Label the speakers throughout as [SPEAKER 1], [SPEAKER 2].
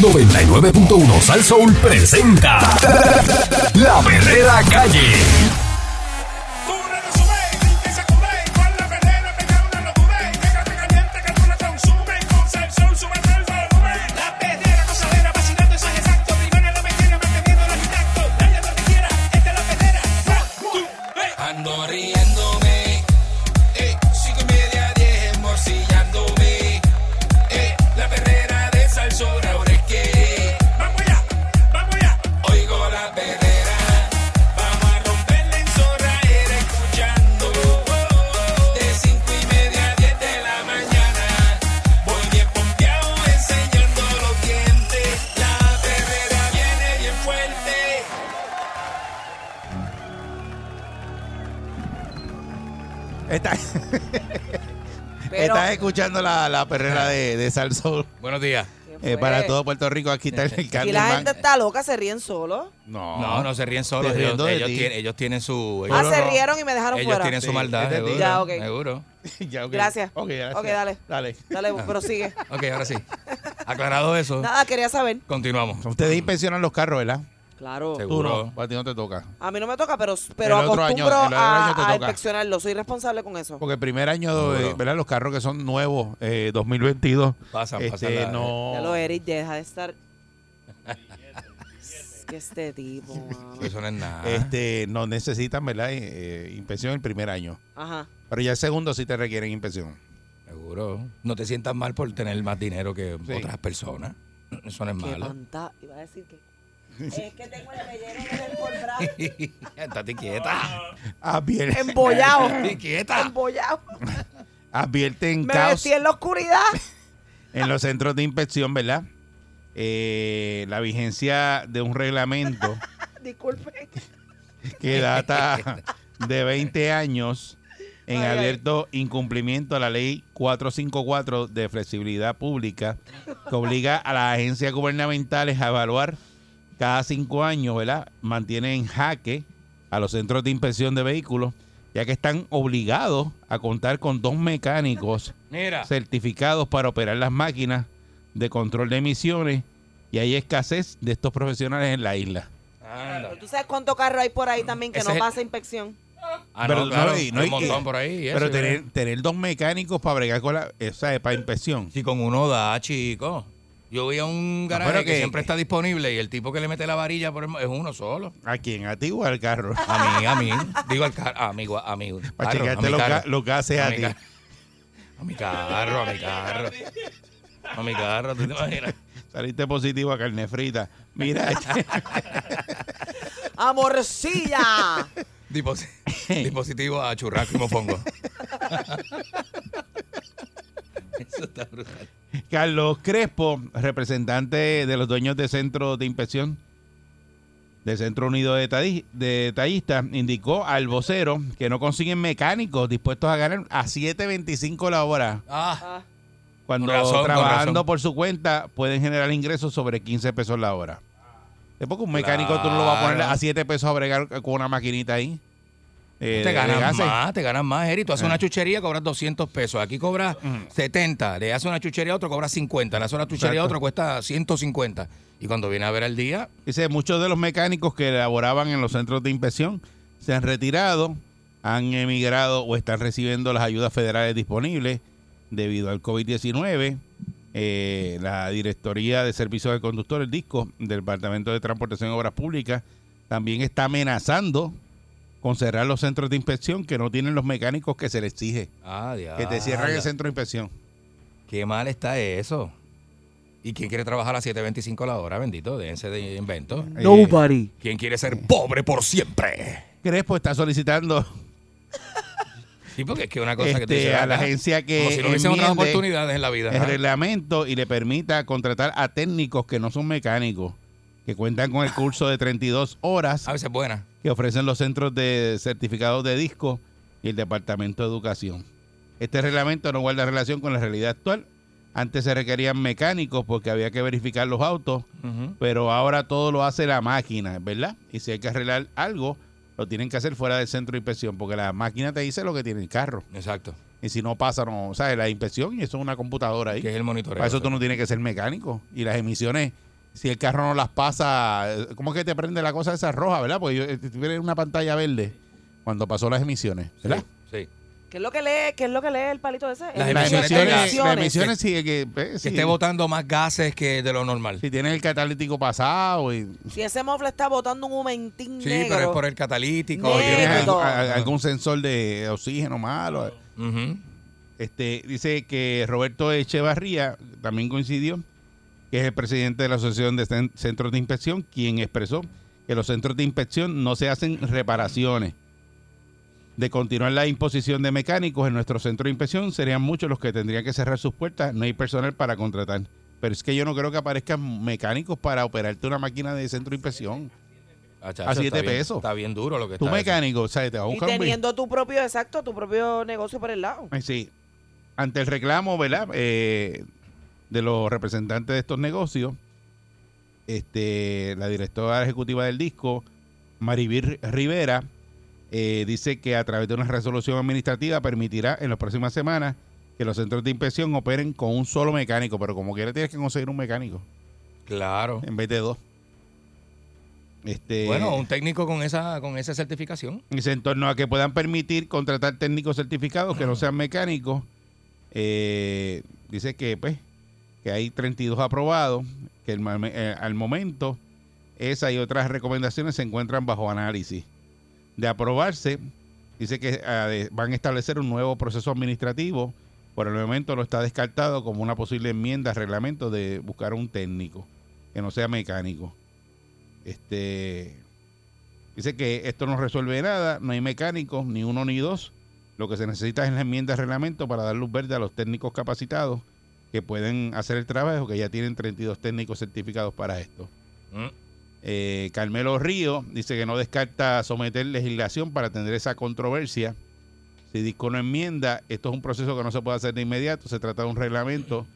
[SPEAKER 1] 99.1 Sal Soul presenta La Verdadera Calle.
[SPEAKER 2] eh, eh,
[SPEAKER 3] escuchando la, la perrera de, de Salsol.
[SPEAKER 4] Buenos días.
[SPEAKER 3] Eh, para todo Puerto Rico, aquí está el
[SPEAKER 5] Si la gente está loca, se ríen solo.
[SPEAKER 4] No, no, no se ríen solos.
[SPEAKER 3] Se ríen
[SPEAKER 4] Ellos,
[SPEAKER 3] de
[SPEAKER 4] ellos
[SPEAKER 3] ti.
[SPEAKER 4] tienen, ellos tienen su.
[SPEAKER 5] Ah,
[SPEAKER 4] Ellos,
[SPEAKER 5] se rieron y me dejaron
[SPEAKER 4] ellos
[SPEAKER 5] fuera.
[SPEAKER 4] tienen su
[SPEAKER 3] Sí,
[SPEAKER 4] maldad.
[SPEAKER 3] entendí.
[SPEAKER 4] Seguro,
[SPEAKER 5] Ya, ok.
[SPEAKER 4] seguro.
[SPEAKER 3] Ya, ok.
[SPEAKER 5] Gracias.
[SPEAKER 3] Ok, gracias.
[SPEAKER 5] Ok, dale.
[SPEAKER 3] Dale.
[SPEAKER 5] Dale, prosigue.
[SPEAKER 4] Ok, ahora sí. Aclarado eso,
[SPEAKER 5] Nada, quería saber.
[SPEAKER 4] continuamos.
[SPEAKER 3] Ustedes inspeccionan los carros, ¿verdad?
[SPEAKER 5] Claro.
[SPEAKER 4] Seguro.
[SPEAKER 3] Tú no, a ti no te toca.
[SPEAKER 5] A mí no me toca, pero, pero
[SPEAKER 3] El otro
[SPEAKER 5] acostumbro
[SPEAKER 3] año- el otro año te
[SPEAKER 5] a, a
[SPEAKER 3] toca.
[SPEAKER 5] inspeccionarlo. Soy responsable con eso.
[SPEAKER 3] Porque el primer año, de-
[SPEAKER 4] Seguro.
[SPEAKER 3] ¿verdad? Los carros que son nuevos, eh, 2022.
[SPEAKER 4] Pasan,
[SPEAKER 3] este,
[SPEAKER 4] pasan la-
[SPEAKER 3] no.
[SPEAKER 5] Ya lo eres, deja de estar. Es que este tipo. mano.
[SPEAKER 4] Eso no es nada.
[SPEAKER 3] Este, no necesitan, ¿verdad? Eh, eh, inspección el primer año.
[SPEAKER 5] Ajá.
[SPEAKER 3] Pero ya el segundo sí te requieren inspección.
[SPEAKER 4] Seguro. No te sientas mal por tener más dinero que
[SPEAKER 3] Sí.
[SPEAKER 4] otras personas. Eso no es
[SPEAKER 5] Qué
[SPEAKER 4] malo.
[SPEAKER 5] panta. Iba a decir que. Es que tengo el relleno del colbrado.
[SPEAKER 4] Estate quieta.
[SPEAKER 3] Advier-
[SPEAKER 5] Embollado.
[SPEAKER 4] Estate Ah, quieta.
[SPEAKER 5] Embollado.
[SPEAKER 3] advierten
[SPEAKER 5] Me
[SPEAKER 3] caos
[SPEAKER 5] vestí en la oscuridad.
[SPEAKER 3] en los centros de inspección, ¿verdad? Eh, la vigencia de un reglamento
[SPEAKER 5] Disculpe.
[SPEAKER 3] que data de 20 años en
[SPEAKER 5] Ay, ay.
[SPEAKER 3] abierto incumplimiento a la ley 454 de flexibilidad pública que obliga a las agencias gubernamentales a evaluar cada cinco años, ¿verdad? Mantiene en jaque a los centros de inspección de vehículos, ya que están obligados a contar con dos mecánicos
[SPEAKER 4] Mira.
[SPEAKER 3] certificados para operar las máquinas de control de emisiones y hay escasez de estos profesionales en la isla.
[SPEAKER 4] Anda.
[SPEAKER 5] ¿Tú sabes cuánto carro hay por ahí también que
[SPEAKER 4] Mm, Ese
[SPEAKER 5] no
[SPEAKER 4] es el-
[SPEAKER 5] pasa inspección?
[SPEAKER 4] Ah,
[SPEAKER 3] Pero
[SPEAKER 4] no,
[SPEAKER 3] no,
[SPEAKER 4] claro,
[SPEAKER 3] y no,
[SPEAKER 4] hay
[SPEAKER 3] y-
[SPEAKER 4] un montón por ahí. eso, eh.
[SPEAKER 3] Pero
[SPEAKER 4] yo creo.
[SPEAKER 3] tener, tener dos mecánicos para bregar con la. O sea, para inspección.
[SPEAKER 4] Si con uno da, chico. Yo voy a un garaje
[SPEAKER 3] pero
[SPEAKER 4] que,
[SPEAKER 3] que-
[SPEAKER 4] siempre está disponible y el tipo que le mete la varilla por el, es uno solo.
[SPEAKER 3] ¿A quién? ¿A ti o al carro?
[SPEAKER 4] A mí, a mí. Digo al carro, a mi, gua- a mi
[SPEAKER 3] Para
[SPEAKER 4] carro, a
[SPEAKER 3] checarte
[SPEAKER 4] mi
[SPEAKER 3] los,
[SPEAKER 4] carro.
[SPEAKER 3] ga- los gases a,
[SPEAKER 4] mi
[SPEAKER 3] ti.
[SPEAKER 4] ca- a mi carro, a mi carro. A mi carro, ¿tú te imaginas?
[SPEAKER 3] Saliste positivo a carne frita. Mira, este,
[SPEAKER 5] ¡Amorcilla!
[SPEAKER 4] Diposi- dispositivo a churrasco y mofongo. Eso está brutal.
[SPEAKER 3] Carlos Crespo, representante de los dueños de centro de inspección del Centro Unido de, Tadi- de Detallistas, indicó al vocero que no consiguen mecánicos dispuestos a ganar a 7.25 la hora.
[SPEAKER 4] Ah,
[SPEAKER 5] Ah,
[SPEAKER 3] Cuando
[SPEAKER 4] Con razón, con
[SPEAKER 3] trabajando
[SPEAKER 4] razón.
[SPEAKER 3] por su cuenta pueden generar ingresos sobre 15 pesos la hora. Es porque un mecánico tú no lo vas a poner
[SPEAKER 4] Claro.
[SPEAKER 3] a 7 pesos a bregar con una maquinita ahí. Eh, de-
[SPEAKER 4] te
[SPEAKER 3] de
[SPEAKER 4] ganas
[SPEAKER 3] gases.
[SPEAKER 4] más, te ganas más, Eri. Tú haces
[SPEAKER 3] Eh.
[SPEAKER 4] una chuchería, cobras 200 pesos. Aquí cobras
[SPEAKER 3] Mm.
[SPEAKER 4] 70. Le haces una chuchería a otro, cobras 50. Le haces una chuchería a
[SPEAKER 3] Exacto.
[SPEAKER 4] otro, cuesta 150. Y cuando viene a ver al día,
[SPEAKER 3] Dice, muchos de los mecánicos que laboraban en los centros de inspección se han retirado, han emigrado o están recibiendo las ayudas federales disponibles debido al COVID-19. Eh, la Directoría de Servicios de Conductor, el DISCO, del Departamento de Transportación y Obras Públicas, también está amenazando con cerrar los centros de inspección que no tienen los mecánicos que se les exige,
[SPEAKER 4] ah,
[SPEAKER 3] que te cierran el
[SPEAKER 4] diablo.
[SPEAKER 3] centro de inspección.
[SPEAKER 4] Qué mal está eso. ¿Y quién quiere trabajar a 7.25 la hora, bendito? Déjense de invento.
[SPEAKER 3] Eh,
[SPEAKER 4] ¿Quién quiere ser pobre por siempre?
[SPEAKER 3] Crespo Eh, Pues está solicitando
[SPEAKER 4] Sí, porque es que una cosa que
[SPEAKER 3] Este,
[SPEAKER 4] te dice
[SPEAKER 3] a la agencia que
[SPEAKER 4] Como si no hubiesen otras
[SPEAKER 3] enmiende
[SPEAKER 4] oportunidades en la vida.
[SPEAKER 3] el
[SPEAKER 4] ajá.
[SPEAKER 3] reglamento y le permita contratar a técnicos que no son mecánicos, que cuentan con el curso de 32 horas
[SPEAKER 4] A veces es buena.
[SPEAKER 3] que ofrecen los centros de certificados de disco y el Departamento de Educación. Este reglamento no guarda relación con la realidad actual. Antes se requerían mecánicos porque había que verificar los autos,
[SPEAKER 4] Ujú.
[SPEAKER 3] pero ahora todo lo hace la máquina, ¿verdad? Y si hay que arreglar algo, lo tienen que hacer fuera del centro de inspección, porque la máquina te dice lo que tiene el carro.
[SPEAKER 4] Exacto.
[SPEAKER 3] Y si no pasa, no, ¿sabes? La inspección y eso es una computadora ahí.
[SPEAKER 4] Que es el monitoreo.
[SPEAKER 3] Para eso tú no tienes que ser mecánico. Y las emisiones si el carro no las pasa, eh, ¿cómo es que te prende la cosa esa roja, verdad? Porque yo eh, tuviera una pantalla verde cuando pasó las emisiones, ¿verdad?
[SPEAKER 4] Sí.
[SPEAKER 5] ¿Qué es lo que lee, qué es lo que lee el palito ese?
[SPEAKER 4] Las
[SPEAKER 3] Las
[SPEAKER 4] emisiones
[SPEAKER 3] emisiones,
[SPEAKER 4] tenga-
[SPEAKER 3] las emisiones sí, que, eh,
[SPEAKER 4] Se
[SPEAKER 3] sí.
[SPEAKER 4] esté botando más gases que de lo normal. Sí,
[SPEAKER 3] si tienes el catalítico pasado y
[SPEAKER 5] Si ese mofle está botando un humentín negro.
[SPEAKER 4] pero es por el catalítico.
[SPEAKER 5] Negro.
[SPEAKER 3] tienes
[SPEAKER 4] Tiene-
[SPEAKER 3] algún, a- algún sensor de oxígeno malo.
[SPEAKER 4] Ujú.
[SPEAKER 3] Este, dice que Roberto Echevarría también coincidió, que es el presidente de la Asociación de Cen- Centros de Inspección, quien expresó que los centros de inspección no se hacen reparaciones. De continuar la imposición de mecánicos en nuestro centro de inspección, serían muchos los que tendrían que cerrar sus puertas. No hay personal para contratar. Pero es que yo no creo que aparezcan mecánicos para operarte una máquina de centro de inspección.
[SPEAKER 4] Ah, chacho,
[SPEAKER 3] A siete
[SPEAKER 4] está bien-
[SPEAKER 3] pesos.
[SPEAKER 4] Está bien duro lo que
[SPEAKER 3] Tu
[SPEAKER 4] Pues está.
[SPEAKER 3] mecánico, o sea, te va a
[SPEAKER 5] y
[SPEAKER 3] buscar un bicho.
[SPEAKER 5] teniendo tu propio, exacto, tu propio negocio por el lado.
[SPEAKER 3] Ay, Sí. Ante el reclamo, ¿verdad? Eh, de los representantes de estos negocios, este, la directora ejecutiva del disco, Maribir Rivera, eh, dice que a través de una resolución administrativa permitirá en las próximas semanas que los centros de inspección operen con un solo mecánico, pero como quiera tienes que conseguir un mecánico
[SPEAKER 4] Claro.
[SPEAKER 3] en vez de dos. Este,
[SPEAKER 4] Bueno, un técnico con esa con esa certificación.
[SPEAKER 3] Dice, en torno a que puedan permitir contratar técnicos certificados que no sean mecánicos. Eh, dice que, pues, que hay 32 aprobados, que el mame- eh, al momento esa y otras recomendaciones se encuentran bajo análisis. De aprobarse, dice que ah, de- van a establecer un nuevo proceso administrativo. Por el momento no está descartado como una posible enmienda al reglamento de buscar un técnico que no sea mecánico. Este Dice que esto no resuelve nada, no hay mecánicos, ni uno ni dos. Lo que se necesita es la enmienda al reglamento para dar luz verde a los técnicos capacitados que pueden hacer el trabajo, que ya tienen 32 técnicos certificados para esto.
[SPEAKER 4] Mm.
[SPEAKER 3] Eh, Carmelo Río dice que no descarta someter legislación para atender esa controversia. Si disco no enmienda, esto es un proceso que no se puede hacer de inmediato. Se trata de un reglamento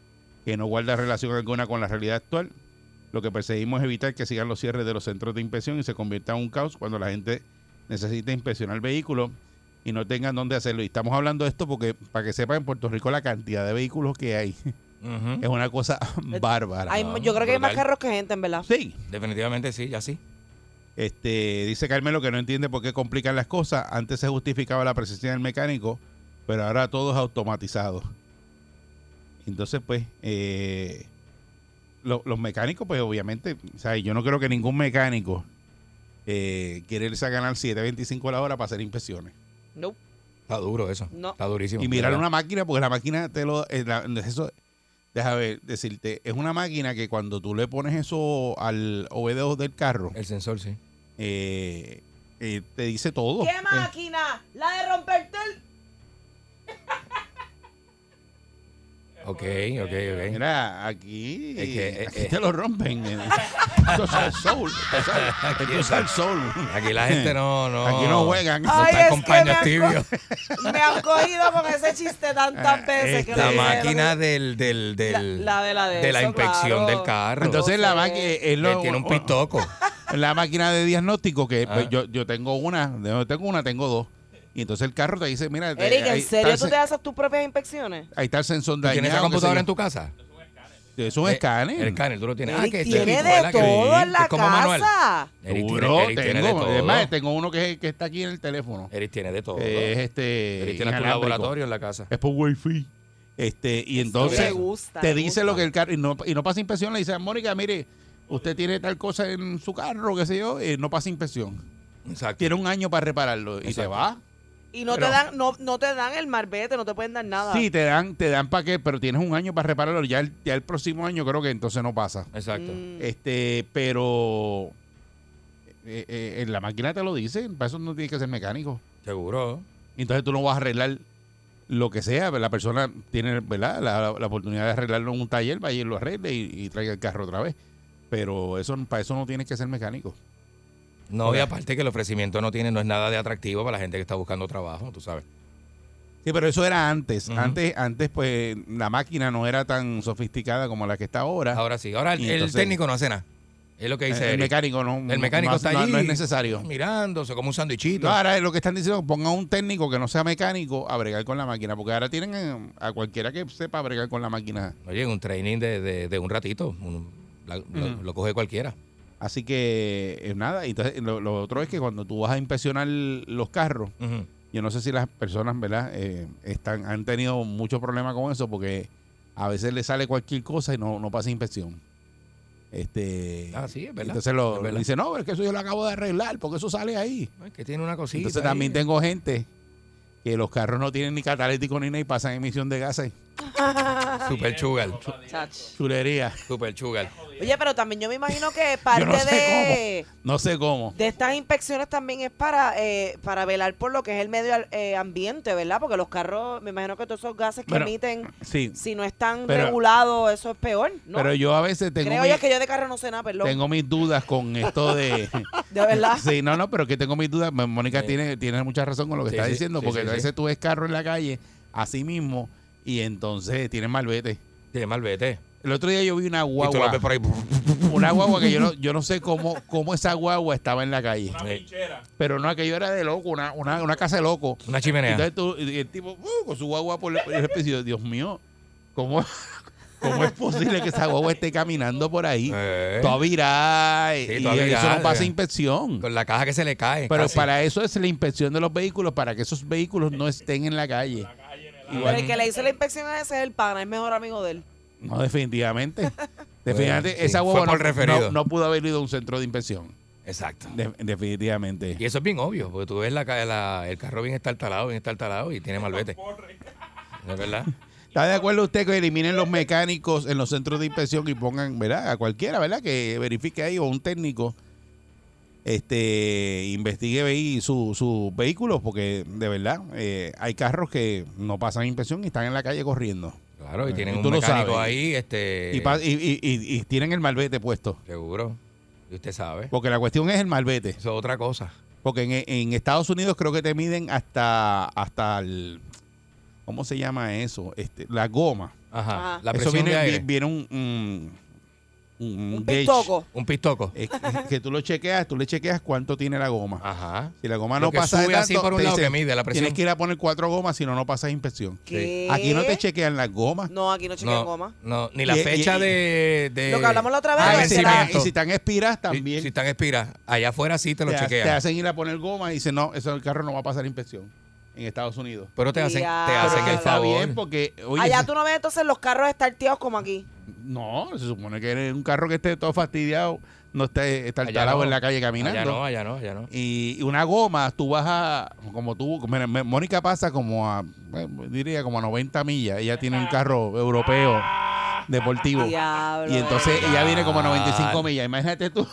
[SPEAKER 3] que no guarda relación alguna con la realidad actual. Lo que perseguimos es evitar que sigan los cierres de los centros de inspección y se convierta en un caos cuando la gente necesita inspeccionar el vehículo y no tengan dónde hacerlo. Y estamos hablando de esto porque, para que sepan, en Puerto Rico la cantidad de vehículos que hay
[SPEAKER 4] Ujú.
[SPEAKER 3] es una cosa bárbara.
[SPEAKER 5] Eh, Hay-
[SPEAKER 4] no,
[SPEAKER 5] yo creo que hay más
[SPEAKER 4] brutal.
[SPEAKER 5] carros que gente, en verdad.
[SPEAKER 3] Sí,
[SPEAKER 4] Definitivamente sí, ya sí.
[SPEAKER 3] Este, dice Carmelo que no entiende por qué complican las cosas. Antes se justificaba la presencia del mecánico, pero ahora todo es automatizado. Entonces, pues, eh, lo- los mecánicos, pues obviamente, o sea, yo no creo que ningún mecánico eh, quiera irse a ganar 7.25 la hora para hacer inspecciones.
[SPEAKER 5] No.
[SPEAKER 4] Está duro eso.
[SPEAKER 5] No.
[SPEAKER 4] Está durísimo.
[SPEAKER 3] Y mirar
[SPEAKER 4] ¿verdad?
[SPEAKER 3] una máquina, porque la máquina te lo... eh, la- eso, déjame decirte, es una máquina que cuando tú le pones eso al OBD del carro,
[SPEAKER 4] El sensor, sí.
[SPEAKER 3] eh, eh, te dice todo.
[SPEAKER 5] ¿Qué
[SPEAKER 3] Eh,
[SPEAKER 5] máquina? La de romperte el...
[SPEAKER 4] Eh, Ok, ok, ok.
[SPEAKER 3] Mira, aquí,
[SPEAKER 4] Es que,
[SPEAKER 3] aquí
[SPEAKER 4] eh,
[SPEAKER 3] te lo rompen. eh. Esto es el soul. esto es el- Esto es el soul.
[SPEAKER 4] Aquí la gente no, no.
[SPEAKER 3] Eh. Aquí no juegan.
[SPEAKER 4] No
[SPEAKER 5] Ay,
[SPEAKER 4] están
[SPEAKER 5] es
[SPEAKER 4] con
[SPEAKER 5] que
[SPEAKER 4] paños
[SPEAKER 5] me
[SPEAKER 4] tibios.
[SPEAKER 5] Me han cogido con ese chiste tantas veces que lo
[SPEAKER 3] Esta
[SPEAKER 4] La
[SPEAKER 5] dijeron.
[SPEAKER 4] Ah, máquina del, del, del-
[SPEAKER 5] La- la de la de eso,
[SPEAKER 4] inspección
[SPEAKER 5] claro.
[SPEAKER 4] del carro.
[SPEAKER 3] Entonces la
[SPEAKER 5] sé.
[SPEAKER 3] máquina es
[SPEAKER 4] Que
[SPEAKER 3] lo-
[SPEAKER 4] tiene un pistoco.
[SPEAKER 3] La máquina de diagnóstico que pues,
[SPEAKER 4] Ah.
[SPEAKER 3] yo, yo tengo una, yo tengo una, tengo dos. Y entonces el carro te dice, mira, eh,
[SPEAKER 5] Eric,
[SPEAKER 3] ahí
[SPEAKER 5] ¿en
[SPEAKER 3] está
[SPEAKER 5] serio
[SPEAKER 3] el
[SPEAKER 5] tú
[SPEAKER 3] sen-
[SPEAKER 5] te haces tus propias inspecciones?
[SPEAKER 3] ahí está el sensor dañado.
[SPEAKER 4] ¿Tienes esa
[SPEAKER 3] qué sé
[SPEAKER 4] computadora
[SPEAKER 3] yo.
[SPEAKER 4] en tu casa?
[SPEAKER 3] Es un
[SPEAKER 4] Eh,
[SPEAKER 3] escáner.
[SPEAKER 4] El escáner, tú lo tienes. Ah,
[SPEAKER 5] Eric
[SPEAKER 4] que es
[SPEAKER 5] tiene
[SPEAKER 4] chiquito,
[SPEAKER 5] de
[SPEAKER 4] ¿verdad? Que-
[SPEAKER 5] todo en
[SPEAKER 4] es
[SPEAKER 5] la
[SPEAKER 4] como manual.
[SPEAKER 5] casa.
[SPEAKER 4] Eric tiene-
[SPEAKER 3] Seguro,
[SPEAKER 4] Eric tiene de
[SPEAKER 3] tengo.
[SPEAKER 4] todo.
[SPEAKER 3] Además, tengo uno que, que está aquí en el teléfono.
[SPEAKER 4] Eric tiene de todo.
[SPEAKER 3] que es este.
[SPEAKER 4] Eric tiene tu
[SPEAKER 3] inalámbrico.
[SPEAKER 4] laboratorio en la casa.
[SPEAKER 3] Es por wifi. Este, y entonces
[SPEAKER 5] me gusta,
[SPEAKER 3] te
[SPEAKER 5] me
[SPEAKER 3] dice
[SPEAKER 5] gusta.
[SPEAKER 3] lo que el carro, y no, y no pasa inspección, le dice, Mónica, mire, usted tiene tal cosa en su carro, qué sé yo, y no pasa inspección.
[SPEAKER 4] Exacto.
[SPEAKER 3] Tiene un año para repararlo y se
[SPEAKER 4] Exacto.
[SPEAKER 3] va.
[SPEAKER 5] Y no,
[SPEAKER 3] Pero-
[SPEAKER 5] te dan, no, no te dan el marbete, no te pueden dar nada.
[SPEAKER 3] Sí, te dan, te dan para qué, pero tienes un año para repararlo, ya el, ya el próximo año creo que entonces no pasa.
[SPEAKER 4] Exacto.
[SPEAKER 5] Mm.
[SPEAKER 3] Este, pero eh, eh, en la máquina te lo dice, para eso no tienes que ser mecánico.
[SPEAKER 4] Seguro.
[SPEAKER 3] Entonces tú no vas a arreglar lo que sea, la persona tiene ¿verdad? La, la- la oportunidad de arreglarlo en un taller, vaya y lo arregle y, y traiga el carro otra vez. Pero eso para eso no tienes que ser mecánico.
[SPEAKER 4] No, y aparte que el ofrecimiento no tiene, no es nada de atractivo para la gente que está buscando trabajo, tú sabes.
[SPEAKER 3] Sí, pero eso era antes.
[SPEAKER 4] Ujú.
[SPEAKER 3] Antes, antes pues la máquina no era tan sofisticada como la que está ahora.
[SPEAKER 4] Ahora sí. Ahora el,
[SPEAKER 3] Y
[SPEAKER 4] el
[SPEAKER 3] entonces-
[SPEAKER 4] técnico no hace nada. Es lo que
[SPEAKER 3] el,
[SPEAKER 4] dice
[SPEAKER 3] el
[SPEAKER 4] Eric.
[SPEAKER 3] mecánico no.
[SPEAKER 4] El mecánico
[SPEAKER 3] no-
[SPEAKER 4] está
[SPEAKER 3] no-
[SPEAKER 4] allí.
[SPEAKER 3] No es necesario.
[SPEAKER 4] Mirándose como un sandwichito.
[SPEAKER 3] No, ahora lo que están diciendo, pongan un técnico que no sea mecánico a bregar con la máquina, porque ahora tienen eh, a cualquiera que sepa bregar con la máquina.
[SPEAKER 4] Oye, un training de, de, de un ratito. un- la- lo, lo coge cualquiera.
[SPEAKER 3] Así que eh, nada, y entonces lo, lo otro es que cuando tú vas a inspeccionar los carros,
[SPEAKER 4] Ujú.
[SPEAKER 3] yo no sé si las personas, ¿verdad? Eh, están, han tenido mucho problema con eso porque a veces le sale cualquier cosa y no, no pasa inspección. Este,
[SPEAKER 4] Ah, sí, es verdad.
[SPEAKER 3] Entonces lo,
[SPEAKER 4] Es verdad.
[SPEAKER 3] dice, no, pero es que eso yo lo acabo de arreglar porque eso sale ahí.
[SPEAKER 4] Ay, que tiene una cosita.
[SPEAKER 3] entonces
[SPEAKER 4] ahí.
[SPEAKER 3] también tengo gente que los carros no tienen ni catalítico ni nada y pasan emisión de gases.
[SPEAKER 5] Ah,
[SPEAKER 4] Super chugal.
[SPEAKER 5] Chach.
[SPEAKER 3] Chulería.
[SPEAKER 4] Super chugal.
[SPEAKER 5] Oye, pero también yo me imagino que parte
[SPEAKER 3] Yo no sé
[SPEAKER 5] de,
[SPEAKER 3] No sé cómo.
[SPEAKER 5] de estas inspecciones también es para eh, para velar por lo que es el medio al- eh, ambiente, ¿verdad? Porque los carros, me imagino que todos esos gases que
[SPEAKER 3] Bueno,
[SPEAKER 5] emiten,
[SPEAKER 3] Sí.
[SPEAKER 5] si no están
[SPEAKER 3] pero-
[SPEAKER 5] regulados, eso es peor, ¿no?
[SPEAKER 3] Pero yo a veces tengo,
[SPEAKER 5] Creo
[SPEAKER 3] mi-
[SPEAKER 5] yo que yo de carro no sé nada, perdón.
[SPEAKER 3] tengo mis dudas con esto de...
[SPEAKER 5] De verdad.
[SPEAKER 3] Sí, no, no, pero que tengo mis dudas. M- Mónica
[SPEAKER 4] Sí.
[SPEAKER 3] tiene, tiene mucha razón con lo que
[SPEAKER 4] Sí,
[SPEAKER 3] está
[SPEAKER 4] sí,
[SPEAKER 3] diciendo,
[SPEAKER 4] sí,
[SPEAKER 3] porque
[SPEAKER 4] sí,
[SPEAKER 3] a
[SPEAKER 4] sí.
[SPEAKER 3] veces tú ves carro en la calle, así mismo, y entonces tiene malvete.
[SPEAKER 4] Tiene mal vete.
[SPEAKER 3] El otro día yo vi una
[SPEAKER 4] Y tú lo
[SPEAKER 3] guagua,
[SPEAKER 4] ves por ahí.
[SPEAKER 3] una guagua que yo no, yo no sé cómo, cómo esa guagua estaba en la calle, pero no, aquello era de loco, una, una, una casa de loco.
[SPEAKER 4] Una chimenea.
[SPEAKER 3] Entonces tú, y el tipo, uh, con su guagua por el, por el espejo, y yo, Dios mío, ¿cómo, ¿cómo es posible que esa guagua esté caminando por ahí?
[SPEAKER 4] Eh,
[SPEAKER 3] Toda virada, y,
[SPEAKER 4] Sí,
[SPEAKER 3] y
[SPEAKER 4] toda
[SPEAKER 3] eso
[SPEAKER 4] virada,
[SPEAKER 3] no pasa
[SPEAKER 4] eh.
[SPEAKER 3] inspección.
[SPEAKER 4] Con la caja que se le cae.
[SPEAKER 3] Pero
[SPEAKER 4] Eh, casi.
[SPEAKER 3] para eso es la inspección de los vehículos, para que esos vehículos no estén en la calle.
[SPEAKER 5] Pero el que le hizo la inspección a ese es el pana, es mejor amigo de él.
[SPEAKER 3] No, definitivamente. Definitivamente,
[SPEAKER 4] Bueno, sí,
[SPEAKER 3] esa
[SPEAKER 4] fue
[SPEAKER 3] guagua
[SPEAKER 4] por
[SPEAKER 3] no-
[SPEAKER 4] referido.
[SPEAKER 3] no, no pudo haber ido a un centro de inspección.
[SPEAKER 4] Exacto.
[SPEAKER 3] De- definitivamente.
[SPEAKER 4] Y eso es bien obvio, porque tú ves la, ca- la- el carro bien estartalado, bien estartalado y tiene mal vete. Es verdad.
[SPEAKER 3] ¿Está de acuerdo usted que eliminen los mecánicos en los centros de inspección y pongan, ¿verdad? A cualquiera, ¿verdad? Que verifique ahí o un técnico. Este, investigue ahí su- sus vehículos, porque de verdad eh, hay carros que no pasan inspección y están en la calle corriendo.
[SPEAKER 4] Claro, y
[SPEAKER 3] Eh,
[SPEAKER 4] tienen
[SPEAKER 3] y
[SPEAKER 4] un
[SPEAKER 3] tú lo
[SPEAKER 4] mecánico
[SPEAKER 3] sabes.
[SPEAKER 4] ahí, este.
[SPEAKER 3] Y, pa- y- y- y- y tienen el malvete puesto.
[SPEAKER 4] Seguro. Y usted sabe.
[SPEAKER 3] Porque la cuestión es el malvete.
[SPEAKER 4] Eso es otra cosa.
[SPEAKER 3] Porque en, en Estados Unidos creo que te miden hasta hasta el ¿cómo se llama eso? Este, la goma.
[SPEAKER 4] Ajá.
[SPEAKER 5] Ajá.
[SPEAKER 4] La
[SPEAKER 3] eso
[SPEAKER 4] presión
[SPEAKER 3] viene
[SPEAKER 4] de
[SPEAKER 3] vi-
[SPEAKER 4] aire.
[SPEAKER 3] viene un un, un- un
[SPEAKER 5] Un
[SPEAKER 3] gauge.
[SPEAKER 5] pistoco.
[SPEAKER 4] Un pistoco.
[SPEAKER 3] Eh, que- que tú lo chequeas, tú le chequeas cuánto tiene la goma.
[SPEAKER 4] Ajá.
[SPEAKER 3] Si la goma
[SPEAKER 4] Lo
[SPEAKER 3] no
[SPEAKER 4] que
[SPEAKER 3] pasa de
[SPEAKER 4] sube así
[SPEAKER 3] tanto,
[SPEAKER 4] por un
[SPEAKER 3] te
[SPEAKER 4] lado que
[SPEAKER 3] dicen,
[SPEAKER 4] mide la presión.
[SPEAKER 3] tienes que ir a poner cuatro gomas, si no no pasas inspección.
[SPEAKER 5] ¿Qué?
[SPEAKER 3] Aquí no te chequean las gomas.
[SPEAKER 5] No, aquí no chequean
[SPEAKER 4] No,
[SPEAKER 5] goma.
[SPEAKER 4] no, ni la
[SPEAKER 3] Y- y-
[SPEAKER 4] fecha
[SPEAKER 3] y-
[SPEAKER 4] de, de-
[SPEAKER 5] Lo que hablamos la otra vez,
[SPEAKER 4] de
[SPEAKER 3] Ah,
[SPEAKER 5] de
[SPEAKER 3] y si, están-
[SPEAKER 4] vencimiento.
[SPEAKER 3] y si están expiradas también.
[SPEAKER 4] Si, si están expira, allá afuera sí te lo
[SPEAKER 3] te, ha-
[SPEAKER 4] chequean.
[SPEAKER 3] te hacen ir a poner goma y dicen, no, eso el carro no va a pasar inspección en Estados Unidos.
[SPEAKER 4] pero te hacen, te
[SPEAKER 5] Diablo.
[SPEAKER 4] hacen
[SPEAKER 3] Pero
[SPEAKER 4] el
[SPEAKER 3] está
[SPEAKER 4] favor.
[SPEAKER 3] bien porque oye,
[SPEAKER 5] Allá
[SPEAKER 3] se-
[SPEAKER 5] tú no ves entonces los carros estarteados como aquí.
[SPEAKER 3] no, se supone que eres un carro que esté todo fastidiado, no esté está
[SPEAKER 4] Allá
[SPEAKER 3] talado
[SPEAKER 4] no.
[SPEAKER 3] en la calle caminando.
[SPEAKER 4] Allá no, allá no, allá no.
[SPEAKER 3] Y una goma, tú vas a, como tú, mira, M- Mónica pasa como a, bueno, diría como a 90 millas, ella tiene un carro europeo deportivo.
[SPEAKER 5] Ah, Diablo.
[SPEAKER 3] Y entonces
[SPEAKER 4] Ah.
[SPEAKER 3] ella viene como a 95
[SPEAKER 4] Diablo.
[SPEAKER 3] millas, imagínate tú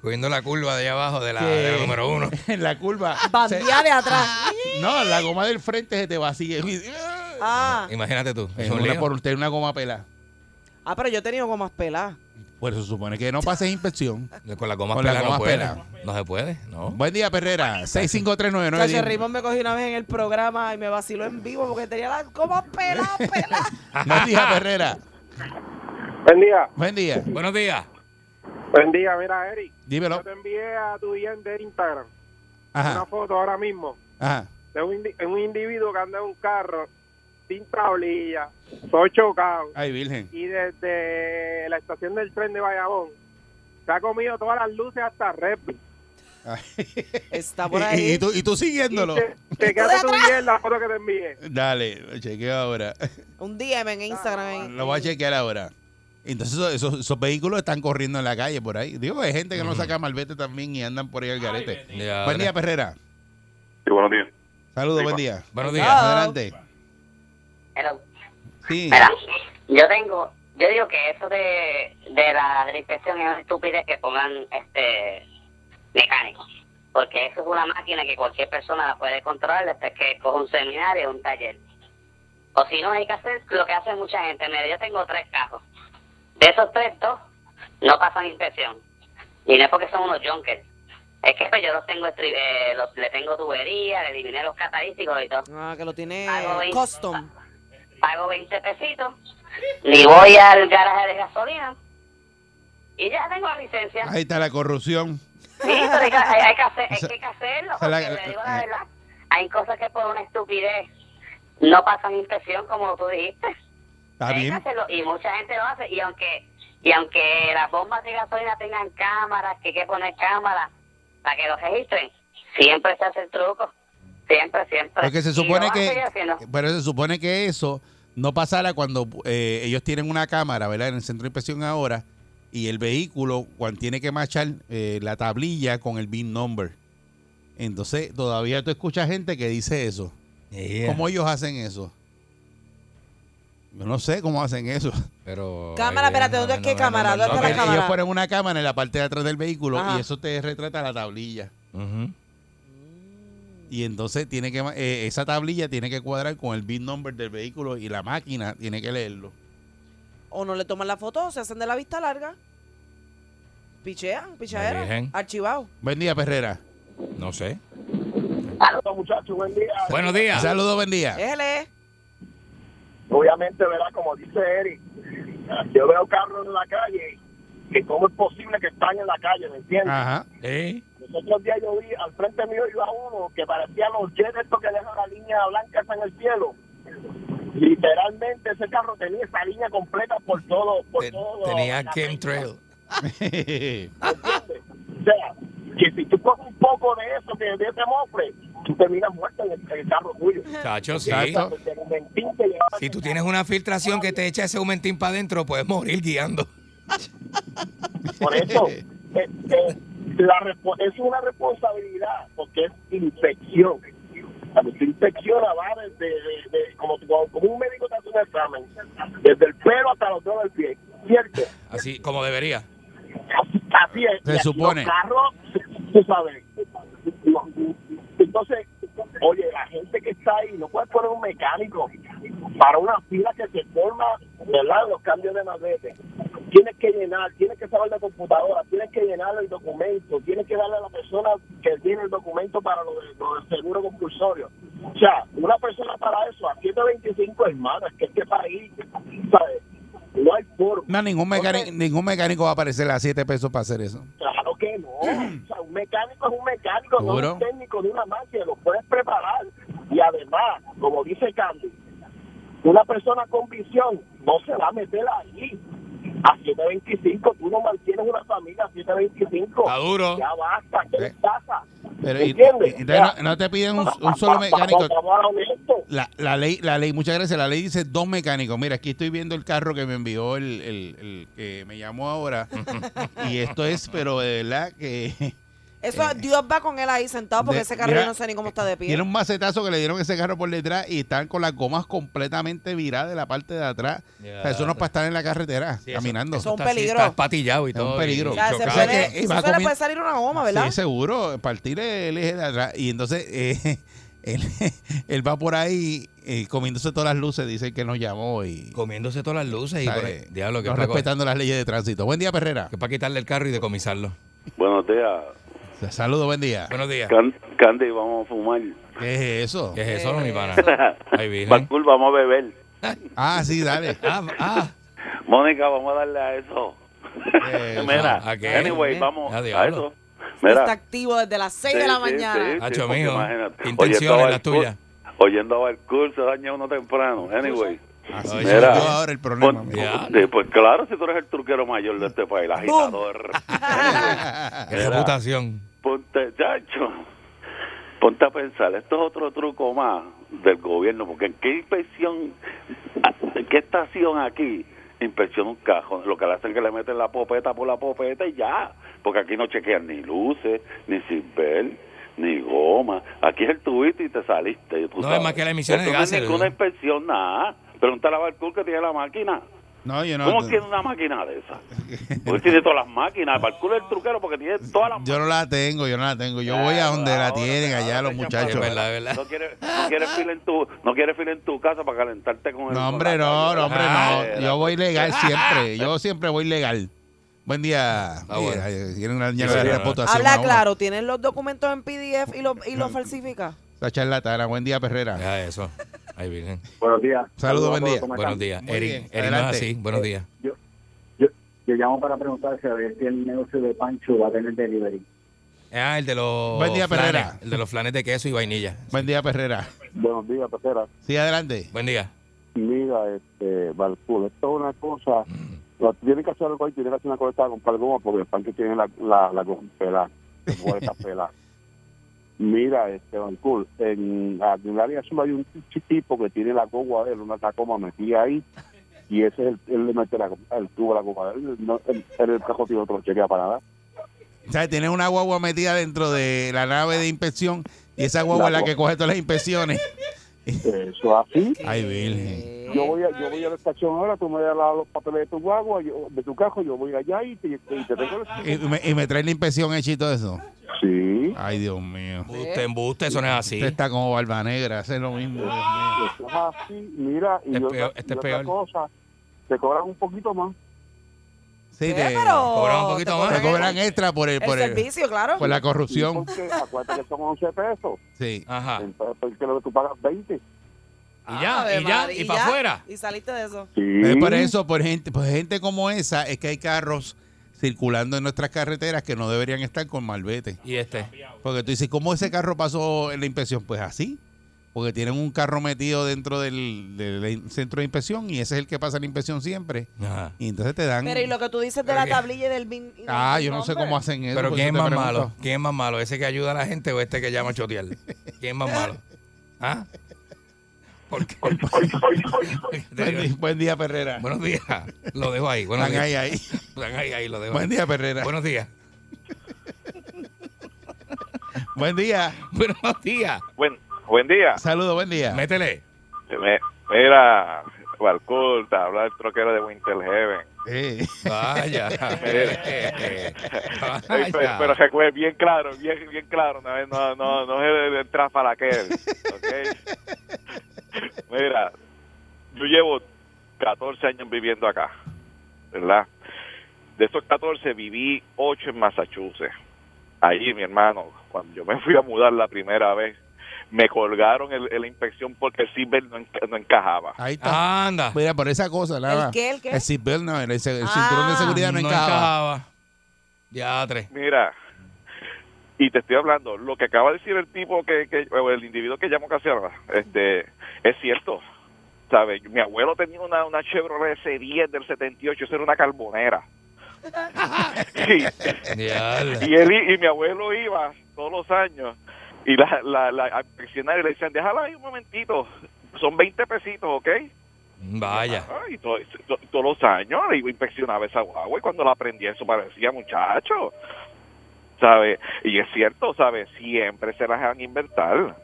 [SPEAKER 4] Cogiendo la curva de allá abajo de la,
[SPEAKER 3] que
[SPEAKER 4] de la número uno.
[SPEAKER 3] en la curva.
[SPEAKER 5] Bandía de atrás.
[SPEAKER 3] se- no, la goma del frente se te vacía.
[SPEAKER 5] Ah.
[SPEAKER 4] Imagínate tú.
[SPEAKER 3] Es
[SPEAKER 4] es un
[SPEAKER 3] una
[SPEAKER 4] lío.
[SPEAKER 3] por tener una goma pelada.
[SPEAKER 5] ah, pero yo he tenido gomas peladas.
[SPEAKER 3] Por eso se supone que no pases inspección.
[SPEAKER 4] Con la goma
[SPEAKER 3] Con la
[SPEAKER 4] pela no
[SPEAKER 3] goma
[SPEAKER 4] puede.
[SPEAKER 3] pela.
[SPEAKER 4] No se Ah, puede, no.
[SPEAKER 3] Buen día, Perrera.
[SPEAKER 5] Chacho,
[SPEAKER 3] 6539910.
[SPEAKER 5] Raymond me cogió una vez en el programa y me vaciló en vivo porque tenía las gomas peladas, peladas.
[SPEAKER 3] Buen día, Perrera.
[SPEAKER 6] Buen día,
[SPEAKER 3] Buen día.
[SPEAKER 4] Buenos días.
[SPEAKER 6] buen día. Mira, Eric,
[SPEAKER 3] Dímelo.
[SPEAKER 6] yo te envié a tu DM de Instagram una
[SPEAKER 3] Ajá.
[SPEAKER 6] foto ahora mismo
[SPEAKER 3] Ajá.
[SPEAKER 6] de un, indi- un individuo que anda en un carro sin tablilla, todo chocado,
[SPEAKER 3] Ay, Virgen.
[SPEAKER 6] y desde la estación del tren de Bayamón se ha comido todas las luces hasta Red Bull.
[SPEAKER 5] Está por
[SPEAKER 3] Y,
[SPEAKER 5] ahí.
[SPEAKER 3] y- y tú, y tú
[SPEAKER 6] Y
[SPEAKER 3] siguiéndolo.
[SPEAKER 6] Te, te quedaste tu DM la foto que te envié.
[SPEAKER 3] Dale, lo chequeo ahora.
[SPEAKER 5] Un DM en Instagram. ahí.
[SPEAKER 3] Lo voy a chequear ahora. Entonces esos, esos- esos vehículos están corriendo en la calle por ahí. Digo, hay gente que no saca malvete también y andan por ahí al garete.
[SPEAKER 4] Ya,
[SPEAKER 3] Buen día, Perrera.
[SPEAKER 7] Sí, buenos días.
[SPEAKER 3] Saludos, buen día.
[SPEAKER 4] Buenos
[SPEAKER 5] Ah.
[SPEAKER 4] días.
[SPEAKER 3] Adelante.
[SPEAKER 8] Pero,
[SPEAKER 3] Sí.
[SPEAKER 8] mira, yo tengo, yo digo que eso de, de la de la inspección es una estupidez que pongan este mecánicos, porque eso es una máquina que cualquier persona la puede controlar después que coge un seminario o un taller. O si no, hay que hacer lo que hace mucha gente. Mira, yo tengo tres carros. De esos tres, dos no pasan inspección. Y no es porque son unos junkers. Es que pues, yo los tengo, estri- eh, los- le tengo tubería, le eliminé los catalíticos y todo
[SPEAKER 5] Ah, que lo tiene
[SPEAKER 8] Algo ahí.
[SPEAKER 5] custom.
[SPEAKER 8] pago 20 pesitos, ni voy al garaje de gasolina y ya tengo la licencia.
[SPEAKER 3] Ahí está la corrupción.
[SPEAKER 8] Sí, pero hay que, hay- hay que hacer- hay
[SPEAKER 3] Esa-
[SPEAKER 8] que hacerlo,
[SPEAKER 3] esa es la-
[SPEAKER 8] porque le digo la
[SPEAKER 3] eh.
[SPEAKER 8] verdad, hay cosas que por una estupidez no pasan inspección, como tú dijiste.
[SPEAKER 3] Está
[SPEAKER 8] Hay que
[SPEAKER 3] bien.
[SPEAKER 8] hacerlo, y mucha gente lo hace y aunque y aunque las bombas de gasolina tengan cámaras, que hay que poner cámaras para que los registren, siempre se hace el truco. Siempre, siempre.
[SPEAKER 3] Porque se
[SPEAKER 8] Y lo
[SPEAKER 3] supone
[SPEAKER 8] van a
[SPEAKER 3] que,
[SPEAKER 8] seguir haciendo.
[SPEAKER 3] pero se supone que eso no pasara cuando eh, ellos tienen una cámara, ¿verdad? En el centro de inspección ahora y el vehículo cuando tiene que marchar eh, la tablilla con el VIN number. Entonces todavía tú escuchas gente que dice eso.
[SPEAKER 4] Yeah.
[SPEAKER 3] ¿Cómo ellos hacen eso? Yo no sé cómo hacen eso.
[SPEAKER 4] Pero,
[SPEAKER 5] Cámara,
[SPEAKER 4] ay, Dios,
[SPEAKER 5] espérate, ¿dónde es que cámara? ¿Dónde está
[SPEAKER 3] Porque
[SPEAKER 5] la
[SPEAKER 4] ok.
[SPEAKER 5] cámara?
[SPEAKER 3] ellos ponen una cámara en la parte de atrás del vehículo
[SPEAKER 5] Ajá.
[SPEAKER 3] y eso te retrata la tablilla.
[SPEAKER 4] Ujú.
[SPEAKER 3] Y entonces tiene que ma- eh, esa tablilla tiene que cuadrar con el VIN number del vehículo y la máquina tiene que leerlo.
[SPEAKER 5] O no le toman la foto o se hacen de la vista larga. Pichean, pichadera.
[SPEAKER 4] Virgen.
[SPEAKER 5] Archivado.
[SPEAKER 3] Buen día, Perrera.
[SPEAKER 4] No sé.
[SPEAKER 6] Saludos, muchachos, buen día.
[SPEAKER 4] Buenos días.
[SPEAKER 3] Saludos, buen día.
[SPEAKER 5] Déjele.
[SPEAKER 6] Obviamente, ¿verdad? Como dice Eric, yo veo carros en la calle, que cómo es posible que están en la calle, ¿me entiendes?
[SPEAKER 3] Ajá.
[SPEAKER 4] Eh,
[SPEAKER 6] Los otros días yo vi al frente mío iba uno que parecía los jets estos que dejan la línea blanca esa en el cielo. Literalmente ese carro tenía esa línea completa por todo, por
[SPEAKER 4] te-
[SPEAKER 6] todo.
[SPEAKER 4] tenía
[SPEAKER 6] la
[SPEAKER 4] chemtrail.
[SPEAKER 3] Está
[SPEAKER 6] ¿entiendes? O sea, que si tú coges un poco de eso, que de ese mofre, tú terminas muerto en el, en el carro tuyo.
[SPEAKER 4] Chacho, sí.
[SPEAKER 3] Exacto.
[SPEAKER 6] Porque el mentín que llevaba
[SPEAKER 4] Si tú
[SPEAKER 6] en el
[SPEAKER 4] tienes una filtración que te echa ese humentín para adentro, puedes morir guiando.
[SPEAKER 6] Por eso, este, la respo- es una responsabilidad, porque es infección. Cuando tú infecciona va desde, de- de- como, como- como un médico te hace un examen, desde el pelo hasta los dedos del pie, ¿cierto?
[SPEAKER 4] Así como debería.
[SPEAKER 6] Así, así es.
[SPEAKER 3] Se
[SPEAKER 6] Y los
[SPEAKER 3] supone.
[SPEAKER 6] carros, tú sabes. no. Entonces, oye, la gente que está ahí, no puedes poner un mecánico para una fila que se forma, ¿verdad? Los cambios de malvete. Tienes que llenar, tienes que saber la computadora, tienes que llenar el documento, tienes que darle a la persona que tiene el documento para lo, de- lo del seguro compulsorio. O sea, una persona para eso, a 725 hermanas, que este país, ¿sabes? No hay forma.
[SPEAKER 3] No, ningún mecánico,
[SPEAKER 6] Entonces,
[SPEAKER 3] ningún mecánico va a aparecer a 7 pesos para hacer eso.
[SPEAKER 6] Claro que no. O sea, un mecánico es un mecánico, no es
[SPEAKER 3] Seguro.
[SPEAKER 6] un técnico de una máquina. Lo puedes preparar. Y además, como dice Candy, una persona con visión no se va a meter ahí. A 725, tú no mantienes una familia a 725.
[SPEAKER 4] Está duro. Eh,
[SPEAKER 6] Ya basta, ¿qué les
[SPEAKER 3] Sí.
[SPEAKER 6] pasa?
[SPEAKER 3] Pero, y-
[SPEAKER 6] ¿Entiendes?
[SPEAKER 3] y- entonces no, no te piden un, un solo mecánico.
[SPEAKER 6] Vamos a lo honesto.
[SPEAKER 3] La, la ley, la ley, muchas gracias. La ley dice dos mecánicos. Mira, aquí estoy viendo el carro que me envió el, el- el que me llamó ahora. y esto es, pero de verdad que
[SPEAKER 5] Eso, Dios va con él ahí sentado porque
[SPEAKER 3] Eh, De-
[SPEAKER 5] ese carro
[SPEAKER 3] mira, eh,
[SPEAKER 5] yo no sé ni cómo está de pie.
[SPEAKER 3] Tiene un macetazo que le dieron ese carro por detrás y están con las gomas completamente viradas de la parte de atrás. O sea, eso no es para estar en la carretera
[SPEAKER 4] Sí, eso-
[SPEAKER 3] caminando.
[SPEAKER 5] eso- un
[SPEAKER 4] Está así,
[SPEAKER 5] peligro.
[SPEAKER 4] Está espatillado y
[SPEAKER 3] Es un
[SPEAKER 4] todo.
[SPEAKER 3] peligro.
[SPEAKER 5] O
[SPEAKER 4] y
[SPEAKER 5] sea, se
[SPEAKER 3] chocado.
[SPEAKER 4] chocado.
[SPEAKER 3] puede-
[SPEAKER 4] O sea
[SPEAKER 5] puede,
[SPEAKER 3] que
[SPEAKER 5] Eh, eso
[SPEAKER 3] eh, va
[SPEAKER 5] se le
[SPEAKER 3] comiendo-
[SPEAKER 5] puede salir una goma, ¿verdad?
[SPEAKER 3] Sí, seguro, partir el eje de atrás. Y entonces eh, él, él va por ahí eh, comiéndose todas las luces, dice que nos llamó y
[SPEAKER 4] Comiéndose todas las luces y
[SPEAKER 3] ¿sabes?
[SPEAKER 4] por ahí. Diablo, que
[SPEAKER 3] no
[SPEAKER 4] es para, que
[SPEAKER 3] respetando las leyes de tránsito. Buen día, Perrera.
[SPEAKER 4] es para quitarle el carro y decomisarlo.
[SPEAKER 7] Buenos días.
[SPEAKER 3] Saludos, buen día.
[SPEAKER 4] Buenos días.
[SPEAKER 7] Can- Candy, vamos a fumar.
[SPEAKER 3] ¿Qué es eso?
[SPEAKER 4] ¿Qué es eso, no, mi pana? Ahí virgen.
[SPEAKER 7] Bakul, vamos a beber.
[SPEAKER 3] Ah, sí, dale.
[SPEAKER 4] Ah, ah.
[SPEAKER 7] Mónica, vamos a darle a eso.
[SPEAKER 3] Eh,
[SPEAKER 7] Mira,
[SPEAKER 4] ¿a qué?
[SPEAKER 7] anyway, vamos
[SPEAKER 4] Ya,
[SPEAKER 7] a
[SPEAKER 4] diablo.
[SPEAKER 7] eso.
[SPEAKER 5] Está
[SPEAKER 7] Mira,
[SPEAKER 5] activo desde las 6 de
[SPEAKER 7] Sí,
[SPEAKER 5] la
[SPEAKER 7] sí,
[SPEAKER 5] mañana.
[SPEAKER 7] sí.
[SPEAKER 4] Hacho
[SPEAKER 7] porque
[SPEAKER 4] mío,
[SPEAKER 7] imagínate,
[SPEAKER 4] intenciones
[SPEAKER 7] oyendo a
[SPEAKER 4] las
[SPEAKER 7] Bakul-
[SPEAKER 4] tuyas.
[SPEAKER 7] Oyendo a Barcool se daña uno temprano. Anyway.
[SPEAKER 3] así
[SPEAKER 4] Mira.
[SPEAKER 3] soy yo ahora el problema.
[SPEAKER 7] pon-
[SPEAKER 3] mira.
[SPEAKER 4] mira.
[SPEAKER 7] sí, pues claro, si tú eres el truquero mayor de este país, el agitador.
[SPEAKER 4] Qué
[SPEAKER 7] Mira.
[SPEAKER 4] reputación.
[SPEAKER 7] Ponte, chacho, ponte a pensar, esto es otro truco más del gobierno, porque ¿en qué inspección, a- en qué estación aquí inspecciona un cajón? Lo que le hacen es que le meten la popeta por la popeta y ya, porque aquí no chequean ni luces, ni cimbel, ni goma. Aquí es el tubito y te saliste. y tú
[SPEAKER 4] No,
[SPEAKER 7] sabes.
[SPEAKER 4] es más que la emisión de
[SPEAKER 7] Esto no es
[SPEAKER 4] gases,
[SPEAKER 7] ninguna
[SPEAKER 4] ¿no?
[SPEAKER 7] inspección, nada. Pregúntale a Barcul que tiene la máquina.
[SPEAKER 3] No, yo no.
[SPEAKER 7] ¿Cómo tiene una máquina de esa? Porque tiene todas las máquinas. Barcul es el truquero porque tiene todas las
[SPEAKER 3] Yo no la tengo, yo no la tengo. Yo voy a donde la
[SPEAKER 7] Ahora,
[SPEAKER 3] tienen
[SPEAKER 7] ahora
[SPEAKER 3] allá
[SPEAKER 7] te
[SPEAKER 3] los
[SPEAKER 7] echan
[SPEAKER 3] muchachos.
[SPEAKER 7] para
[SPEAKER 4] Es verdad, es verdad.
[SPEAKER 7] No quieres no quieres fila en tu no quieres fila en tu casa para calentarte con el
[SPEAKER 3] No, hombre, no, no, hombre, no. Yo voy legal siempre. Yo siempre voy legal. Buen día.
[SPEAKER 4] Ah, bueno.
[SPEAKER 3] Mira, eh, tienen una
[SPEAKER 4] Sí,
[SPEAKER 3] ñaga de
[SPEAKER 4] sí,
[SPEAKER 3] reputación.
[SPEAKER 5] Habla
[SPEAKER 3] a uno.
[SPEAKER 5] claro, ¿tienen los documentos en PDF y los y los falsifica?
[SPEAKER 3] Esa charlatana. Buen día, Perrera.
[SPEAKER 4] Deja eso. Ahí virgen.
[SPEAKER 6] Buenos días.
[SPEAKER 3] Saludos, buen día.
[SPEAKER 6] Tomacán.
[SPEAKER 4] Buenos días.
[SPEAKER 3] Muy bien,
[SPEAKER 4] Eric, Eric no es
[SPEAKER 3] adelante. Eh,
[SPEAKER 4] así. Buenos días.
[SPEAKER 6] Yo llamo para preguntar si a ver si el negocio de Pancho va a tener delivery.
[SPEAKER 4] Ah, el de los.
[SPEAKER 3] Buen día,
[SPEAKER 4] flanes,
[SPEAKER 3] Perrera.
[SPEAKER 4] El de los flanes de queso y vainilla.
[SPEAKER 3] Buen día, Perrera.
[SPEAKER 6] Buenos días, Pecera.
[SPEAKER 3] Sí, adelante.
[SPEAKER 4] Buen día.
[SPEAKER 6] mira, este, Barculo, esto es una cosa,
[SPEAKER 4] Mm.
[SPEAKER 6] lo tiene que hacer algo ahí, tiene que hacer una colecta con comprar goma porque el pan que tiene la, la, la goma pelada, la boleta pelada. Mira, este, Barculo, en, en el área azul hay un chi- tipo que tiene la goma de él, una tacoma metida ahí, y ese es el, él le mete la, el tubo a la goma de él, no, él, él el cajón tiene otro chequea para nada.
[SPEAKER 3] O sea, tienes una guagua metida dentro de la nave de inspección y esa guagua es la que coge todas las inspecciones.
[SPEAKER 6] Eso es así.
[SPEAKER 3] Ay, Virgen.
[SPEAKER 4] Eh.
[SPEAKER 6] Yo voy, a, yo voy a la estación ahora, tú me das la- los papeles de tu guagua, yo- de tu cajo, yo voy allá y te, y te tengo el...
[SPEAKER 3] Y me, y me trae la inspección hecha y todo eso.
[SPEAKER 6] Sí,
[SPEAKER 3] Ay, Dios mío.
[SPEAKER 4] Embuste, embuste, eso no es así.
[SPEAKER 3] Usted está como barba negra, hace lo mismo. Dios mío.
[SPEAKER 6] eso es así, mira, y,
[SPEAKER 4] Este es
[SPEAKER 6] yo-
[SPEAKER 4] peor,
[SPEAKER 6] y
[SPEAKER 4] este es
[SPEAKER 6] otra
[SPEAKER 4] peor.
[SPEAKER 6] cosa, te cobran un poquito más.
[SPEAKER 3] Sí,
[SPEAKER 5] Eh,
[SPEAKER 3] te,
[SPEAKER 5] pero
[SPEAKER 4] cobran un poquito
[SPEAKER 5] te
[SPEAKER 4] más.
[SPEAKER 3] te cobran
[SPEAKER 5] el,
[SPEAKER 3] extra por el,
[SPEAKER 5] el
[SPEAKER 3] por, el,
[SPEAKER 5] servicio, claro.
[SPEAKER 3] por la
[SPEAKER 6] Sí,
[SPEAKER 3] corrupción.
[SPEAKER 6] Porque acuérdate que son 11 pesos,
[SPEAKER 3] Sí.
[SPEAKER 4] Ajá.
[SPEAKER 6] entonces ¿por qué lo que tú pagas 20?
[SPEAKER 4] Y ya,
[SPEAKER 5] Ave
[SPEAKER 4] Ah, y ya,
[SPEAKER 5] María,
[SPEAKER 4] y para afuera.
[SPEAKER 5] Y saliste de eso.
[SPEAKER 6] Sí.
[SPEAKER 3] Pero por eso, por gente, por gente como esa, es que hay carros circulando en nuestras carreteras que no deberían estar con malvete.
[SPEAKER 4] Y este.
[SPEAKER 3] Porque tú dices, ¿cómo ese carro pasó en la inspección? Pues así. Porque tienen un carro metido dentro del, del centro de inspección y ese es el que pasa la inspección siempre.
[SPEAKER 4] Ajá.
[SPEAKER 3] Y entonces te dan...
[SPEAKER 5] Pero y lo que tú dices de
[SPEAKER 4] Pero
[SPEAKER 5] la
[SPEAKER 4] que-
[SPEAKER 5] tablilla y del bin. y
[SPEAKER 3] Ah,
[SPEAKER 5] del
[SPEAKER 3] yo no sé
[SPEAKER 5] nombre.
[SPEAKER 3] cómo hacen eso.
[SPEAKER 4] Pero
[SPEAKER 3] por
[SPEAKER 4] ¿quién es
[SPEAKER 3] eso te
[SPEAKER 4] más malo?
[SPEAKER 3] pregunto.
[SPEAKER 4] ¿Quién es más malo? ¿Ese que ayuda a la gente o este que llama a chotear? ¿Quién es más malo? ¿Ah? ¿Por qué?
[SPEAKER 3] Buen día, buen día, Perrera.
[SPEAKER 4] Buenos días. Lo dejo ahí. Buenos
[SPEAKER 3] Están
[SPEAKER 4] días.
[SPEAKER 3] ahí, ahí.
[SPEAKER 4] Están ahí, ahí, lo dejo.
[SPEAKER 3] Buen
[SPEAKER 4] ahí.
[SPEAKER 3] día, Perrera.
[SPEAKER 4] Buenos días.
[SPEAKER 3] Buen día.
[SPEAKER 4] Buenos días.
[SPEAKER 9] Buen, buen día.
[SPEAKER 3] Saludos, buen día.
[SPEAKER 4] Métele.
[SPEAKER 9] Me- mira, Barculta, habla el troquero de Winter Heaven.
[SPEAKER 3] Eh.
[SPEAKER 4] Vaya.
[SPEAKER 9] Ey, pe-
[SPEAKER 4] Vaya.
[SPEAKER 9] pero recuerde, bien claro, bien, bien claro, no, es- no, no, no es el, el trafalaquer, ¿ok? Mira, yo llevo 14 años viviendo acá, ¿verdad? De esos 14 viví 8 en Massachusetts. Allí, mi hermano, cuando yo me fui a mudar la primera vez, me colgaron el, el- la inspección porque el ciber no, enca- no encajaba.
[SPEAKER 3] Ahí está.
[SPEAKER 4] Anda.
[SPEAKER 3] Mira, por esa cosa, nada.
[SPEAKER 5] ¿El qué? ¿El qué?
[SPEAKER 3] El seatbelt no, el, el
[SPEAKER 5] Ah.
[SPEAKER 3] cinturón de seguridad no, encajaba.
[SPEAKER 4] Ya tres.
[SPEAKER 9] Mira, y te estoy hablando, lo que acaba de decir el tipo que, que o el individuo que llamó Casiana, este, es cierto. ¿Sabes? Mi abuelo tenía una, una Chevrolet C10 del 78, eso era una carbonera. y,
[SPEAKER 4] Ya. la-
[SPEAKER 9] y él i- y mi abuelo iba todos los años y la, la, la a inspeccionar y le decían, déjala ahí un momentito, son 20 pesitos, ¿ok?
[SPEAKER 4] Vaya.
[SPEAKER 9] Ah, y to- to- todos los años le iba, inspeccionaba esa guagua y cuando la aprendí eso parecía muchacho. ¿Sabe? Y es cierto, ¿sabe? Siempre se las han inventar.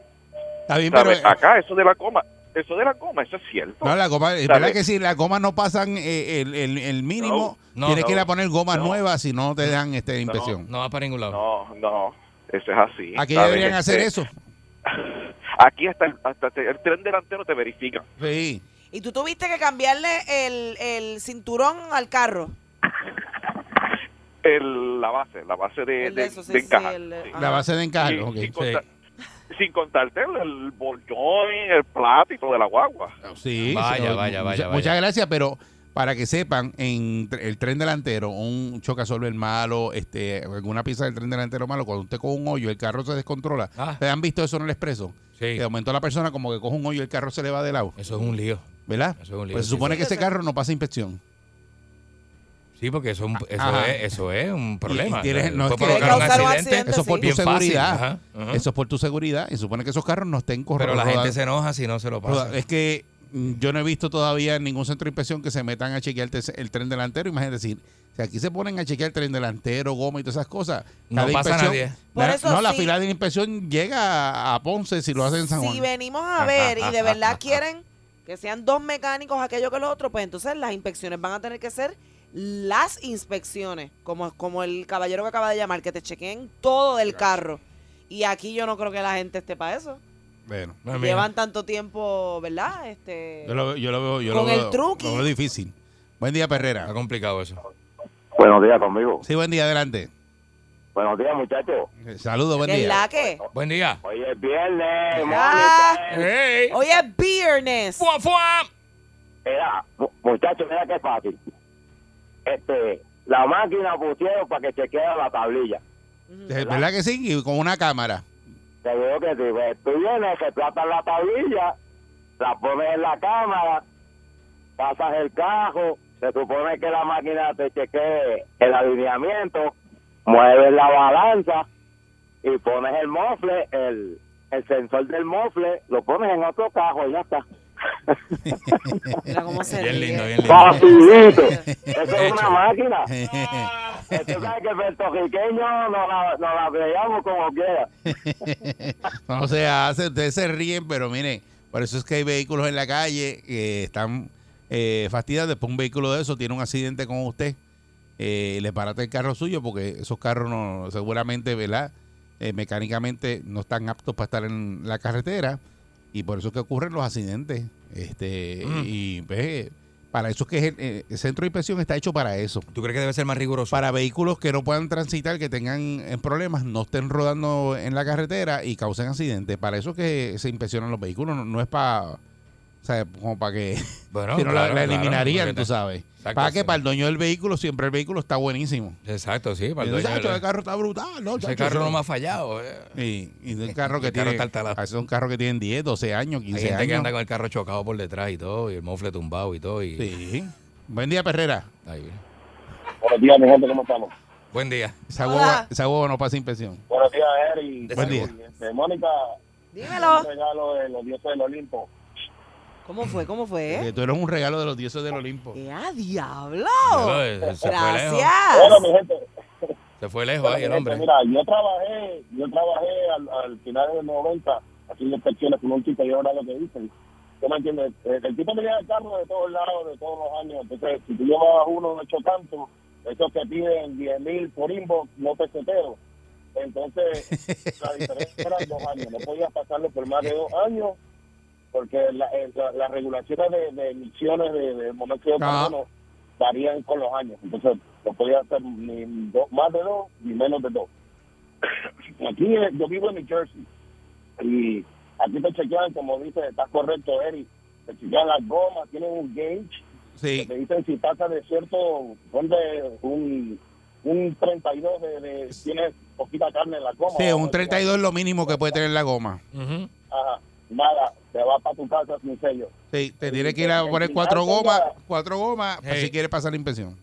[SPEAKER 3] Está bien, pero. eh,
[SPEAKER 9] ¿Sabe? Acá, eso de la coma, eso de la coma, eso es cierto.
[SPEAKER 3] No, la goma, eh, es
[SPEAKER 9] ¿Sabe?
[SPEAKER 3] verdad que si las gomas no pasan eh, el, el- el mínimo,
[SPEAKER 4] No,
[SPEAKER 3] tienes
[SPEAKER 9] no,
[SPEAKER 3] que ir a poner gomas
[SPEAKER 9] no.
[SPEAKER 3] nuevas si no te dan este, impresión.
[SPEAKER 4] No va para ningún lado.
[SPEAKER 9] No, no, eso es así.
[SPEAKER 3] Aquí
[SPEAKER 9] ¿sabe?
[SPEAKER 3] deberían hacer
[SPEAKER 9] Este,
[SPEAKER 3] eso.
[SPEAKER 9] Aquí hasta, el- hasta te- el tren delantero te verifica.
[SPEAKER 3] Sí.
[SPEAKER 5] Y tú tuviste que cambiarle el, el cinturón al carro.
[SPEAKER 9] El, la base, la base de,
[SPEAKER 5] El de
[SPEAKER 9] de-
[SPEAKER 5] eso, sí,
[SPEAKER 9] de
[SPEAKER 5] sí,
[SPEAKER 9] encajar.
[SPEAKER 5] el de-
[SPEAKER 9] Sí.
[SPEAKER 5] ah.
[SPEAKER 3] La base de encaje.
[SPEAKER 9] Sin-
[SPEAKER 3] ok.
[SPEAKER 9] sin,
[SPEAKER 3] Sí.
[SPEAKER 9] contar- sin contarte el, el bolsón, el plato y todo de la guagua.
[SPEAKER 3] Sí, sí,
[SPEAKER 4] Vaya, vaya,
[SPEAKER 3] mucha-
[SPEAKER 4] vaya, vaya.
[SPEAKER 3] Muchas gracias, pero para que sepan, en tr- el tren delantero, un chocasolver malo, este, alguna pieza del tren delantero malo, cuando usted coge un hoyo, el carro se descontrola.
[SPEAKER 4] Ah.
[SPEAKER 3] ¿Te han visto eso en el expreso?
[SPEAKER 4] Sí.
[SPEAKER 3] Que aumentó la persona como que coge un hoyo y el carro se le va de lado,
[SPEAKER 4] Eso es un lío.
[SPEAKER 3] ¿verdad?
[SPEAKER 4] Eso es un lío,
[SPEAKER 3] Pues se
[SPEAKER 4] sí,
[SPEAKER 3] supone
[SPEAKER 4] sí.
[SPEAKER 3] que ese carro no pasa inspección.
[SPEAKER 4] Sí, porque eso, es un- eso,
[SPEAKER 3] Ajá.
[SPEAKER 4] es, eso es un problema.
[SPEAKER 3] tienes- no,
[SPEAKER 4] Puede
[SPEAKER 3] es que-
[SPEAKER 4] provocar
[SPEAKER 5] Puede causar un accidente,
[SPEAKER 3] Eso es por tu
[SPEAKER 4] bien fácil.
[SPEAKER 3] seguridad.
[SPEAKER 4] Ajá, ajá.
[SPEAKER 3] Eso es por tu seguridad. Y supone que esos carros no estén
[SPEAKER 4] Pero la gente
[SPEAKER 3] corroborados.
[SPEAKER 4] se enoja si no se lo
[SPEAKER 3] Roda-
[SPEAKER 4] pasa.
[SPEAKER 3] Es que mm, yo no he visto todavía en ningún centro de inspección que se metan a chequear el, te- el tren delantero. Imagínate decir, si aquí se ponen a chequear el tren delantero, goma y todas esas cosas,
[SPEAKER 4] No
[SPEAKER 3] cada
[SPEAKER 4] pasa
[SPEAKER 3] inspección-
[SPEAKER 4] nadie.
[SPEAKER 5] Por
[SPEAKER 3] la-
[SPEAKER 5] eso
[SPEAKER 3] no, la
[SPEAKER 5] sí.
[SPEAKER 3] fila de la inspección llega a, a Ponce si lo hacen en
[SPEAKER 4] Ah,
[SPEAKER 3] San Juan.
[SPEAKER 5] Si venimos a ver y de verdad quieren que sean dos mecánicos aquello que los otros, pues entonces las inspecciones van a tener que ser las inspecciones, como, como el caballero que acaba de llamar, que te chequeen todo del carro. Y aquí yo no creo que la gente esté para eso.
[SPEAKER 3] Bueno,
[SPEAKER 4] Ah, mira.
[SPEAKER 5] Llevan tanto tiempo, ¿verdad? Este,
[SPEAKER 3] yo lo, yo lo veo, yo
[SPEAKER 5] Con
[SPEAKER 3] lo veo,
[SPEAKER 5] el truqui.
[SPEAKER 3] lo veo difícil. Buen día,
[SPEAKER 4] Está
[SPEAKER 3] Perrera.
[SPEAKER 4] complicado eso.
[SPEAKER 6] Buenos días conmigo.
[SPEAKER 3] Sí, buen día, adelante.
[SPEAKER 6] Buenos días muchachos.
[SPEAKER 3] Eh, Saludos, buen
[SPEAKER 5] ¿Verdad
[SPEAKER 3] día.
[SPEAKER 5] que?
[SPEAKER 4] Buen día.
[SPEAKER 6] Hoy es viernes,
[SPEAKER 5] Ah.
[SPEAKER 4] ¡Ey!
[SPEAKER 5] Hoy es viernes.
[SPEAKER 4] ¡Fua, fua!
[SPEAKER 6] Mira, mu- muchachos, mira qué fácil. Este, la máquina pusieron para que se quede la tablilla.
[SPEAKER 3] Eh, ¿Verdad que sí? Y con una cámara.
[SPEAKER 6] Te digo que si pues, tú vienes, se trata la tablilla, la pones en la cámara, pasas el cajo, se supone que la máquina te chequee el alineamiento, mueves la balanza y pones el mofle, el, el sensor del mofle, lo pones en otro cajo y ya está.
[SPEAKER 5] Mira cómo se
[SPEAKER 4] Bien
[SPEAKER 5] ríe.
[SPEAKER 4] lindo, bien lindo.
[SPEAKER 6] Facilito. Eso
[SPEAKER 4] De
[SPEAKER 6] es
[SPEAKER 4] hecho.
[SPEAKER 6] una máquina. Tú sabes que el puertorriqueño nos la, nos la peleamos como quiera.
[SPEAKER 3] No se hace, ustedes se ríen, pero miren, por eso es que hay vehículos en la calle que están eh, fastidiados. Después un vehículo de eso tiene un accidente con usted, eh, le parate el carro suyo porque esos carros no, seguramente, ¿verdad? Eh, mecánicamente no están aptos para estar en la carretera y por eso es que ocurren los accidentes. Este,
[SPEAKER 4] Mm.
[SPEAKER 3] Y pues, para eso es que el, eh, el centro de inspección está hecho para eso
[SPEAKER 4] ¿Tú crees que debe ser más riguroso?
[SPEAKER 3] para vehículos que no puedan transitar, que tengan eh, problemas, no estén rodando en la carretera y causen accidentes. Para eso es que se inspeccionan los vehículos, no, no es para... O sea, como para que...
[SPEAKER 4] Bueno,
[SPEAKER 3] si no, la-
[SPEAKER 4] claro,
[SPEAKER 3] la,
[SPEAKER 4] claro,
[SPEAKER 3] eliminarían,
[SPEAKER 4] porque
[SPEAKER 3] tú
[SPEAKER 4] te-
[SPEAKER 3] sabes.
[SPEAKER 4] Exacto,
[SPEAKER 3] para que
[SPEAKER 4] sí.
[SPEAKER 3] para el dueño del vehículo, siempre el vehículo está buenísimo.
[SPEAKER 4] Exacto, sí. Para
[SPEAKER 3] El
[SPEAKER 4] el dueño,
[SPEAKER 3] muchacho,
[SPEAKER 4] ¿verdad?
[SPEAKER 3] el carro está brutal, ¿no?
[SPEAKER 4] Ese
[SPEAKER 3] chacho?
[SPEAKER 4] carro no me ha fallado. eh.
[SPEAKER 3] Y, y un carro que
[SPEAKER 4] El carro
[SPEAKER 3] tiene...
[SPEAKER 4] está altalado.
[SPEAKER 3] a veces son carros que tienen 10, 12 años,
[SPEAKER 4] Hay
[SPEAKER 3] 15
[SPEAKER 4] gente
[SPEAKER 3] años.
[SPEAKER 4] que anda con el carro chocado por detrás y todo, y el mofle tumbado y todo. Y...
[SPEAKER 3] Sí. Buen día, Perrera.
[SPEAKER 4] Ay, mira.
[SPEAKER 6] Buenos días, mi gente, ¿cómo estamos?
[SPEAKER 4] Buen día.
[SPEAKER 3] Esa
[SPEAKER 5] Hola.
[SPEAKER 3] hueva, esa hueva no pasa inspección.
[SPEAKER 6] Buenos días, Eri.
[SPEAKER 3] Buen día.
[SPEAKER 6] De Mónica,
[SPEAKER 5] Dímelo.
[SPEAKER 6] un regalo de los dioses del Olimpo.
[SPEAKER 5] ¿Cómo fue? ¿Cómo
[SPEAKER 3] Que
[SPEAKER 5] fue?
[SPEAKER 3] Eh, tú eres un regalo de los dioses del Olimpo.
[SPEAKER 5] ¡Eh, a diablo!
[SPEAKER 4] Pero, eh, se fue lejos.
[SPEAKER 6] Bueno,
[SPEAKER 5] Gracias.
[SPEAKER 6] mi gente,
[SPEAKER 4] Se fue lejos
[SPEAKER 6] bueno,
[SPEAKER 4] ahí el
[SPEAKER 6] mi gente,
[SPEAKER 4] hombre.
[SPEAKER 6] mira, yo trabajé, yo trabajé al, al final de los 90 haciendo inspecciones con un tipo y ahora lo que dicen. ¿Tú me entiendes? Eh, El, el tipo tenía el carro de todos lados, de todos los años. Entonces, si tú llevabas uno de ocho cantos, esos que piden 10 mil por inbox, no pesetero. Entonces, la diferencia eran dos años. No podías pasarlo por más de dos años porque la- eh, la- las regulaciones de, de emisiones de, de monóxido de
[SPEAKER 3] Ajá.
[SPEAKER 6] carbono varían con los años. Entonces, no podías hacer ni dos- más de dos ni menos de dos. Aquí eh, yo vivo en New Jersey y aquí te chequean, como dice, estás correcto, Eric. Te chequean las gomas, tienen un gauge que
[SPEAKER 3] Sí.
[SPEAKER 6] te dicen si pasa de cierto, ponle un, un 32 de, de- tienes poquita carne en la goma.
[SPEAKER 3] Sí, un 32 es lo mínimo que puede tener la goma.
[SPEAKER 4] Ujú.
[SPEAKER 6] Ajá, nada, te vas para tu casa sin sello.
[SPEAKER 3] Sí, te tiene que ir a poner cuatro gomas, cuatro gomas, pues, si quieres pasar la inspección.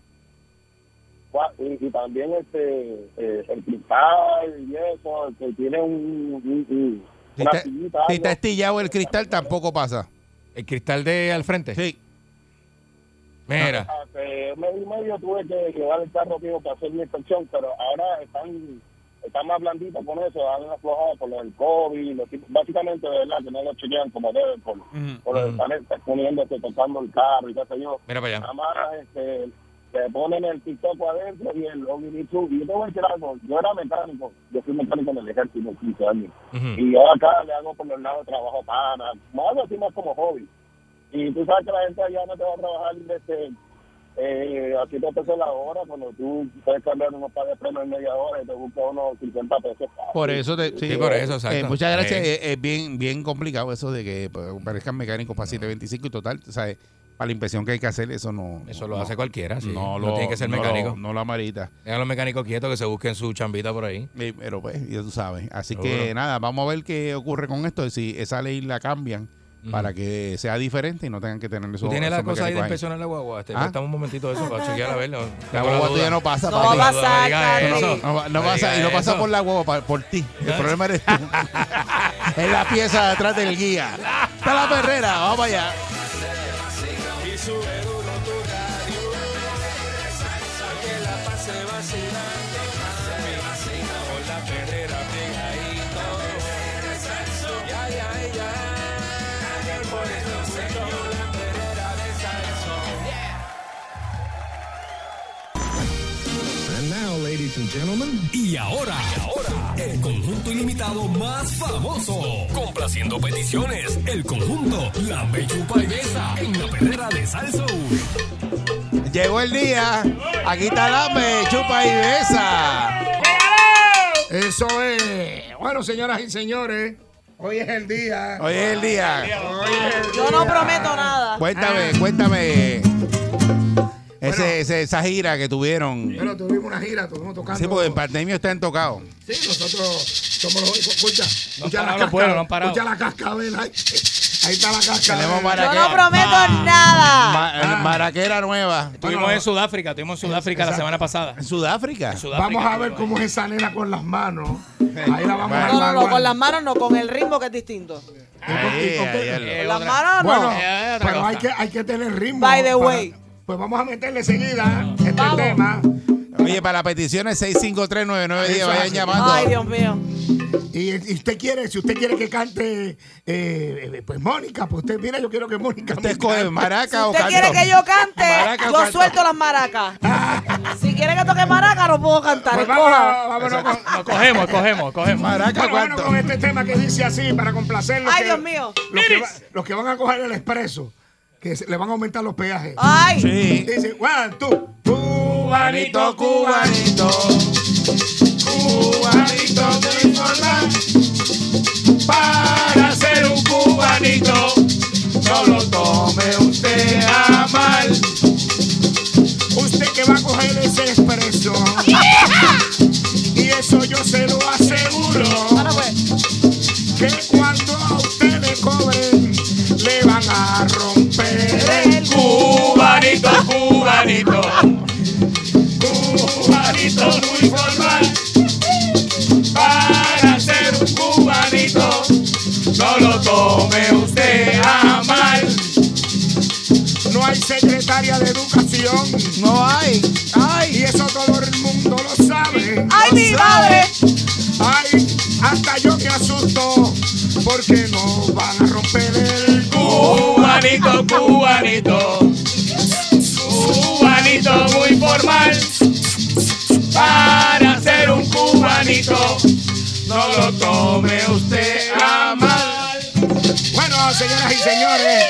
[SPEAKER 6] Cua- Y, y también este eh, el cristal y eso, que tiene un... un- un-
[SPEAKER 3] Si
[SPEAKER 6] una
[SPEAKER 3] está,
[SPEAKER 6] sillita,
[SPEAKER 3] si
[SPEAKER 6] algo.
[SPEAKER 3] está estillado el cristal, tampoco pasa.
[SPEAKER 4] El cristal de al frente.
[SPEAKER 3] Sí,
[SPEAKER 4] Mira.
[SPEAKER 6] Hace un mes Ah, y medio tuve que llevar el carro mío para hacer mi inspección, pero ahora están, están más blanditos con eso, han aflojado por lo del COVID, los tipos- básicamente, de verdad, que no lo chequean como deben, por, por lo que están este, poniéndose, tocando el carro y qué sé yo.
[SPEAKER 4] Mm, Mira para allá.
[SPEAKER 6] Nada más, este, le ponen el TikTok adentro y el OBD2. Y yo te voy a decir algo, yo era mecánico, yo fui mecánico en el ejército 15 años.
[SPEAKER 4] Ujú.
[SPEAKER 6] Y yo acá le hago por los lados trabajo para, más así más como hobby. Y tú sabes que la gente allá no te va a trabajar desde eh, a 5 pesos la hora, cuando tú puedes cambiar unos par de premios en media hora y te busca unos 50 pesos.
[SPEAKER 3] por eso te, sí,
[SPEAKER 4] Sí, por eso, exacto.
[SPEAKER 3] Eh, muchas gracias.
[SPEAKER 4] Sí.
[SPEAKER 3] Es, es bien, bien complicado eso de que pues, parezcan mecánicos para 725 y total, o sea, eh, para la inspección que hay que hacer, eso no.
[SPEAKER 4] Eso lo
[SPEAKER 3] no-
[SPEAKER 4] hace cualquiera, sí.
[SPEAKER 3] No,
[SPEAKER 4] No,
[SPEAKER 3] lo-
[SPEAKER 4] tiene que ser
[SPEAKER 3] no lo-
[SPEAKER 4] mecánico.
[SPEAKER 3] No lo amarita.
[SPEAKER 4] Deja a los mecánicos quietos que se busquen su chambita por ahí.
[SPEAKER 3] Eh, Pero pues, ya tú sabes. Así que
[SPEAKER 4] Seguro.
[SPEAKER 3] nada, vamos a ver qué ocurre con esto. Si esa ley la cambian
[SPEAKER 4] Ujú.
[SPEAKER 3] para que sea diferente y no tengan que tener eso.
[SPEAKER 4] ¿Tú tienes la cosa ahí de
[SPEAKER 3] inspección
[SPEAKER 4] inspeccionar la guagua? Te
[SPEAKER 3] ¿Ah?
[SPEAKER 4] prestamos un momentito eso para chequear a verlo.
[SPEAKER 3] La guagua tuya no pasa,
[SPEAKER 5] No
[SPEAKER 3] papi.
[SPEAKER 5] va a pasar,
[SPEAKER 3] No, va- no pasa, y no pasa por la guagua, pa- por ti. El problema eres tú. es la pieza de atrás del guía. Está la perrera, vamos allá.
[SPEAKER 1] Y ahora, el conjunto ilimitado más famoso. Complaciendo peticiones, el conjunto La Bechupa y Besa en la perrera de Salsoul.
[SPEAKER 3] Llegó el día. Aquí está la me chupa y besa.
[SPEAKER 10] Eso es. Bueno, señoras y señores, hoy es el día.
[SPEAKER 3] Hoy es el día.
[SPEAKER 10] Hoy es el
[SPEAKER 5] Yo no prometo nada.
[SPEAKER 3] Cuéntame,
[SPEAKER 5] Ah.
[SPEAKER 3] cuéntame. Ese, ese- esa gira que tuvieron.
[SPEAKER 10] Pero tuvimos una gira, estuvimos tocando.
[SPEAKER 3] Sí, porque en pandemia están tocados.
[SPEAKER 10] Sí, nosotros somos los únicos. Escucha, escucha
[SPEAKER 4] han
[SPEAKER 10] la
[SPEAKER 4] parado los pueblos, no han
[SPEAKER 10] cascabel.
[SPEAKER 4] parado.
[SPEAKER 10] Escucha la cascabel. ay. Ahí está la cascada.
[SPEAKER 3] Tenemos
[SPEAKER 5] Yo
[SPEAKER 3] maraquera.
[SPEAKER 5] no prometo nada.
[SPEAKER 3] Ma- eh, Maraquera nueva.
[SPEAKER 2] Estuvimos en Sudáfrica, estuvimos en Sudáfrica la semana pasada.
[SPEAKER 3] En Sudáfrica.
[SPEAKER 2] En Sudáfrica
[SPEAKER 10] Vamos a ver
[SPEAKER 2] estuvimos
[SPEAKER 10] cómo es esa nena con las manos. Ahí la vamos a
[SPEAKER 5] No, no, no,
[SPEAKER 10] evaluar.
[SPEAKER 5] con las manos no, con el ritmo que es distinto.
[SPEAKER 3] Ahí, ahí, ahí.
[SPEAKER 2] ahí.
[SPEAKER 5] Con
[SPEAKER 2] Eh,
[SPEAKER 5] las
[SPEAKER 2] otra-
[SPEAKER 5] manos no.
[SPEAKER 10] Bueno,
[SPEAKER 2] Eh, otra
[SPEAKER 10] pero hay
[SPEAKER 2] cosa.
[SPEAKER 10] que, hay que tener ritmo.
[SPEAKER 5] By the way.
[SPEAKER 10] Pues vamos a meterle seguida este
[SPEAKER 5] Vamos.
[SPEAKER 10] tema.
[SPEAKER 3] Oye, para peticiones 6539910
[SPEAKER 10] Eso
[SPEAKER 3] vayan
[SPEAKER 10] hace.
[SPEAKER 3] llamando.
[SPEAKER 5] Ay, Dios mío.
[SPEAKER 10] Y, y usted quiere, si usted quiere que cante, eh, eh, pues Mónica, pues usted, mira, yo quiero que Mónica.
[SPEAKER 3] Usted
[SPEAKER 10] me
[SPEAKER 3] escoge
[SPEAKER 10] cante.
[SPEAKER 3] maraca o
[SPEAKER 5] ¿Usted
[SPEAKER 3] canto.
[SPEAKER 5] quiere que yo cante?
[SPEAKER 3] Maraca o
[SPEAKER 5] yo
[SPEAKER 3] canto.
[SPEAKER 5] suelto las maracas. si quiere que toque maraca, no puedo cantar.
[SPEAKER 10] Pues
[SPEAKER 5] escoja.
[SPEAKER 10] vámonos, vámonos con,
[SPEAKER 2] No, cogemos, cogemos, cogemos.
[SPEAKER 3] Maraca o
[SPEAKER 10] bueno, bueno,
[SPEAKER 3] canto.
[SPEAKER 10] con este tema que dice así, para complacer los,
[SPEAKER 5] Ay,
[SPEAKER 10] que,
[SPEAKER 5] Dios mío.
[SPEAKER 10] los, que, va- los que van a coger el expreso, que se- le van a aumentar los peajes.
[SPEAKER 5] Ay,
[SPEAKER 3] Sí.
[SPEAKER 10] Dice, one, two, cubanito, cubanito. Cubanito te informa para ser un cubanito. No lo tome usted a mal. Usted que va a coger ese expreso. Y eso yo se lo aseguro
[SPEAKER 5] ahora pues.
[SPEAKER 10] que cuando a usted le cobren, le van a romper el cubanito, cubanito. Cubanito muy formal, para ser un cubanito, no lo tome usted a mal. No hay secretaria de educación,
[SPEAKER 3] No hay.
[SPEAKER 10] y eso todo el mundo lo sabe.
[SPEAKER 5] Ay,
[SPEAKER 10] Lo
[SPEAKER 5] mi
[SPEAKER 10] sabe.
[SPEAKER 5] madre.
[SPEAKER 10] Ay, hasta yo me asusto porque no van a romper el cubanito, cubanito. Cubanito muy formal. Para ser un cubanito, no lo tome usted a mal. Bueno, señoras y señores,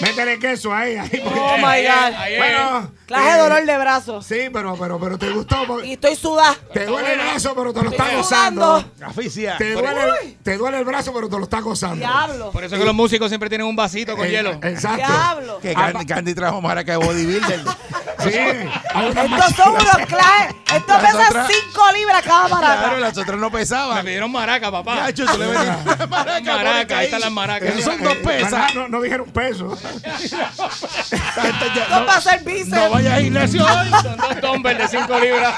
[SPEAKER 10] métele queso ahí, ahí. porque-
[SPEAKER 5] Oh my God.
[SPEAKER 10] bueno,
[SPEAKER 5] Clase de
[SPEAKER 10] eh,
[SPEAKER 5] dolor de brazos.
[SPEAKER 10] Sí, pero, pero, pero te gustó. porque-
[SPEAKER 5] Y estoy sudada.
[SPEAKER 10] te duele el brazo, pero te lo está
[SPEAKER 5] Estoy
[SPEAKER 10] gozando.
[SPEAKER 5] sudando.
[SPEAKER 3] Aficia.
[SPEAKER 10] Te duele, te duele el brazo, pero te lo está gozando.
[SPEAKER 5] Diablo.
[SPEAKER 2] Por eso es que los músicos siempre tienen un vasito con
[SPEAKER 10] Eh,
[SPEAKER 2] hielo.
[SPEAKER 10] Exacto.
[SPEAKER 5] Diablo.
[SPEAKER 3] Que Candy, Candy trajo maraca de bodybuilder.
[SPEAKER 10] Sí. hay una
[SPEAKER 5] Estos son
[SPEAKER 10] machina.
[SPEAKER 5] unos clajes. Estos
[SPEAKER 3] Ah, Las
[SPEAKER 5] pesan
[SPEAKER 3] otras-
[SPEAKER 5] 5 libras cada
[SPEAKER 3] claro,
[SPEAKER 5] maraca.
[SPEAKER 3] las otras no
[SPEAKER 2] Me
[SPEAKER 3] pesaban.
[SPEAKER 2] pidieron maraca, papá.
[SPEAKER 3] Cacho, tú le vendiste maraca.
[SPEAKER 2] Maraca, ahí están las
[SPEAKER 3] maracas.
[SPEAKER 2] maracas.
[SPEAKER 3] Esos son dos
[SPEAKER 10] Eh,
[SPEAKER 3] pesas.
[SPEAKER 10] No, no dijeron peso.
[SPEAKER 5] Esto para hacer
[SPEAKER 3] No
[SPEAKER 5] bíceps.
[SPEAKER 3] vayas a gimnasio hoy.
[SPEAKER 2] Son dos dumbbells de 5 libras.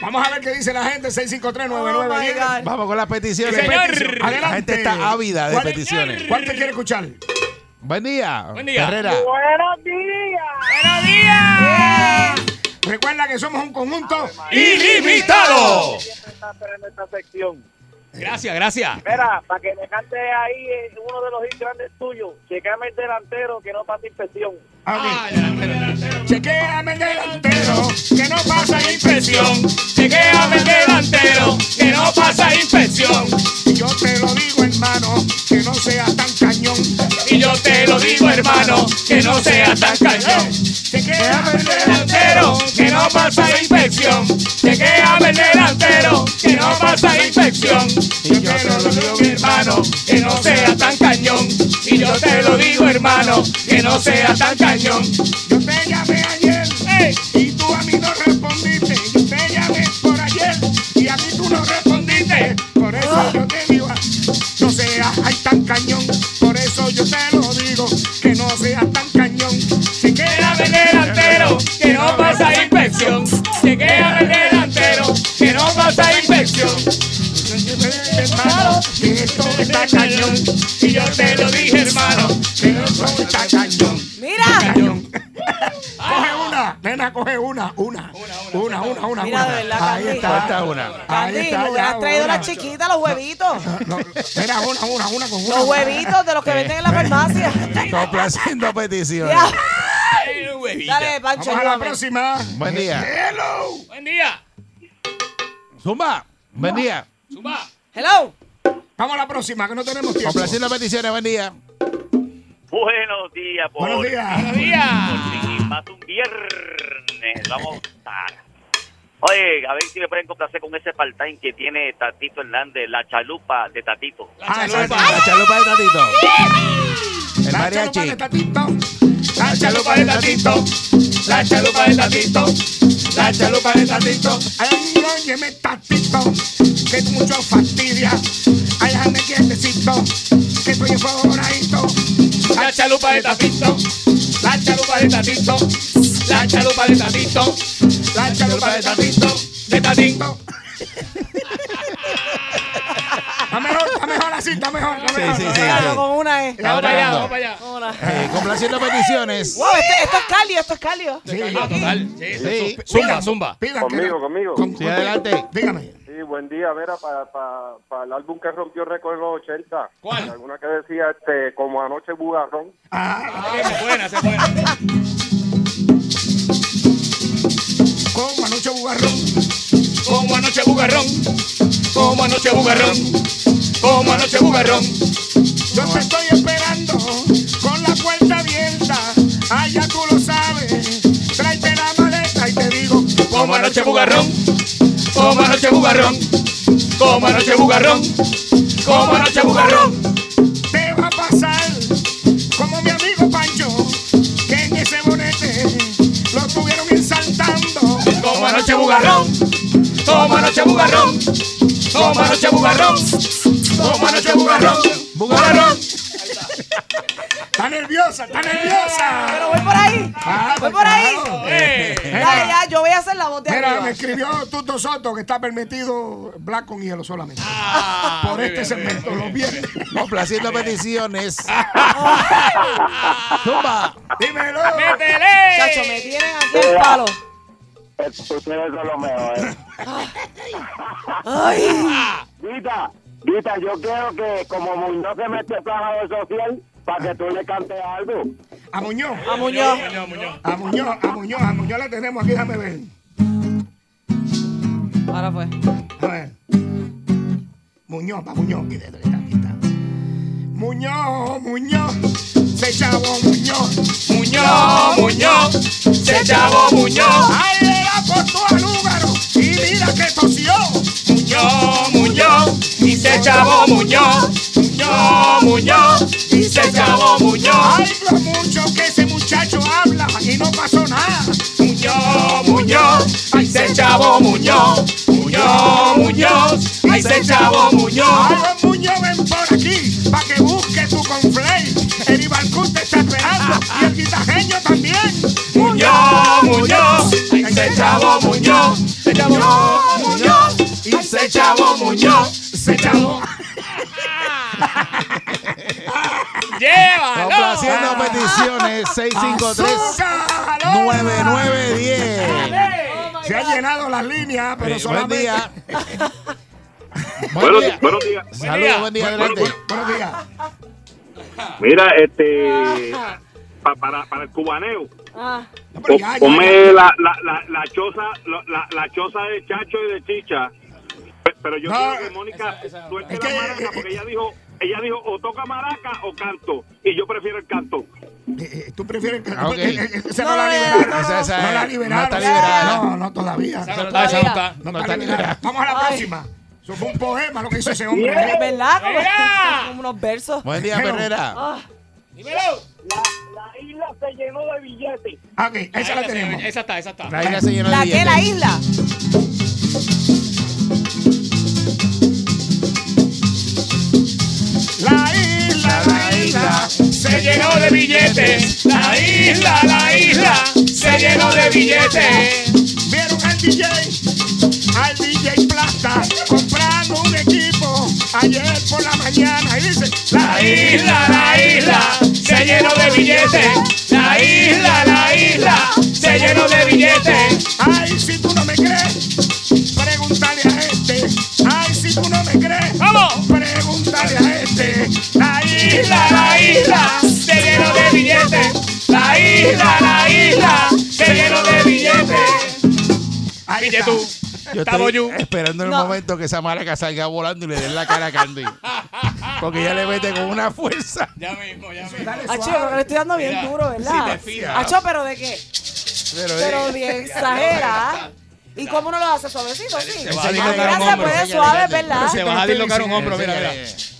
[SPEAKER 10] Vamos a ver qué dice la gente. 65399.
[SPEAKER 5] Oh, my
[SPEAKER 10] Viene.
[SPEAKER 5] God.
[SPEAKER 3] Vamos con las peticiones.
[SPEAKER 2] Sí, señor.
[SPEAKER 3] Peticiones. La
[SPEAKER 10] Adelante.
[SPEAKER 3] gente está ávida de
[SPEAKER 10] ¿Cuál-
[SPEAKER 3] peticiones.
[SPEAKER 10] ¿Cuál te quiere escuchar?
[SPEAKER 3] Buen día.
[SPEAKER 2] Buen día.
[SPEAKER 3] Herrera.
[SPEAKER 6] Buenos días.
[SPEAKER 10] Recuerda que somos un conjunto.
[SPEAKER 2] ¡Ilimitado!
[SPEAKER 6] Está tremenda sección.
[SPEAKER 2] Gracias,
[SPEAKER 7] Ah.
[SPEAKER 2] gracias.
[SPEAKER 6] Mira, para que me cante ahí eh, uno de los hits grandes tuyos, checame el delantero que no pasa inspección.
[SPEAKER 10] Ah, ok.
[SPEAKER 2] Ah, delantero, delantero.
[SPEAKER 10] Chequéame el delantero, que no pasa inspección.
[SPEAKER 2] Chequéame el delantero, que no pasa inspección.
[SPEAKER 10] Yo te lo digo, hermano, que no seas tan cañón.
[SPEAKER 2] Y yo te lo digo, hermano, que no seas tan cañón.
[SPEAKER 10] Chequéame el
[SPEAKER 2] delantero, que no pasa inspección. Chequéame el delantero, que no pasa inspección.
[SPEAKER 10] Yo te lo digo, mi hermano,
[SPEAKER 2] que no sea tan cañón. Y yo te lo digo, hermano, que no sea tan cañón.
[SPEAKER 10] Yo te llamé ayer y tú a mí no respondiste. Yo te llamé por ayer y a mí tú no respondiste. Por eso yo te digo, no seas ay, tan cañón. Por eso yo te lo digo, que no seas tan cañón. Se queda
[SPEAKER 2] Chequéame el delantero, que no pasa inspección. Chequéame el delantero, que no pasa inspección.
[SPEAKER 10] hermano, que esto está cañón.
[SPEAKER 2] Y yo te lo dije, hermano.
[SPEAKER 10] Que esto está cañón.
[SPEAKER 5] Mira.
[SPEAKER 10] Cañón. coge una, nena, coge una, una, una, una, una.
[SPEAKER 5] Mira,
[SPEAKER 10] una.
[SPEAKER 5] de verdad,
[SPEAKER 10] Ahí
[SPEAKER 5] Candy.
[SPEAKER 10] está,
[SPEAKER 3] Falta una.
[SPEAKER 10] Ahí
[SPEAKER 5] Candy,
[SPEAKER 10] está,
[SPEAKER 5] me
[SPEAKER 10] ya,
[SPEAKER 5] hubieras traído
[SPEAKER 10] una.
[SPEAKER 5] las chiquitas, los huevitos.
[SPEAKER 10] No, era una, una, una con una. Eh,
[SPEAKER 5] Los huevitos de los que venden en la farmacia.
[SPEAKER 3] Complaciendo
[SPEAKER 10] pues.
[SPEAKER 3] peticiones.
[SPEAKER 5] Ya.
[SPEAKER 2] Eh, huevita.
[SPEAKER 5] Dale, Pancho.
[SPEAKER 10] Vamos a la
[SPEAKER 5] ayúdame.
[SPEAKER 10] próxima.
[SPEAKER 3] Buen día.
[SPEAKER 10] Hello.
[SPEAKER 2] Buen día.
[SPEAKER 3] Eh. Zumba. Buen día.
[SPEAKER 2] Zumba.
[SPEAKER 5] Hello.
[SPEAKER 10] Vamos a la próxima, que no tenemos tiempo.
[SPEAKER 3] Complaciendo peticiones. Buen día.
[SPEAKER 7] Buenos días, por
[SPEAKER 10] Buenos días.
[SPEAKER 2] Buen día.
[SPEAKER 7] fin, más un viernes. Eh, Vamos a estar. Oye, a ver si me pueden complacer con ese part-time que tiene Tatito Hernández, la chalupa de Tatito.
[SPEAKER 10] Ah,
[SPEAKER 2] La chalupa.
[SPEAKER 10] exacto.
[SPEAKER 3] La chalupa de Tatito. El
[SPEAKER 10] La chalupa
[SPEAKER 3] mariachi.
[SPEAKER 10] de tatito. La chalupa de tatito. La chalupa de tatito. La chalupa de tatito. Ay, óyeme, tatito. Que tú mucho fastidia. Ay, déjame quietecito. Que estoy enfavoradito.
[SPEAKER 2] chalupa de Tatito, la chalupa de Tatito, la chalupa de Tatito, la chalupa de Tatito, de Tatito.
[SPEAKER 10] Está mejor, está mejor así, está mejor. Está mejor
[SPEAKER 3] sí,
[SPEAKER 10] está
[SPEAKER 3] sí.
[SPEAKER 10] mejor.
[SPEAKER 5] Claro, con una eh. es.
[SPEAKER 2] Vamos para allá, vamos para allá.
[SPEAKER 5] Una.
[SPEAKER 3] Eh, complaciendo peticiones.
[SPEAKER 5] Wow, esto, esto es calio, esto es calio.
[SPEAKER 2] Ah, total. Sí, eso es
[SPEAKER 3] Sí.
[SPEAKER 2] zu- Zumba, zumba.
[SPEAKER 10] Pidan que
[SPEAKER 6] Conmigo,
[SPEAKER 10] no-
[SPEAKER 6] conmigo.
[SPEAKER 10] con-
[SPEAKER 3] Sí, adelante.
[SPEAKER 10] Dígame.
[SPEAKER 6] Sí, buen día, Vera, para, para, para el álbum que rompió récord en los 80.
[SPEAKER 2] ¿Cuál?
[SPEAKER 6] Alguna que decía, este, como anoche bugarrón.
[SPEAKER 10] Ah,
[SPEAKER 2] Sí, se buena, se buena.
[SPEAKER 10] como anoche bugarrón.
[SPEAKER 2] Como anoche bugarrón, como anoche bugarrón, como anoche bugarrón.
[SPEAKER 10] Yo te estoy esperando con la puerta abierta. Allá tú lo sabes. Tráete la maleta y te digo.
[SPEAKER 2] Como anoche bugarrón, como anoche bugarrón, como anoche bugarrón, como anoche bugarrón.
[SPEAKER 10] Te va a pasar como mi amigo Pancho, que en ese bonete lo estuvieron ensantando.
[SPEAKER 2] Como anoche bugarrón, como anoche bugarrón, como anoche bugarrón, como anoche bugarrón, bugarrón.
[SPEAKER 10] Está nerviosa, está nerviosa.
[SPEAKER 5] Eh,
[SPEAKER 10] Ah,
[SPEAKER 5] Pero
[SPEAKER 10] pues
[SPEAKER 5] voy por ahí. Voy por ahí.
[SPEAKER 2] ¡Eh!
[SPEAKER 5] Dale, ya, yo voy a hacer la voz de
[SPEAKER 10] Mira,
[SPEAKER 5] arriba.
[SPEAKER 10] me escribió Tuto Soto que está permitido black con hielo solamente.
[SPEAKER 2] Ah,
[SPEAKER 10] Por este segmento, los viernes.
[SPEAKER 3] Complaciendo peticiones. Zumba.
[SPEAKER 10] Dímelo.
[SPEAKER 5] Chacho, me tienen aquí el palo.
[SPEAKER 6] Ustedes son los mejores.
[SPEAKER 5] Ay,
[SPEAKER 6] Vita, Vita, yo quiero que como Muñoz se mete plaga de social, para que tú le cantes algo.
[SPEAKER 10] A Muñoz.
[SPEAKER 5] a Muñoz.
[SPEAKER 10] A Muñoz, a Muñoz, a Muñoz la tenemos aquí, déjame ver.
[SPEAKER 5] Ahora fue.
[SPEAKER 10] A ver. Muñoz, va Muñoz, que detrás está, aquí está. Muñoz, Muñoz, se chavo Muñoz.
[SPEAKER 2] Muñoz, Muñoz, se chavo Muñoz,
[SPEAKER 10] Ay, le apostó al húgaro y mira que tosió.
[SPEAKER 2] Muñoz, Muñoz, y se chavo Muñoz, Muñoz, Muñoz, y se chavo Muñoz,
[SPEAKER 10] Ay, lo mucho que ese muchacho habla y no pasó nada.
[SPEAKER 2] Muñoz, Muñoz, ay se chavo Muñoz, Muñoz, Muñoz, ay se chavo
[SPEAKER 10] Ay,
[SPEAKER 2] Muñoz,
[SPEAKER 10] los Muñoz, ven por aquí pa' que busque tu conflay. El Ibarcún te está esperando y el guitajeño también.
[SPEAKER 2] Muñoz, Muñoz, ay se chavo Muñoz, se chavo Muñoz, ay se chavo Muñoz, se chavo. Llévalo.
[SPEAKER 3] Complaciendo peticiones. 653 9910.
[SPEAKER 10] Se han llenado las líneas, pero
[SPEAKER 3] Eh, Buen
[SPEAKER 10] solamente.
[SPEAKER 3] día.
[SPEAKER 6] Buenos, buenos días.
[SPEAKER 3] Saludos, buen día, adelante.
[SPEAKER 10] Buenos días.
[SPEAKER 6] Mira, este, pa- para, para el cubaneo,
[SPEAKER 5] Ah,
[SPEAKER 10] No, pero
[SPEAKER 6] o-
[SPEAKER 10] ya, ya, ya.
[SPEAKER 6] ponme la, la, la, la choza, la, la, la choza de Chacho y de Chicha. Pe- Pero yo
[SPEAKER 10] No,
[SPEAKER 6] quiero que Mónica suelte
[SPEAKER 10] Es que-
[SPEAKER 6] la maraca, porque ella dijo, ella dijo, o toca maraca o canto, y yo prefiero el canto.
[SPEAKER 10] Eh, eh, ¿Tú prefieres que.?
[SPEAKER 3] Ah, ok.
[SPEAKER 10] eh, eh, esa no,
[SPEAKER 5] No,
[SPEAKER 10] la
[SPEAKER 5] no,
[SPEAKER 10] liberaron.
[SPEAKER 5] no, no,
[SPEAKER 3] Esa- esa
[SPEAKER 10] no la
[SPEAKER 3] es-
[SPEAKER 10] liberaron.
[SPEAKER 3] no está liberada.
[SPEAKER 10] No, no, todavía.
[SPEAKER 2] No
[SPEAKER 5] está, esa no está.
[SPEAKER 3] No está
[SPEAKER 10] liberada.
[SPEAKER 3] liberada.
[SPEAKER 10] Vamos a la
[SPEAKER 5] Ay.
[SPEAKER 10] próxima. Eso fue un poema lo que hizo ese hombre.
[SPEAKER 5] es verdad, como,
[SPEAKER 2] Mira.
[SPEAKER 5] como unos versos.
[SPEAKER 3] Buen día,
[SPEAKER 10] Hello.
[SPEAKER 3] Perrera.
[SPEAKER 5] Ah,
[SPEAKER 2] Dímelo.
[SPEAKER 6] La isla se llenó de billetes.
[SPEAKER 10] Ah, Ok, esa la tenemos.
[SPEAKER 2] Esa está, esa está.
[SPEAKER 3] La isla se llenó de
[SPEAKER 5] la que la
[SPEAKER 3] billetes.
[SPEAKER 5] isla.
[SPEAKER 10] La isla, la isla.
[SPEAKER 2] Se llenó de billetes, la isla, la isla, se llenó de billetes.
[SPEAKER 10] Vieron al DJ, al DJ Plata, comprando un equipo ayer por la mañana. Y dice:
[SPEAKER 2] La isla, la isla, se llenó de billetes. La isla, la isla, se llenó de billetes.
[SPEAKER 10] Ay, si tú no me crees, pregúntale a este. Ay, si tú no me crees,
[SPEAKER 2] ¡Vamos!
[SPEAKER 10] pregúntale a este. La
[SPEAKER 2] Isla, la isla, se llenó de billetes. La isla, la isla, se llenó de billetes.
[SPEAKER 10] Ahí
[SPEAKER 2] Pille
[SPEAKER 10] está.
[SPEAKER 2] tú,
[SPEAKER 3] Yo
[SPEAKER 2] Tabo
[SPEAKER 3] estoy
[SPEAKER 2] you.
[SPEAKER 3] esperando el
[SPEAKER 5] No.
[SPEAKER 3] momento que esa maraca salga volando y le den la cara a Candy. Porque ya le mete con una fuerza.
[SPEAKER 2] Ya mismo, ya mismo.
[SPEAKER 10] Dale
[SPEAKER 5] Acho, yo creo
[SPEAKER 10] suave.
[SPEAKER 5] que le estoy dando bien
[SPEAKER 2] Mira,
[SPEAKER 5] duro, ¿verdad?
[SPEAKER 2] si te fijas.
[SPEAKER 5] Acho, pero de qué?
[SPEAKER 3] Pero,
[SPEAKER 5] Pero
[SPEAKER 3] eh,
[SPEAKER 5] bien exagera. ¿Y cómo no lo hace suavecito? Sí.
[SPEAKER 3] se va a
[SPEAKER 5] Ah,
[SPEAKER 3] dislocar
[SPEAKER 5] mira,
[SPEAKER 3] un
[SPEAKER 5] se
[SPEAKER 3] hombro,
[SPEAKER 5] puede
[SPEAKER 3] enséñale,
[SPEAKER 5] suave,
[SPEAKER 3] enséñale.
[SPEAKER 5] ¿verdad?
[SPEAKER 2] Se va a dislocar un hombro, mira, mira.
[SPEAKER 3] enséñale.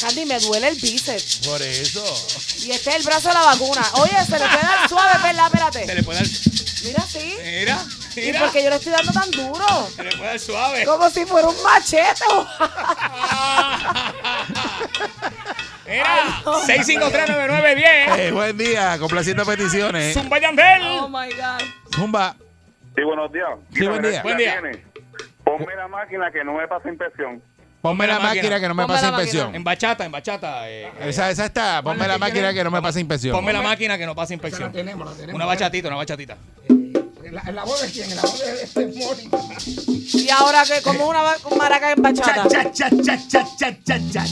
[SPEAKER 5] Candy, me duele el bíceps.
[SPEAKER 3] Por eso.
[SPEAKER 5] Y este es el brazo de la vacuna. Oye, se le puede dar suave, ¿verdad?
[SPEAKER 2] Se
[SPEAKER 5] Espérate.
[SPEAKER 2] le puede dar.
[SPEAKER 5] Mira, sí.
[SPEAKER 2] Mira,
[SPEAKER 5] ¿Y
[SPEAKER 2] mira.
[SPEAKER 5] por qué yo le estoy dando tan duro?
[SPEAKER 2] Se le puede dar suave. Ah.
[SPEAKER 5] Como si fuera un machete.
[SPEAKER 2] Era 6539910.
[SPEAKER 3] Eh, buen día, complaciendo peticiones.
[SPEAKER 2] Zumba Yandel.
[SPEAKER 5] Oh my God.
[SPEAKER 3] Zumba.
[SPEAKER 6] Sí, buenos días.
[SPEAKER 3] Sí, buen día.
[SPEAKER 2] Buen día.
[SPEAKER 6] Tiene. Ponme la máquina que no me pasa impresión.
[SPEAKER 3] Ponme la máquina que no me
[SPEAKER 5] Ponme
[SPEAKER 3] pasa
[SPEAKER 5] la máquina.
[SPEAKER 3] inspección.
[SPEAKER 2] En bachata, en bachata. eh, eh,
[SPEAKER 3] Esa, esa está. Ponme la máquina que no me pasa
[SPEAKER 4] eh,
[SPEAKER 3] inspección.
[SPEAKER 2] Ponme la máquina que no pasa
[SPEAKER 10] La
[SPEAKER 2] inspección.
[SPEAKER 10] tenemos, la tenemos. ¿eh?
[SPEAKER 2] Una bachatita, una bachatita.
[SPEAKER 10] ¿En la, en la voz de quién? En la voz de este Mónica.
[SPEAKER 5] Y ahora que como una va- un maraca en
[SPEAKER 10] Cha,
[SPEAKER 5] bachata.
[SPEAKER 10] cha, cha, cha, cha, cha, cha, cha.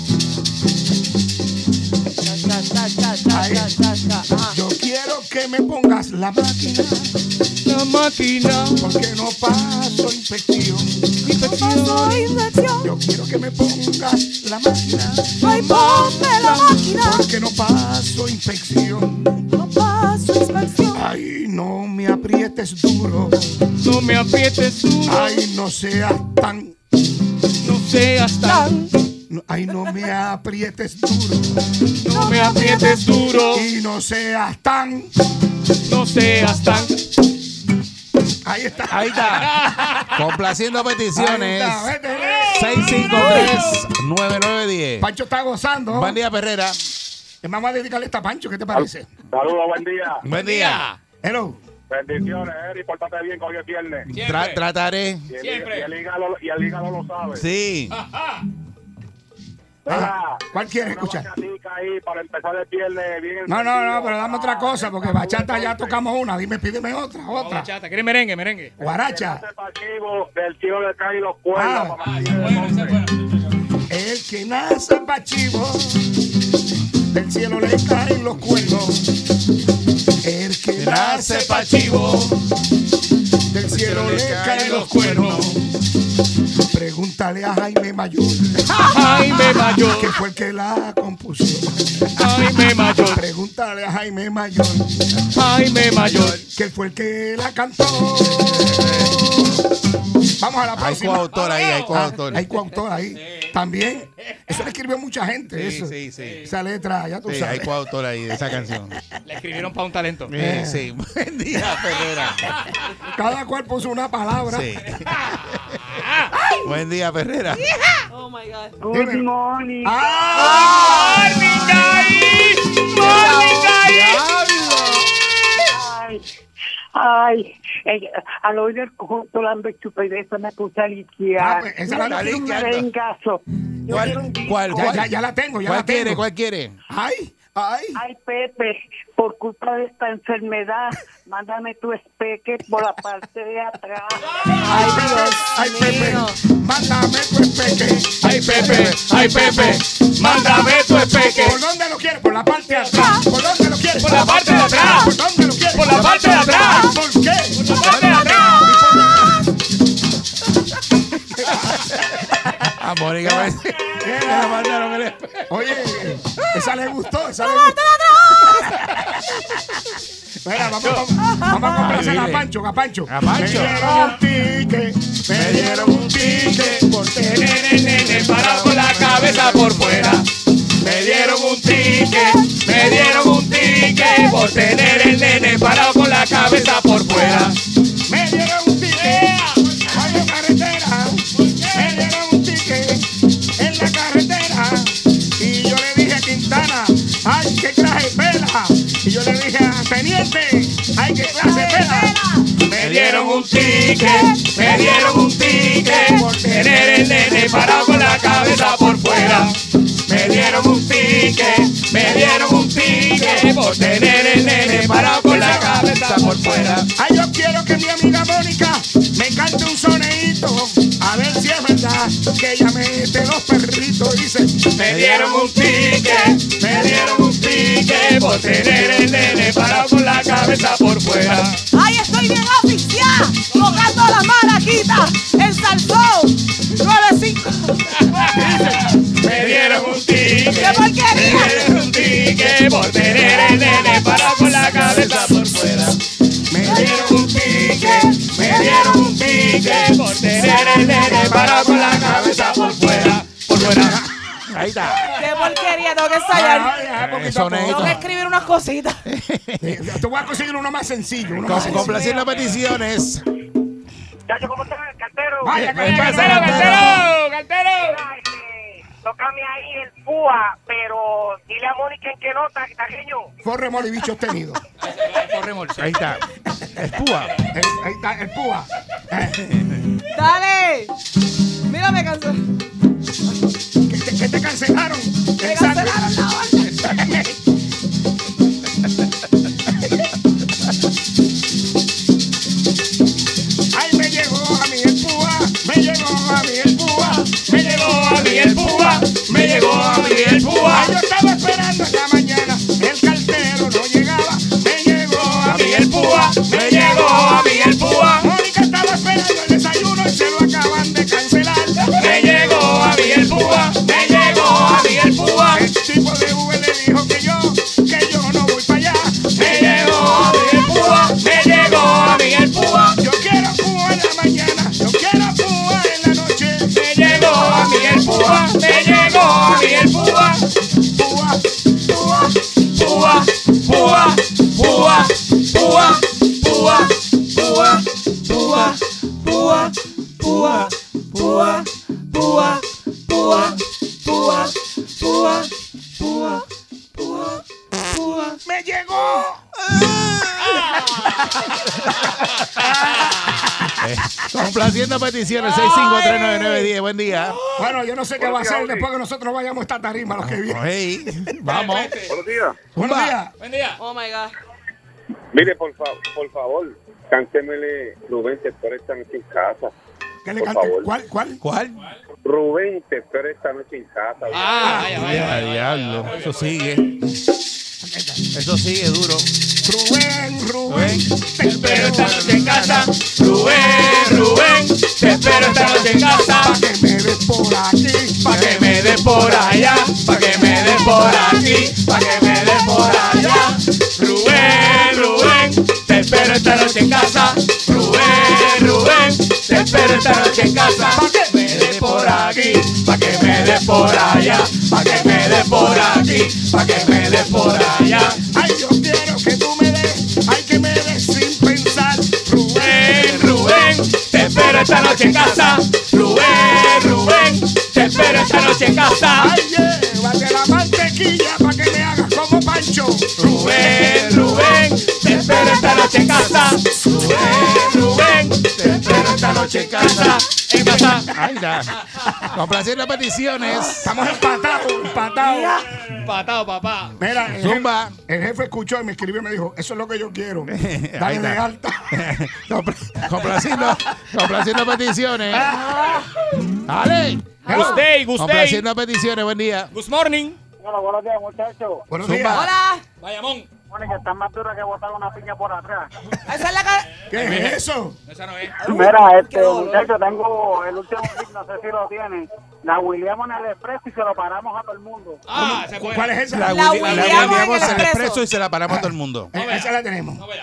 [SPEAKER 5] Cha, cha, cha, cha, cha,
[SPEAKER 10] Ahí.
[SPEAKER 5] cha, cha, cha. Ajá.
[SPEAKER 10] Yo quiero que me pongas la máquina.
[SPEAKER 2] La máquina.
[SPEAKER 10] Porque no paso inspección.
[SPEAKER 5] Soy infección.
[SPEAKER 10] Yo quiero que me pongas la máquina.
[SPEAKER 5] Ay, ponme la máquina.
[SPEAKER 10] Porque no paso inspección.
[SPEAKER 5] No paso inspección.
[SPEAKER 10] Ay, no me aprietes duro.
[SPEAKER 2] No me aprietes tú.
[SPEAKER 10] Ay, no seas tan.
[SPEAKER 2] No seas tan.
[SPEAKER 10] no- Ay, no me aprietes duro.
[SPEAKER 2] No me aprietes duro.
[SPEAKER 10] Y no seas tan.
[SPEAKER 2] No seas tan.
[SPEAKER 10] Ahí está.
[SPEAKER 3] Ahí está. Complaciendo peticiones. 653-9910.
[SPEAKER 10] Pancho está gozando.
[SPEAKER 3] Eh, Buen día, Perrera.
[SPEAKER 10] Vamos a dedicarle esta a Pancho, ¿qué te parece?
[SPEAKER 6] Saludos, buen día.
[SPEAKER 3] Buen día.
[SPEAKER 10] Hello.
[SPEAKER 6] Bendiciones, Eri. Pórtate bien que hoy es viernes. Y
[SPEAKER 3] Tra- trataré.
[SPEAKER 6] el,
[SPEAKER 2] Siempre.
[SPEAKER 6] y el hígado, y el hígado lo sabe.
[SPEAKER 3] Sí. Ah.
[SPEAKER 10] Ajá. ¿Cuál quieres
[SPEAKER 6] Una
[SPEAKER 10] escuchar?
[SPEAKER 6] bacatica ahí para empezar el viernes bien
[SPEAKER 10] No, no,
[SPEAKER 6] encendido.
[SPEAKER 10] no, pero dame otra cosa, porque bachata ya tocamos una. Dime, pídeme otra,
[SPEAKER 2] Vamos,
[SPEAKER 10] otra.
[SPEAKER 2] bachata. ¿Quieres merengue, merengue?
[SPEAKER 10] Guaracha.
[SPEAKER 6] Ese pachivo del tío de Cali los
[SPEAKER 10] Ah.
[SPEAKER 6] cuernos. papá.
[SPEAKER 2] Ah, esa es buena, esa es buena.
[SPEAKER 10] El que nace pachivo, del cielo le caen los cuernos. El que nace pachivo, del cielo le caen los cuernos. Pregúntale a Jaime Mayor,
[SPEAKER 2] Jaime Mayor.
[SPEAKER 10] que fue el que la compuso.
[SPEAKER 2] Jaime Mayor.
[SPEAKER 10] Pregúntale a Jaime Mayor,
[SPEAKER 2] Jaime Mayor.
[SPEAKER 10] que fue el que la cantó. Vamos a la
[SPEAKER 3] Hay
[SPEAKER 10] próxima.
[SPEAKER 3] coautor ahí, hay
[SPEAKER 10] Ah,
[SPEAKER 3] coautor.
[SPEAKER 10] hay coautor ahí. También. Eso le escribió mucha gente.
[SPEAKER 3] Sí,
[SPEAKER 10] eso.
[SPEAKER 3] sí, sí.
[SPEAKER 10] Esa letra, ya tú
[SPEAKER 3] Sí, hay
[SPEAKER 10] sabes. Eh.
[SPEAKER 3] coautor ahí de esa canción.
[SPEAKER 2] La escribieron para un talento.
[SPEAKER 3] Eh, sí. Buen día, Perrera.
[SPEAKER 10] Cada cual puso una palabra.
[SPEAKER 3] Sí. Buen día, Perrera.
[SPEAKER 5] Oh my God.
[SPEAKER 10] Good
[SPEAKER 6] morning.
[SPEAKER 10] ¡Ah!
[SPEAKER 6] Ay, ay, eh, al oír el conjunto Lambe Chupedeza me puse a
[SPEAKER 10] Ah,
[SPEAKER 6] liquear.
[SPEAKER 10] pues, esa la
[SPEAKER 3] Está
[SPEAKER 10] letra.
[SPEAKER 6] Un
[SPEAKER 3] liqueando.
[SPEAKER 6] merengazo. Yo quiero
[SPEAKER 3] ¿Cuál?
[SPEAKER 6] un disco.
[SPEAKER 3] ¿Cuál?
[SPEAKER 10] Ya,
[SPEAKER 3] cuál?
[SPEAKER 10] ya, ya la tengo, ya
[SPEAKER 3] ¿Cuál
[SPEAKER 10] la tengo.
[SPEAKER 3] quiere? ¿Cuál quiere?
[SPEAKER 10] Ay, ay.
[SPEAKER 6] Ay, Pepe, por culpa de esta enfermedad, mándame tu espeque por la parte de atrás.
[SPEAKER 10] Ay, Dios. Ay, Pepe. Mándame tu espeque.
[SPEAKER 2] Ay, Pepe. Ay, Pepe. Mándame tu espeque.
[SPEAKER 10] ¿Por dónde lo quieres? Por la parte de atrás. ¿Por dónde lo quieres?
[SPEAKER 2] Por la parte de atrás.
[SPEAKER 10] ¿Por dónde lo quieres?
[SPEAKER 2] Por la parte de atrás.
[SPEAKER 10] ¿Por qué?
[SPEAKER 2] Por la parte de atrás.
[SPEAKER 3] A Mónica parece que le mandaron el espejo.
[SPEAKER 10] Oye, esa le gustó, esa le gustó. Mira, vamos, vamos, vamos a complacer a
[SPEAKER 3] mire.
[SPEAKER 10] Pancho, a Pancho.
[SPEAKER 3] A Pancho.
[SPEAKER 10] Me
[SPEAKER 2] Ah.
[SPEAKER 10] dieron un tique, me dieron un tique por tener el nene parado con la cabeza por fuera.
[SPEAKER 2] Me dieron un tique, me dieron un tique por tener el nene parado con la cabeza por fuera.
[SPEAKER 10] Me dieron un tique, vaya carretera. Me dieron un tique en la carretera. Y yo le dije a Quintana, ay, qué clase de pela. Y yo le dije a Teniente, ay, qué clase de pela.
[SPEAKER 2] Me dieron un tique, me dieron un tique por tener el nene parado con la cabeza por fuera. Me dieron un tique, me dieron un tique por tener el nene parado con la cabeza por fuera.
[SPEAKER 10] Ay, yo quiero que mi amiga Mónica me cante un soneíto. A ver si es verdad que ella mete los perritos. Dice,
[SPEAKER 2] Me dieron un tique, me dieron un tique por tener el nene parado con la cabeza por fuera.
[SPEAKER 5] Ay, estoy bien asfixiada. Tocando la maraquita. El salsón. 95.
[SPEAKER 2] Me dieron un tique,
[SPEAKER 5] ¡Qué porquería!
[SPEAKER 2] me dieron un tique por tener el nene parado con la cabeza por fuera.
[SPEAKER 10] me
[SPEAKER 2] Me dieron un tique, me dieron un tique por tener el nene parado con la cabeza por fuera, por fuera.
[SPEAKER 3] Ahí está.
[SPEAKER 5] Qué porquería. Tengo que ensayar.
[SPEAKER 10] Ay,
[SPEAKER 4] Eh,
[SPEAKER 10] ay, poquito a
[SPEAKER 3] Soneíto.
[SPEAKER 5] Tengo que escribir unas cositas.
[SPEAKER 10] poco. Te voy a conseguir uno más sencillo. Uno más
[SPEAKER 3] Com-
[SPEAKER 10] sencillo.
[SPEAKER 3] Complaciendo peticiones.
[SPEAKER 6] Chacho, ¿cómo estás, cantero?
[SPEAKER 10] Vaya,
[SPEAKER 3] Me
[SPEAKER 10] cantero,
[SPEAKER 3] pasa,
[SPEAKER 10] cantero.
[SPEAKER 2] ¡Cartero, cartero!
[SPEAKER 6] Mira, este,
[SPEAKER 11] Tócame ahí el púa, pero dile a Mónica en qué nota, taqueño.
[SPEAKER 10] Forre mol y bichos tenidos.
[SPEAKER 3] Ahí está. Es púa.
[SPEAKER 10] El- Ahí está, el púa.
[SPEAKER 5] ¡Dale! Mira, me cansé.
[SPEAKER 10] Que te, que te cancelaron.
[SPEAKER 5] Me
[SPEAKER 10] El
[SPEAKER 5] cancelaron la orden.
[SPEAKER 10] sándwich. Ay, me llegó a mí el púa. Me llegó a mí el púa. Me llegó a mí el púa. Me llegó a mí el púa. Yo estaba esperando esta mañana. El cartero no llegaba. Me llegó a mí el púa. Me llegó a mí el púa. Mónica estaba esperando el desayuno y se lo acaban de cancelar. Me llegó a mí el púa. Me llegó a mí el púa. El tipo de Uber le dijo que yo, que yo no voy para allá. Me llegó a mí el púa. Me llegó a mí el púa. Yo quiero púa en la mañana. Yo quiero púa en la noche. Me llegó a mí el púa. Me llegó a mí el púa. Púa, púa, púa, púa, púa, púa, púa, púa, púa, púa, púa, púa, púa, púa, púa, púa, púa, púa, púa. ¡Me llegó!
[SPEAKER 3] Complaciendo peticiones 6539910. Buen día.
[SPEAKER 10] Bueno, yo no sé qué va a
[SPEAKER 9] Buenos días,
[SPEAKER 10] hacer
[SPEAKER 9] Oli.
[SPEAKER 10] después que nosotros vayamos a esta tarima, los que vienen.
[SPEAKER 3] Hey, vamos.
[SPEAKER 9] Buenos días.
[SPEAKER 10] Buenos días.
[SPEAKER 4] Buen día.
[SPEAKER 5] Oh my God.
[SPEAKER 6] Mire, por, fa- por favor, cántemele Rubén te espero esta noche en casa.
[SPEAKER 10] ¿Qué le
[SPEAKER 6] Por
[SPEAKER 10] cante?
[SPEAKER 6] favor.
[SPEAKER 10] ¿Cuál? ¿Cuál?
[SPEAKER 3] ¿Cuál?
[SPEAKER 6] Rubén te espero esta noche en casa.
[SPEAKER 4] Ah, vaya, vaya,
[SPEAKER 3] Mira,
[SPEAKER 4] vaya, vaya,
[SPEAKER 3] diablo.
[SPEAKER 4] vaya,
[SPEAKER 3] Eso
[SPEAKER 4] vaya.
[SPEAKER 3] sigue. Eso sigue duro.
[SPEAKER 10] Rubén, Rubén,
[SPEAKER 3] Rubén.
[SPEAKER 10] te espero esta noche en casa.
[SPEAKER 2] Rubén, Rubén, te espero esta noche en casa.
[SPEAKER 10] Pa' que me des por aquí,
[SPEAKER 2] Pa' que me des por allá, pa' que me des por aquí, pa' que me des por allá. Rubén, Rubén, te espero esta noche en casa. Rubén, Rubén, te espero esta noche en casa. Pa' que me des por aquí, pa' que me des por allá, pa' que me des por aquí, pa' que me des por allá.
[SPEAKER 10] Ay, yo quiero que tú me des, ay, que me des sin pensar. Rubén,
[SPEAKER 2] Rubén, Rubén, te espero esta noche en casa. Rubén, Rubén, te espero esta noche en casa.
[SPEAKER 10] ay, llévate la mantequilla pa' que me hagas como Pancho.
[SPEAKER 2] Rubén, Rubén, te espero esta noche en casa. Rubén, Rubén, te espero esta noche en casa. En casa.
[SPEAKER 3] Ahí está. Complaciendo peticiones.
[SPEAKER 10] Estamos empatados, empatados.
[SPEAKER 4] Patado, papá.
[SPEAKER 10] Mira, el
[SPEAKER 3] Zumba.
[SPEAKER 10] jefe, el jefe escuchó y me escribió y me dijo, eso es lo que yo quiero.
[SPEAKER 3] Ahí
[SPEAKER 10] Dale de
[SPEAKER 3] está.
[SPEAKER 10] alta.
[SPEAKER 3] Compl- complaciendo, complaciendo peticiones. Ale.
[SPEAKER 10] Ah. Hello.
[SPEAKER 4] Gustey, Gustey.
[SPEAKER 3] Complaciendo peticiones. Buen día.
[SPEAKER 4] Good morning.
[SPEAKER 11] Hola, buenos días, muchachos.
[SPEAKER 10] Buenos
[SPEAKER 3] Zumba.
[SPEAKER 10] días.
[SPEAKER 5] Hola.
[SPEAKER 4] Bayamón.
[SPEAKER 11] Mónica, está más dura que botar una piña por atrás.
[SPEAKER 5] Esa es la cara.
[SPEAKER 10] ¿Qué es eso?
[SPEAKER 4] Esa no es.
[SPEAKER 11] Mira,
[SPEAKER 5] Uy,
[SPEAKER 11] este
[SPEAKER 5] qué dolor.
[SPEAKER 11] muchacho, tengo el último clip, no sé si lo tiene. La William en el expreso y se lo paramos a todo el mundo.
[SPEAKER 4] Ah, se fue.
[SPEAKER 10] ¿Cuál es esa?
[SPEAKER 5] La
[SPEAKER 3] Willy-
[SPEAKER 5] Williamos en el
[SPEAKER 3] en el
[SPEAKER 5] expreso.
[SPEAKER 3] expreso y se la paramos a todo el mundo.
[SPEAKER 10] Eh, esa la tenemos.
[SPEAKER 4] No, vaya.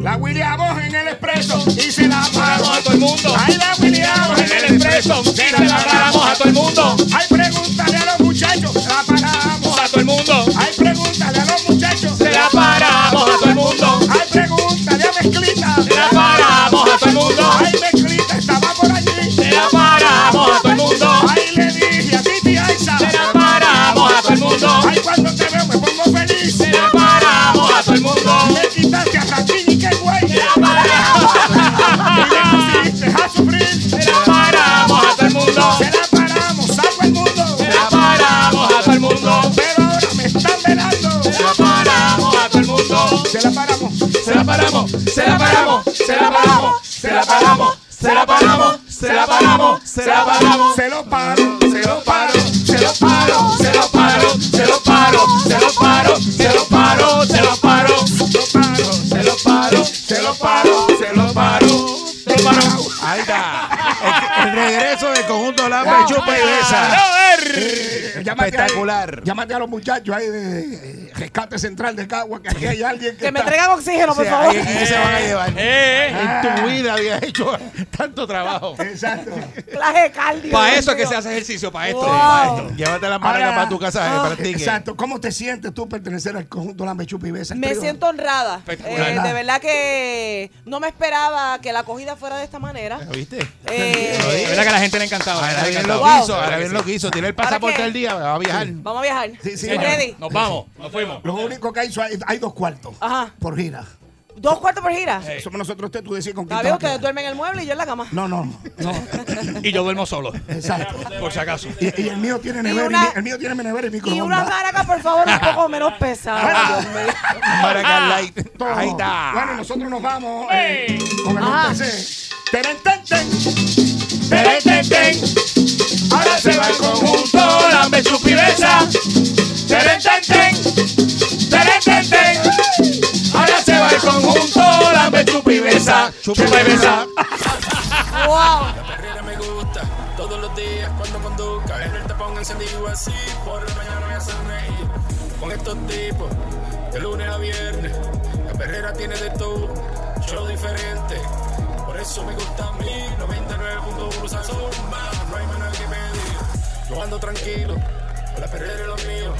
[SPEAKER 10] La Williamos en el expreso y se la paramos
[SPEAKER 2] a todo el mundo.
[SPEAKER 10] Ay, la Williamos
[SPEAKER 2] En el expreso, y se la paramos a todo el mundo.
[SPEAKER 10] Ay, pregúntale a los muchachos, se la paramos.
[SPEAKER 2] A todo el mundo.
[SPEAKER 10] Ay, pregúntale a los muchachos,
[SPEAKER 2] Se la paramos a todo el mundo.
[SPEAKER 10] Ay, pregúntale a Mezclita,
[SPEAKER 2] Se la paramos a todo el mundo.
[SPEAKER 10] Ay, Mezclita estaba por allí.
[SPEAKER 2] Se la paramos a todo el mundo.
[SPEAKER 10] Ay, le dije a Titi Aiza.
[SPEAKER 2] Se la paramos a todo el mundo.
[SPEAKER 10] Ay, cuando te veo me pongo feliz.
[SPEAKER 2] Se la paramos a todo el mundo.
[SPEAKER 10] Me quitaste a Raquín y qué guay.
[SPEAKER 2] Se la paramos.
[SPEAKER 10] Y me pusiste a sufrir.
[SPEAKER 2] Se la paramos a todo el mundo.
[SPEAKER 10] Se la paramos a todo el mundo.
[SPEAKER 2] Se la paramos a todo el mundo.
[SPEAKER 10] Pero ahora me están velando.
[SPEAKER 2] Se la paramos a todo el mundo.
[SPEAKER 10] Se la paramos.
[SPEAKER 2] Se la paramos, se la paramos, se la paramos, se la paramos, se la paramos, se la paramos, se la paramos.
[SPEAKER 10] Se lo paro.
[SPEAKER 2] Se lo paro, se lo paro, se lo paro, se lo paro, se lo paro, se lo paro, se lo paro,
[SPEAKER 10] Lo paro.
[SPEAKER 2] se lo paro, se lo paro, se lo paro, se lo paro.
[SPEAKER 3] Ahí está. El, el regreso del conjunto Lamba, Chupa y Besa.
[SPEAKER 10] Eh,
[SPEAKER 3] Espectacular.
[SPEAKER 10] A, llámate a los muchachos ahí de, de Rescate Central de Cagua, que aquí hay alguien que
[SPEAKER 5] Que me
[SPEAKER 10] está-
[SPEAKER 5] traigan oxígeno,
[SPEAKER 3] O
[SPEAKER 5] por
[SPEAKER 3] sea, ahí
[SPEAKER 5] favor.
[SPEAKER 3] es que se van a llevar.
[SPEAKER 4] Eh,
[SPEAKER 10] Ah,
[SPEAKER 3] En tu vida había hecho tanto trabajo.
[SPEAKER 10] Exacto.
[SPEAKER 5] Clase de cardio.
[SPEAKER 4] Para
[SPEAKER 5] Dios
[SPEAKER 4] eso es que
[SPEAKER 5] mío.
[SPEAKER 4] se hace ejercicio, para esto.
[SPEAKER 5] Wow.
[SPEAKER 3] Llévate la marca
[SPEAKER 10] Ahora- ah,
[SPEAKER 3] para tu casa,
[SPEAKER 5] eh,
[SPEAKER 3] que practique.
[SPEAKER 10] Exacto. ¿Cómo te sientes tú pertenecer al conjunto Lambe Chupa y Besa?
[SPEAKER 5] Me
[SPEAKER 10] Trío?
[SPEAKER 5] siento honrada.
[SPEAKER 4] Espectacular.
[SPEAKER 5] Eh, de verdad que no me esperaba que la acogida fuera de esta manera.
[SPEAKER 3] ¿Viste?
[SPEAKER 5] Eh,
[SPEAKER 4] De verdad que a la gente le encantaba.
[SPEAKER 3] Ahora
[SPEAKER 4] le
[SPEAKER 3] bien lo
[SPEAKER 4] encantaba.
[SPEAKER 3] quiso, ahora bien lo quiso. Tiene el pasaporte
[SPEAKER 5] qué?
[SPEAKER 3] al día, va a viajar.
[SPEAKER 5] Vamos a viajar.
[SPEAKER 12] Sí, sí,
[SPEAKER 5] ¿Estás
[SPEAKER 12] vamos.
[SPEAKER 5] ready?
[SPEAKER 4] Nos vamos, nos fuimos.
[SPEAKER 12] Lo único que hay, son- hay, hay dos cuartos
[SPEAKER 5] Ajá.
[SPEAKER 12] por gira.
[SPEAKER 5] Dos cuartos por gira.
[SPEAKER 12] Somos nosotros tres, tú decís con quién te
[SPEAKER 5] Todavía
[SPEAKER 12] vas a
[SPEAKER 5] ustedes
[SPEAKER 12] quedar.
[SPEAKER 5] duermen en el mueble y yo en la cama.
[SPEAKER 12] No, no, no.
[SPEAKER 4] Y yo duermo solo,
[SPEAKER 12] Exacto.
[SPEAKER 4] por si acaso.
[SPEAKER 12] Y, y el mío tiene nevera, y
[SPEAKER 5] una-
[SPEAKER 12] mi- el mío tiene nevera y
[SPEAKER 5] Y una
[SPEAKER 12] microondas.
[SPEAKER 5] maraca, por favor, un poco menos pesada. Dios mío. Ah,
[SPEAKER 3] Maracas Light.
[SPEAKER 12] Todo.
[SPEAKER 3] Ahí está.
[SPEAKER 12] Bueno, nosotros nos vamos eh, con el
[SPEAKER 5] Ajá.
[SPEAKER 12] UPC. Teren, ten, ten. Teren, ten, ten. Ahora se va el conjunto, la su pibeza. Teren, ten, ten. Teren, ten, ten. Ahora se va el conjunto, la su pibeza. Chupibeza.
[SPEAKER 5] ¡Wow!
[SPEAKER 2] perrera me gusta todos los días cuando conduzca. En el tapón encendido así, por la mañana me hacen reír. Con estos tipos, de lunes a viernes, la perrera tiene de todo, show diferente. Por eso me gusta a mí, 99.1 Sazón, más, no hay manera que pedir. Yo ando tranquilo, con la perrera y los míos.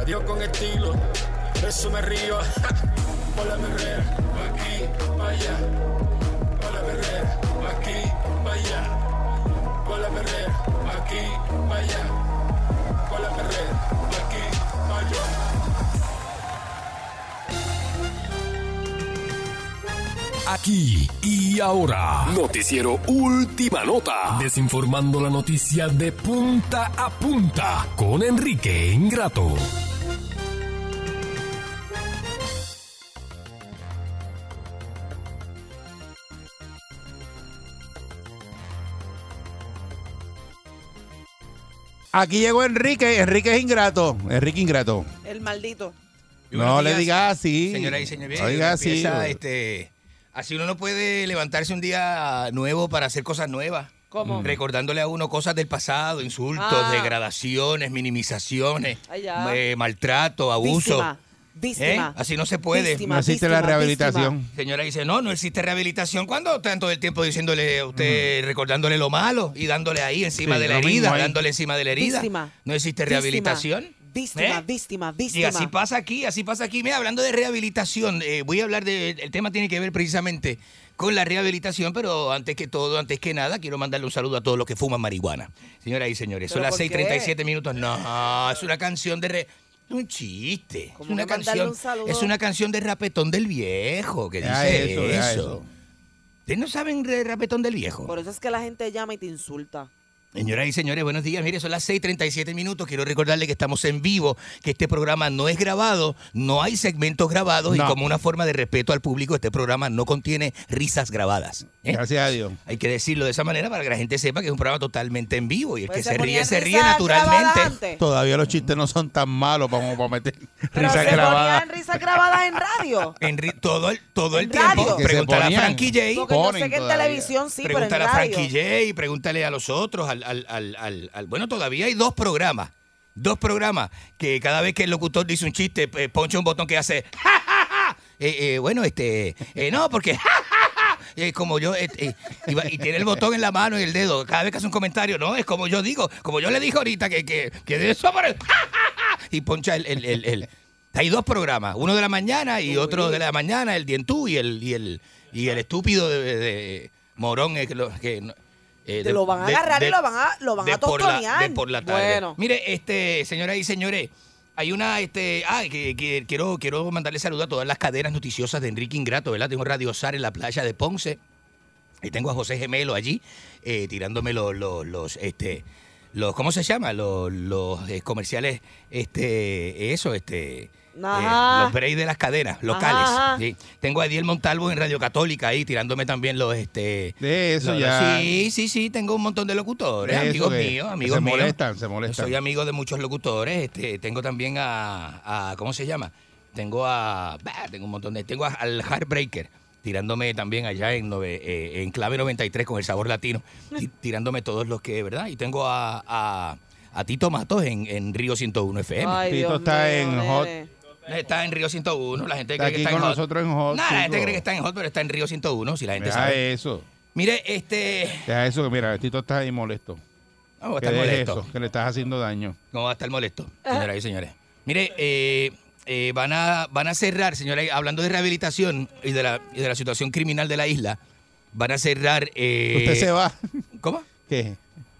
[SPEAKER 2] Adiós con estilo, por eso me río. por la perrera, pa' aquí, pa' allá. Con la perrera, pa' aquí, pa' allá. Con la perrera, pa' aquí, pa' allá. Con la perrera, pa' aquí, pa' allá.
[SPEAKER 1] Aquí y ahora. Noticiero Última Nota. Desinformando la noticia de punta a punta con Enrique Ingrato.
[SPEAKER 3] Aquí llegó Enrique. Enrique es ingrato. Enrique ingrato.
[SPEAKER 5] El maldito.
[SPEAKER 4] Y buenos
[SPEAKER 3] No le
[SPEAKER 4] días,
[SPEAKER 3] digas así.
[SPEAKER 4] Señoras y señores,
[SPEAKER 3] No digas así,
[SPEAKER 4] empieza,
[SPEAKER 3] güey.
[SPEAKER 4] este, así uno no puede levantarse un día nuevo para hacer cosas nuevas. Mm.
[SPEAKER 5] ¿Cómo?
[SPEAKER 4] Recordándole a uno cosas del pasado, insultos,
[SPEAKER 5] Ah.
[SPEAKER 4] degradaciones, minimizaciones,
[SPEAKER 5] Ay, ya.
[SPEAKER 4] eh, maltrato, abuso.
[SPEAKER 5] Víctima. Víctima.
[SPEAKER 4] ¿Eh? Así no se puede.
[SPEAKER 3] No existe la
[SPEAKER 5] víctima,
[SPEAKER 3] rehabilitación.
[SPEAKER 4] Señora dice, no, no existe rehabilitación. ¿Cuándo están todo el tiempo diciéndole a usted, recordándole lo malo y dándole ahí encima
[SPEAKER 3] Mm. Sí,
[SPEAKER 4] de la
[SPEAKER 3] lo mismo
[SPEAKER 4] herida,
[SPEAKER 3] ahí.
[SPEAKER 4] dándole encima de la herida?
[SPEAKER 5] Víctima.
[SPEAKER 4] No existe
[SPEAKER 5] Víctima.
[SPEAKER 4] rehabilitación.
[SPEAKER 5] Víctima,
[SPEAKER 4] ¿Eh?
[SPEAKER 5] víctima,
[SPEAKER 4] Y
[SPEAKER 5] víctima.
[SPEAKER 4] así pasa aquí, así pasa aquí. Mira, hablando de rehabilitación, eh, voy a hablar de. El tema tiene que ver precisamente con la rehabilitación, pero antes que todo, antes que nada, quiero mandarle un saludo a todos los que fuman marihuana. Señoras y señores, son
[SPEAKER 5] ¿Pero
[SPEAKER 4] las
[SPEAKER 5] por qué?
[SPEAKER 4] 6:37 minutos. No, es una canción de. re- un chiste. Es
[SPEAKER 5] ¿Cómo
[SPEAKER 4] una,
[SPEAKER 5] que mandarle
[SPEAKER 4] canción,
[SPEAKER 5] un saludo?
[SPEAKER 4] es una canción de rapetón del viejo que dice
[SPEAKER 3] Ya eso,
[SPEAKER 4] eso.
[SPEAKER 3] ya eso.
[SPEAKER 4] Ustedes no saben de rapetón del viejo.
[SPEAKER 5] Por eso es que la gente llama y te insulta.
[SPEAKER 4] Señoras y señores, buenos días. Mire, son las 6:37 minutos. Quiero recordarle que estamos en vivo, que este programa no es grabado, no hay segmentos grabados y
[SPEAKER 3] No.
[SPEAKER 4] como una forma de respeto al público, este programa no contiene risas grabadas. ¿eh?
[SPEAKER 3] Gracias a Dios.
[SPEAKER 4] Hay que decirlo de esa manera para que la gente sepa que es un programa totalmente en vivo y el
[SPEAKER 5] Pues
[SPEAKER 4] que se
[SPEAKER 5] ponían
[SPEAKER 4] ríe se ríe
[SPEAKER 5] risas grabadas
[SPEAKER 4] naturalmente.
[SPEAKER 5] antes.
[SPEAKER 3] Todavía los chistes no son tan malos como para meter
[SPEAKER 5] Pero se
[SPEAKER 3] risas grabadas.
[SPEAKER 5] ponían risas grabadas en radio.
[SPEAKER 4] En ri- todo el, todo el
[SPEAKER 5] En
[SPEAKER 4] tiempo.
[SPEAKER 5] radio.
[SPEAKER 3] Que se
[SPEAKER 4] Preguntar a
[SPEAKER 3] ponían.
[SPEAKER 4] Frankie J.
[SPEAKER 5] Porque yo sé
[SPEAKER 3] ponen
[SPEAKER 5] que en
[SPEAKER 3] todavía.
[SPEAKER 5] televisión sí, pero en
[SPEAKER 4] Pregúntale a
[SPEAKER 5] radio.
[SPEAKER 4] Frankie J, pregúntale a los otros, al, al- al- al- al- Bueno, todavía hay dos programas. Dos programas que cada vez que el locutor dice un chiste, eh, poncha un botón que hace... "Ja, ja, ja". Eh, eh, bueno, este... eh, no, porque... "Ja, ja, ja". Eh, como yo... eh, eh, y, va- y tiene el botón en la mano y el dedo. Cada vez que hace un comentario, no, es como yo digo. Como yo le dije ahorita que... que, que de eso por el... "Ja, ja, ja". Y poncha el... el- el- el- hay dos programas, uno de la mañana y otro de la mañana, el dientú y el y el y el estúpido de, de- de- morón eh, que, lo- que no- eh,
[SPEAKER 5] Te lo van a agarrar y lo van a- lo van a
[SPEAKER 4] por la-
[SPEAKER 5] tostonear.
[SPEAKER 4] de por la tarde.
[SPEAKER 5] Bueno.
[SPEAKER 4] Mire, este, señoras y señores, hay una, este, ah, que, que quiero, quiero mandarle saludo a todas las cadenas noticiosas de Enrique Ingrato, ¿verdad? Tengo Radio Sar en la playa de Ponce. Y tengo a José Gemelo allí, eh, tirándome los, los, los, este, los, ¿cómo se llama? Los, los eh, comerciales, este, eso, este. eh,
[SPEAKER 5] Ajá.
[SPEAKER 4] los breaks de las cadenas locales.
[SPEAKER 5] Ajá, ajá.
[SPEAKER 4] ¿sí? Tengo a Ediel Montalvo en Radio Católica ahí tirándome también los este
[SPEAKER 3] De eso
[SPEAKER 4] los-
[SPEAKER 3] ya.
[SPEAKER 4] Sí, sí, sí, tengo un montón de locutores,
[SPEAKER 3] Eso
[SPEAKER 4] amigos
[SPEAKER 3] que
[SPEAKER 4] míos,
[SPEAKER 3] se
[SPEAKER 4] amigos míos.
[SPEAKER 3] molestan, se molestan.
[SPEAKER 4] Soy amigo de muchos locutores, este, tengo también a, a- ¿cómo se llama? Tengo a bah, tengo un montón de tengo a- al Heartbreaker tirándome también allá en nove- eh, en clave 93 con el sabor latino, ti- tirándome todos los que, ¿verdad? Y tengo a, a- a Tito Matos en, en Río 101 FM.
[SPEAKER 5] Ay,
[SPEAKER 3] Tito
[SPEAKER 5] Dios
[SPEAKER 3] Eh, está
[SPEAKER 5] mío,
[SPEAKER 3] en
[SPEAKER 5] nene.
[SPEAKER 3] Hot.
[SPEAKER 4] Está en Río 101, la gente
[SPEAKER 3] Está
[SPEAKER 4] cree que
[SPEAKER 3] aquí
[SPEAKER 4] está
[SPEAKER 3] con
[SPEAKER 4] en Hot.
[SPEAKER 3] nosotros en Hot,
[SPEAKER 4] Nah, la gente
[SPEAKER 3] chico.
[SPEAKER 4] cree que está en Hot, pero está en Río 101, si la gente
[SPEAKER 3] Deja
[SPEAKER 4] sabe.
[SPEAKER 3] eso.
[SPEAKER 4] Mire, este...
[SPEAKER 3] Deja eso que mira, Tito está ahí molesto.
[SPEAKER 4] No, va a
[SPEAKER 3] Que
[SPEAKER 4] estar
[SPEAKER 3] deje
[SPEAKER 4] molesto.
[SPEAKER 3] eso, que le estás haciendo daño.
[SPEAKER 4] No va a estar molesto, señoras
[SPEAKER 3] Ah.
[SPEAKER 4] y señores. Mire, eh, eh, van, a, van a cerrar, señora, hablando de rehabilitación y de, la, y de la situación criminal de la isla, Van a cerrar. eh,
[SPEAKER 3] Usted se va.
[SPEAKER 4] ¿Cómo?
[SPEAKER 3] ¿Qué?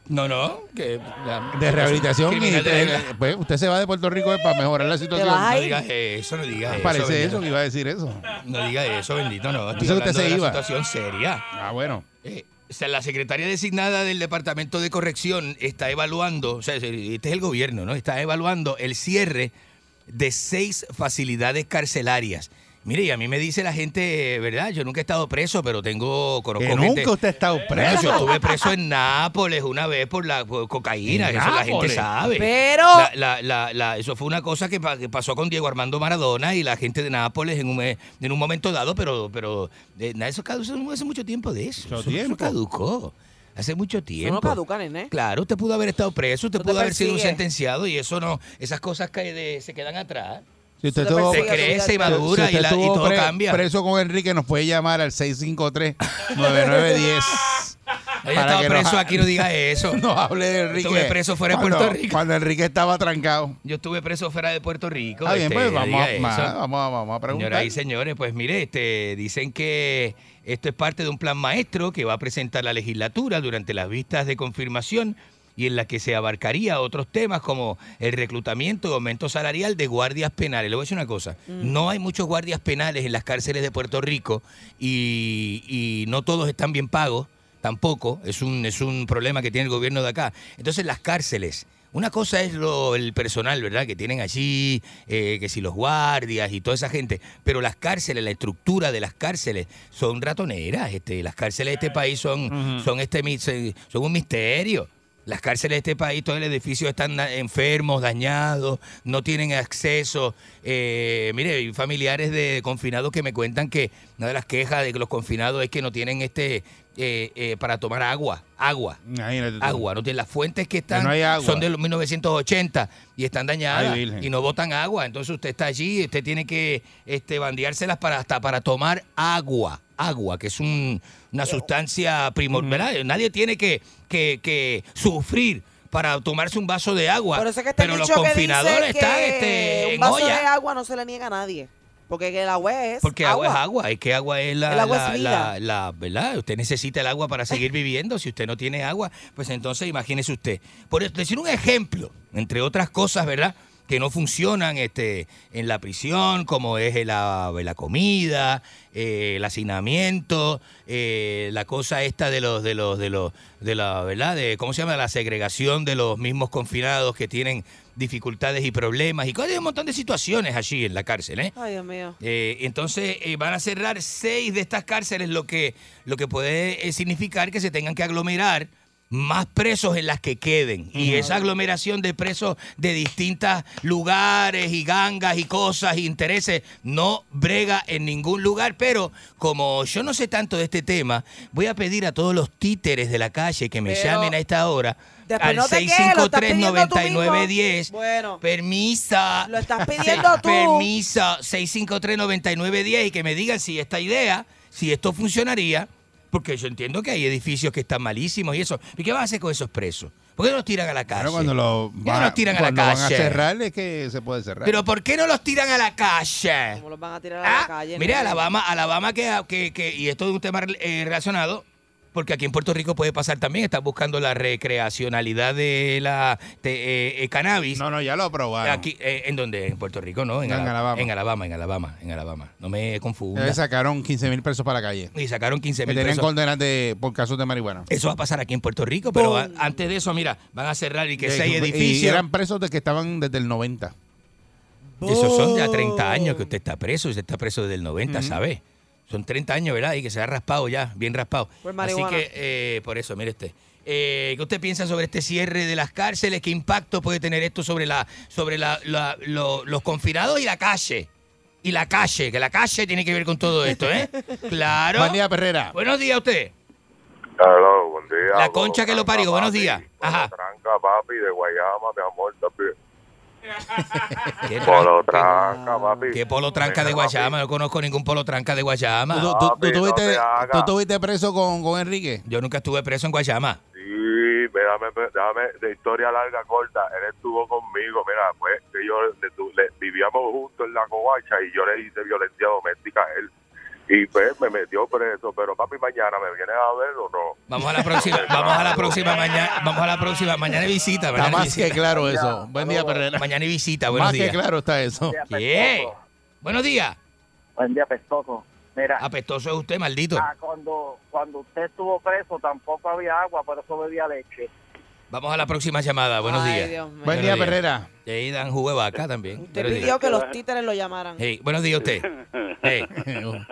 [SPEAKER 4] No, no. Que la-
[SPEAKER 3] De rehabilitación. y
[SPEAKER 4] Criminal
[SPEAKER 3] te-
[SPEAKER 4] de rehabilitación.
[SPEAKER 3] pues, usted se va de Puerto Rico eh, para mejorar la situación.
[SPEAKER 4] No digas eso, no digas eso.
[SPEAKER 3] Parece
[SPEAKER 4] bendito.
[SPEAKER 3] eso que iba a decir eso.
[SPEAKER 4] No digas eso, bendito, no. Estoy
[SPEAKER 3] Pensé que usted
[SPEAKER 4] hablando
[SPEAKER 3] se
[SPEAKER 4] de una
[SPEAKER 3] iba.
[SPEAKER 4] situación seria.
[SPEAKER 3] Ah, bueno.
[SPEAKER 4] Eh, o sea, la secretaria designada del Departamento de Corrección está evaluando, o sea, este es el gobierno, ¿no? Está evaluando el cierre de seis facilidades carcelarias. Mire, y a mí me dice la gente, eh, ¿verdad? Yo nunca he estado preso, pero tengo... conozco
[SPEAKER 3] Que
[SPEAKER 4] gente-
[SPEAKER 3] nunca usted ha estado
[SPEAKER 4] Bueno,
[SPEAKER 3] preso.
[SPEAKER 4] yo estuve preso en Nápoles una vez por la co- cocaína,
[SPEAKER 3] ¿En
[SPEAKER 4] eso la gente
[SPEAKER 3] Nápoles?
[SPEAKER 4] sabe.
[SPEAKER 5] Pero-
[SPEAKER 4] La- la- la- la- eso fue una cosa que, pa- que pasó con Diego Armando Maradona y la gente de Nápoles en un, eh, en un momento dado, pero, pero eh, na- eso caducó hace mucho tiempo de eso. Eso, eso caducó. Hace mucho
[SPEAKER 5] Eso
[SPEAKER 4] tiempo.
[SPEAKER 5] no caduca, nene.
[SPEAKER 4] Claro, usted pudo haber estado preso, usted
[SPEAKER 5] No te
[SPEAKER 4] pudo haber sido un
[SPEAKER 5] persigue.
[SPEAKER 4] sentenciado y eso no, esas cosas que de- se quedan atrás.
[SPEAKER 3] Si usted
[SPEAKER 4] Se
[SPEAKER 3] estuvo-
[SPEAKER 4] crece y madura
[SPEAKER 3] si usted
[SPEAKER 4] y, la- y
[SPEAKER 3] estuvo
[SPEAKER 4] todo
[SPEAKER 3] pre-
[SPEAKER 4] cambia.
[SPEAKER 3] preso con Enrique, nos puede llamar al 653-9910.
[SPEAKER 4] Yo
[SPEAKER 3] para
[SPEAKER 4] estaba
[SPEAKER 3] que nos
[SPEAKER 4] preso
[SPEAKER 3] ha-
[SPEAKER 4] aquí, no diga eso.
[SPEAKER 3] No hable de Enrique.
[SPEAKER 4] Estuve preso fuera de
[SPEAKER 3] Cuando-
[SPEAKER 4] Puerto Rico.
[SPEAKER 3] Cuando Enrique estaba trancado.
[SPEAKER 4] Yo estuve preso fuera de Puerto Rico.
[SPEAKER 3] Está bien,
[SPEAKER 4] este,
[SPEAKER 3] pues
[SPEAKER 4] no
[SPEAKER 3] vamos, a-
[SPEAKER 4] diga
[SPEAKER 3] ma-
[SPEAKER 4] eso.
[SPEAKER 3] vamos, a- vamos a preguntar.
[SPEAKER 4] Señoras y señores, pues mire, este, dicen que esto es parte de un plan maestro que va a presentar la legislatura durante las vistas de confirmación y en la que se abarcaría otros temas como el reclutamiento y aumento salarial de guardias penales. Le voy a decir una cosa, no hay muchos guardias penales en las cárceles de Puerto Rico y, y no todos están bien pagos tampoco, es un, es un problema que tiene el gobierno de acá. Entonces las cárceles, una cosa es lo, el personal, ¿verdad? Que tienen allí, eh, que si los guardias y toda esa gente, pero las cárceles, la estructura de las cárceles son ratoneras, este, las cárceles de este país son, son, este, mi- se- son un misterio. Las cárceles de este país, todo el edificio están da- enfermos, dañados, no tienen acceso. Eh, mire, hay familiares de confinados que me cuentan que una de las quejas de los confinados es que no tienen este eh, eh, para tomar agua, agua,
[SPEAKER 3] Imagínate tú.
[SPEAKER 4] agua. No tienen las fuentes que están
[SPEAKER 3] no hay agua.
[SPEAKER 4] son de los 1980 y están dañadas
[SPEAKER 3] Ay, virgen.
[SPEAKER 4] y no botan agua. Entonces usted está allí, usted tiene que este, bandeárselas para hasta para tomar agua. Agua, que es un-
[SPEAKER 5] Eh,
[SPEAKER 4] una sustancia primordial. Nadie tiene que, que, que sufrir para tomarse un vaso de agua.
[SPEAKER 5] Por eso es que está
[SPEAKER 4] pero
[SPEAKER 5] el
[SPEAKER 4] los
[SPEAKER 5] dicho que
[SPEAKER 4] confinadores
[SPEAKER 5] dice
[SPEAKER 4] están
[SPEAKER 5] que
[SPEAKER 4] este,
[SPEAKER 5] Eh, un
[SPEAKER 4] en
[SPEAKER 5] vaso
[SPEAKER 4] olla.
[SPEAKER 5] de agua no se le niega a nadie. Porque que el agua es
[SPEAKER 4] Porque agua, es agua, es que agua es la,
[SPEAKER 5] El agua es
[SPEAKER 4] la-
[SPEAKER 5] vida.
[SPEAKER 4] la- la- ¿verdad? Usted necesita el agua para seguir viviendo, si usted no tiene agua, pues entonces imagínese usted. Por decir un ejemplo, entre otras cosas, ¿verdad? que no funcionan este, en la prisión, como es la, la comida, eh, el hacinamiento, eh, la cosa esta de los, de los, de los, de la, ¿verdad? De, ¿Cómo se llama? La segregación de los mismos confinados que tienen dificultades y problemas y cosas, hay un montón de situaciones allí en la cárcel, ¿eh?
[SPEAKER 5] Ay, Dios mío.
[SPEAKER 4] Eh, entonces eh, van a cerrar seis de estas cárceles, lo que, lo que puede eh, significar que se tengan que aglomerar más presos en las que queden. Y esa aglomeración de presos de distintos lugares y gangas y cosas y intereses no brega en ningún lugar. Pero como yo no sé tanto de este tema, voy a pedir a todos los títeres de la calle que me
[SPEAKER 5] Pero-
[SPEAKER 4] llamen a esta hora
[SPEAKER 5] Después
[SPEAKER 4] al
[SPEAKER 5] no te quejes, lo estás pidiendo tú mismo.
[SPEAKER 4] 653-9910.
[SPEAKER 5] Bueno.
[SPEAKER 4] Permisa.
[SPEAKER 5] Lo estás pidiendo tú.
[SPEAKER 4] Permisa, 653-9910 y que me digan si esta idea, si esto funcionaría, porque yo entiendo que hay edificios que están malísimos y eso. ¿Y qué vas a hacer con esos presos? ¿Por qué no los tiran a la calle?
[SPEAKER 3] Pero cuando lo
[SPEAKER 4] ¿Por qué no los tiran a la
[SPEAKER 3] cuando van a
[SPEAKER 4] calle?
[SPEAKER 3] cerrar es que se puede cerrar.
[SPEAKER 4] ¿Pero por qué no los tiran a la calle?
[SPEAKER 5] ¿Cómo los van a tirar a
[SPEAKER 4] Ah,
[SPEAKER 5] la calle?
[SPEAKER 4] mire,
[SPEAKER 5] nene?
[SPEAKER 4] Alabama, Alabama que, que, que- y esto es un tema eh, relacionado, porque aquí en Puerto Rico puede pasar también, están buscando la recreacionalidad de la de, eh, eh, cannabis.
[SPEAKER 3] no, no, ya lo aprobaron.
[SPEAKER 4] Aquí, eh, ¿En donde En Puerto Rico, ¿no?
[SPEAKER 3] No, en
[SPEAKER 4] Ala-
[SPEAKER 3] Alabama.
[SPEAKER 4] En Alabama, en Alabama, en Alabama. No me confunda.
[SPEAKER 3] Le sacaron 15 mil pesos para la calle.
[SPEAKER 4] Y sacaron 15
[SPEAKER 3] Que
[SPEAKER 4] mil
[SPEAKER 3] tenían
[SPEAKER 4] pesos.
[SPEAKER 3] condenas de, por casos de marihuana.
[SPEAKER 4] Eso va a pasar aquí en Puerto Rico, pero a- antes de eso, mira, van a cerrar y que seis edificios.
[SPEAKER 3] Y eran presos de que estaban desde el 90.
[SPEAKER 4] Esos son de a 30 años que usted está preso, usted está preso desde el 90, ¿sabe? Son 30 años, ¿verdad? Y que se ha raspado ya, bien raspado.
[SPEAKER 5] Por
[SPEAKER 4] Así
[SPEAKER 5] marihuana.
[SPEAKER 4] que, eh, por eso, mire este. Eh, ¿Qué usted piensa sobre este cierre de las cárceles? ¿Qué impacto puede tener esto sobre la, sobre la, la- lo- los confinados y la calle? Y la calle, que la calle tiene que ver con todo esto, ¿eh? Claro.
[SPEAKER 3] Buen día, Perrera.
[SPEAKER 4] Buenos días a usted.
[SPEAKER 13] Claro, buen día.
[SPEAKER 4] La concha que lo parió. Buenos
[SPEAKER 13] papi.
[SPEAKER 4] días. Ajá.
[SPEAKER 13] Tranca, papi, de Guayama, mi amor, papi.
[SPEAKER 4] Qué
[SPEAKER 13] Polo
[SPEAKER 4] raro.
[SPEAKER 13] tranca, papi.
[SPEAKER 4] Qué polo tranca de Guayama. No conozco ningún polo tranca de
[SPEAKER 3] ¿Tú,
[SPEAKER 4] Guayama.
[SPEAKER 3] tú- tú- tú
[SPEAKER 13] Papi, no
[SPEAKER 3] tuviste,
[SPEAKER 13] te hagas.
[SPEAKER 3] tú tuviste preso con, con Enrique?
[SPEAKER 4] Yo nunca estuve preso en Guayama.
[SPEAKER 13] Sí, déjame, déjame, de historia larga, corta. Él estuvo conmigo, mira, pues que yo le- le- vivíamos juntos en la covacha y yo le hice violencia doméstica a él. Y pues me metió preso, pero papi, mañana me vienes a ver o no.
[SPEAKER 4] Vamos a la próxima, vamos a la próxima mañana, vamos a la próxima mañana y visita,
[SPEAKER 3] Está
[SPEAKER 4] mañana y
[SPEAKER 3] más
[SPEAKER 4] visita.
[SPEAKER 3] que claro eso. Buen día, Perrera.
[SPEAKER 4] Mañana y visita, buenos
[SPEAKER 3] Más
[SPEAKER 4] días.
[SPEAKER 3] que claro está eso.
[SPEAKER 4] ¿Qué? Buenos días.
[SPEAKER 11] Buen día, apestoso. Mira,
[SPEAKER 4] Apestoso es usted, maldito.
[SPEAKER 11] ah, cuando, cuando usted estuvo preso tampoco había agua, por eso bebía leche.
[SPEAKER 4] Vamos a la próxima llamada, buenos
[SPEAKER 11] Ay,
[SPEAKER 4] días.
[SPEAKER 11] Dios mío.
[SPEAKER 3] Buen día, Perrera.
[SPEAKER 4] Y ahí dan jugo de vaca también.
[SPEAKER 5] Te
[SPEAKER 4] Buenos días.
[SPEAKER 5] pidió que los títeres lo llamaran.
[SPEAKER 4] Hey, buenos días a usted. Hey.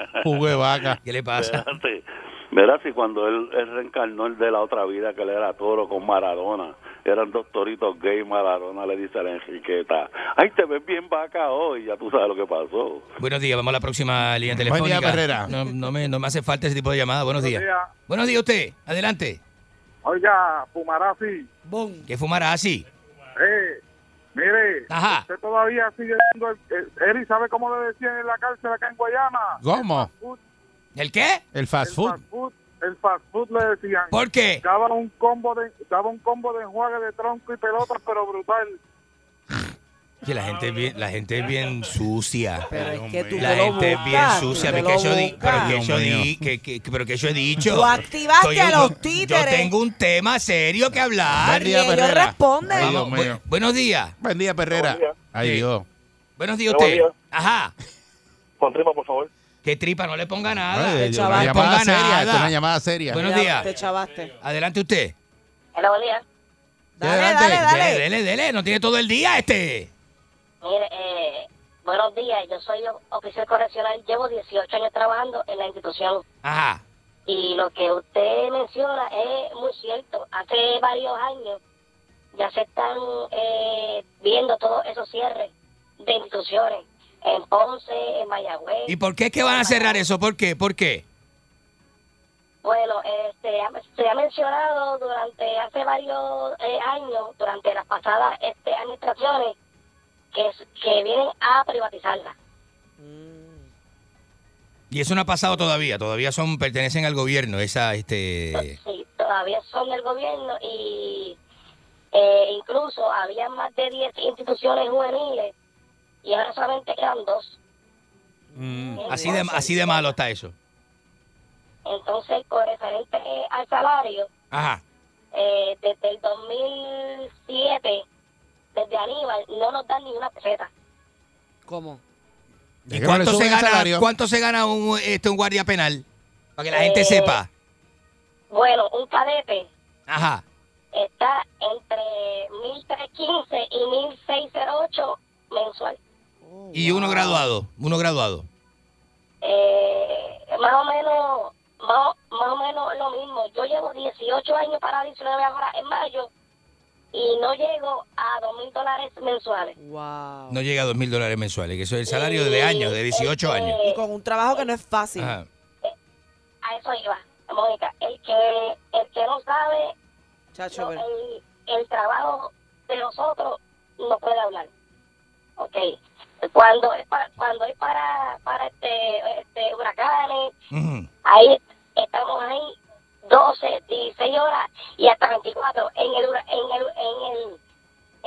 [SPEAKER 3] Jugo de vaca.
[SPEAKER 4] ¿Qué le pasa?
[SPEAKER 7] Espérate. Verás si cuando él, él reencarnó el de la otra vida que él era toro con Maradona, eran dos toritos gay, Maradona le dice a la Enriqueta, ay, te ves bien vaca hoy, ya tú sabes lo que pasó.
[SPEAKER 4] Buenos días, vamos a la próxima línea
[SPEAKER 7] Buen día,
[SPEAKER 4] telefónica.
[SPEAKER 7] Herrera.
[SPEAKER 4] No, no me, no me hace falta ese tipo de llamada. Buenos días. Buenos días a usted. Adelante.
[SPEAKER 14] Oiga, Fumarazzi,
[SPEAKER 4] Que fumará Ah, así.
[SPEAKER 14] eh, mire,
[SPEAKER 4] Ajá.
[SPEAKER 14] usted todavía sigue dando... El, eh, Eri, ¿sabe cómo le decían en la cárcel acá en Guayama?
[SPEAKER 3] ¿Cómo?
[SPEAKER 4] ¿El qué?
[SPEAKER 3] El fast food.
[SPEAKER 14] Fast food, el fast food le decían.
[SPEAKER 4] ¿Por qué?
[SPEAKER 14] Daba un combo de, daba un combo de enjuague de tronco y pelotas, pero brutal.
[SPEAKER 4] Que la gente es bien, la gente es bien sucia.
[SPEAKER 5] Pero es que tú
[SPEAKER 4] la
[SPEAKER 5] te lo
[SPEAKER 4] gente es bien
[SPEAKER 5] buscas,
[SPEAKER 4] sucia.
[SPEAKER 5] tú te
[SPEAKER 4] pero que
[SPEAKER 5] lo
[SPEAKER 4] yo di- pero que
[SPEAKER 5] buscas.
[SPEAKER 4] yo
[SPEAKER 5] Dios
[SPEAKER 4] di- que- que- que- pero que yo he dicho.
[SPEAKER 5] Tú activaste
[SPEAKER 4] Estoy-
[SPEAKER 5] a los
[SPEAKER 4] yo- Yo
[SPEAKER 5] títeres.
[SPEAKER 4] tengo un tema serio que hablar.
[SPEAKER 3] Buen día, Y ellos Perrera. responden. Ay, Dios
[SPEAKER 4] Vamos, bu-
[SPEAKER 3] mío.
[SPEAKER 4] buenos días.
[SPEAKER 3] Buen día, Perrera. Ay, Dios.
[SPEAKER 4] Buenos días a
[SPEAKER 3] Buen
[SPEAKER 4] usted.
[SPEAKER 3] día.
[SPEAKER 4] Ajá.
[SPEAKER 14] Con tripa, por favor.
[SPEAKER 4] Que tripa, no le ponga nada.
[SPEAKER 3] Ay, Dios,
[SPEAKER 4] No
[SPEAKER 3] una
[SPEAKER 4] le ponga
[SPEAKER 3] llamada seria. esto es una
[SPEAKER 4] nada.
[SPEAKER 3] llamada seria.
[SPEAKER 4] Buenos días.
[SPEAKER 5] Te chavaste.
[SPEAKER 4] Adelante usted.
[SPEAKER 8] Hola, buen día.
[SPEAKER 4] Adelante.
[SPEAKER 8] dale, dale.
[SPEAKER 4] Dele, dele, dele. No tiene todo el día este.
[SPEAKER 8] Mire, eh, buenos días. Yo soy oficial correccional. Llevo 18 años trabajando en la institución.
[SPEAKER 4] Ajá.
[SPEAKER 8] Y lo que usted menciona es muy cierto. Hace varios años ya se están eh, viendo todos esos cierres de instituciones en Ponce, en Mayagüez.
[SPEAKER 4] ¿Y por qué es que van a cerrar eso? ¿Por qué? ¿Por qué?
[SPEAKER 8] Bueno, este, ha- se ha mencionado durante hace varios eh, años, durante las pasadas este, administraciones, que, es- que vienen a privatizarla.
[SPEAKER 4] Y eso no ha pasado todavía. Todavía son pertenecen al gobierno. Esa, este.
[SPEAKER 8] Sí, todavía son del gobierno y eh, incluso había más de 10 instituciones juveniles y ahora solamente quedan dos.
[SPEAKER 4] Así de, así de malo está eso.
[SPEAKER 8] Entonces, con referente eh, al salario,
[SPEAKER 4] Ajá.
[SPEAKER 8] eh, desde el 2007, desde Aníbal, no nos dan ni una peseta.
[SPEAKER 5] ¿Cómo?
[SPEAKER 4] ¿Y
[SPEAKER 3] que no le
[SPEAKER 4] cuánto se
[SPEAKER 3] suben el
[SPEAKER 4] gana,
[SPEAKER 3] salario.
[SPEAKER 4] cuánto se gana un, este, un guardia penal? Para que la gente
[SPEAKER 8] Eh,
[SPEAKER 4] sepa.
[SPEAKER 8] Bueno, un cadete
[SPEAKER 4] Ajá.
[SPEAKER 8] está entre 1.315 y 1.608 mensual.
[SPEAKER 4] Y uno graduado. Uno graduado.
[SPEAKER 8] Eh, más o menos más, o- más o menos lo mismo. Yo llevo 18 años para 19 ahora en mayo y no llego a 2 mil dólares mensuales.
[SPEAKER 5] Wow.
[SPEAKER 4] No llega a dos mil dólares mensuales, que eso es el salario de años, de 18
[SPEAKER 14] Eh,
[SPEAKER 4] años.
[SPEAKER 5] Y con un trabajo que no es fácil.
[SPEAKER 4] Ajá.
[SPEAKER 8] A eso iba, Mónica. El que, el que no sabe,
[SPEAKER 5] Chacho,
[SPEAKER 8] no,
[SPEAKER 5] pero-
[SPEAKER 8] el, el trabajo de nosotros no puede hablar. Ok. Cuando es para, cuando es para, para este, este huracanes, ahí estamos ahí 12, 16 horas y hasta 24 en el hura- en el en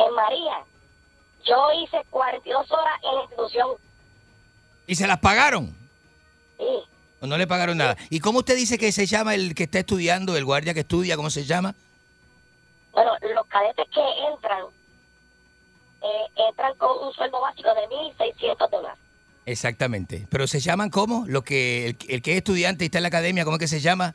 [SPEAKER 8] el en María. Yo hice 42 horas en la institución.
[SPEAKER 4] ¿Y se las pagaron?
[SPEAKER 8] Sí.
[SPEAKER 4] ¿O no le pagaron nada? ¿Y cómo usted dice que se llama el que está estudiando, el guardia que estudia, cómo se llama?
[SPEAKER 8] Bueno, los cadetes que entran eh, entran con un sueldo básico de 1600 dólares.
[SPEAKER 4] Exactamente. ¿Pero se llaman cómo? Los que, el, el que es estudiante y está en la academia, ¿cómo es que se llama?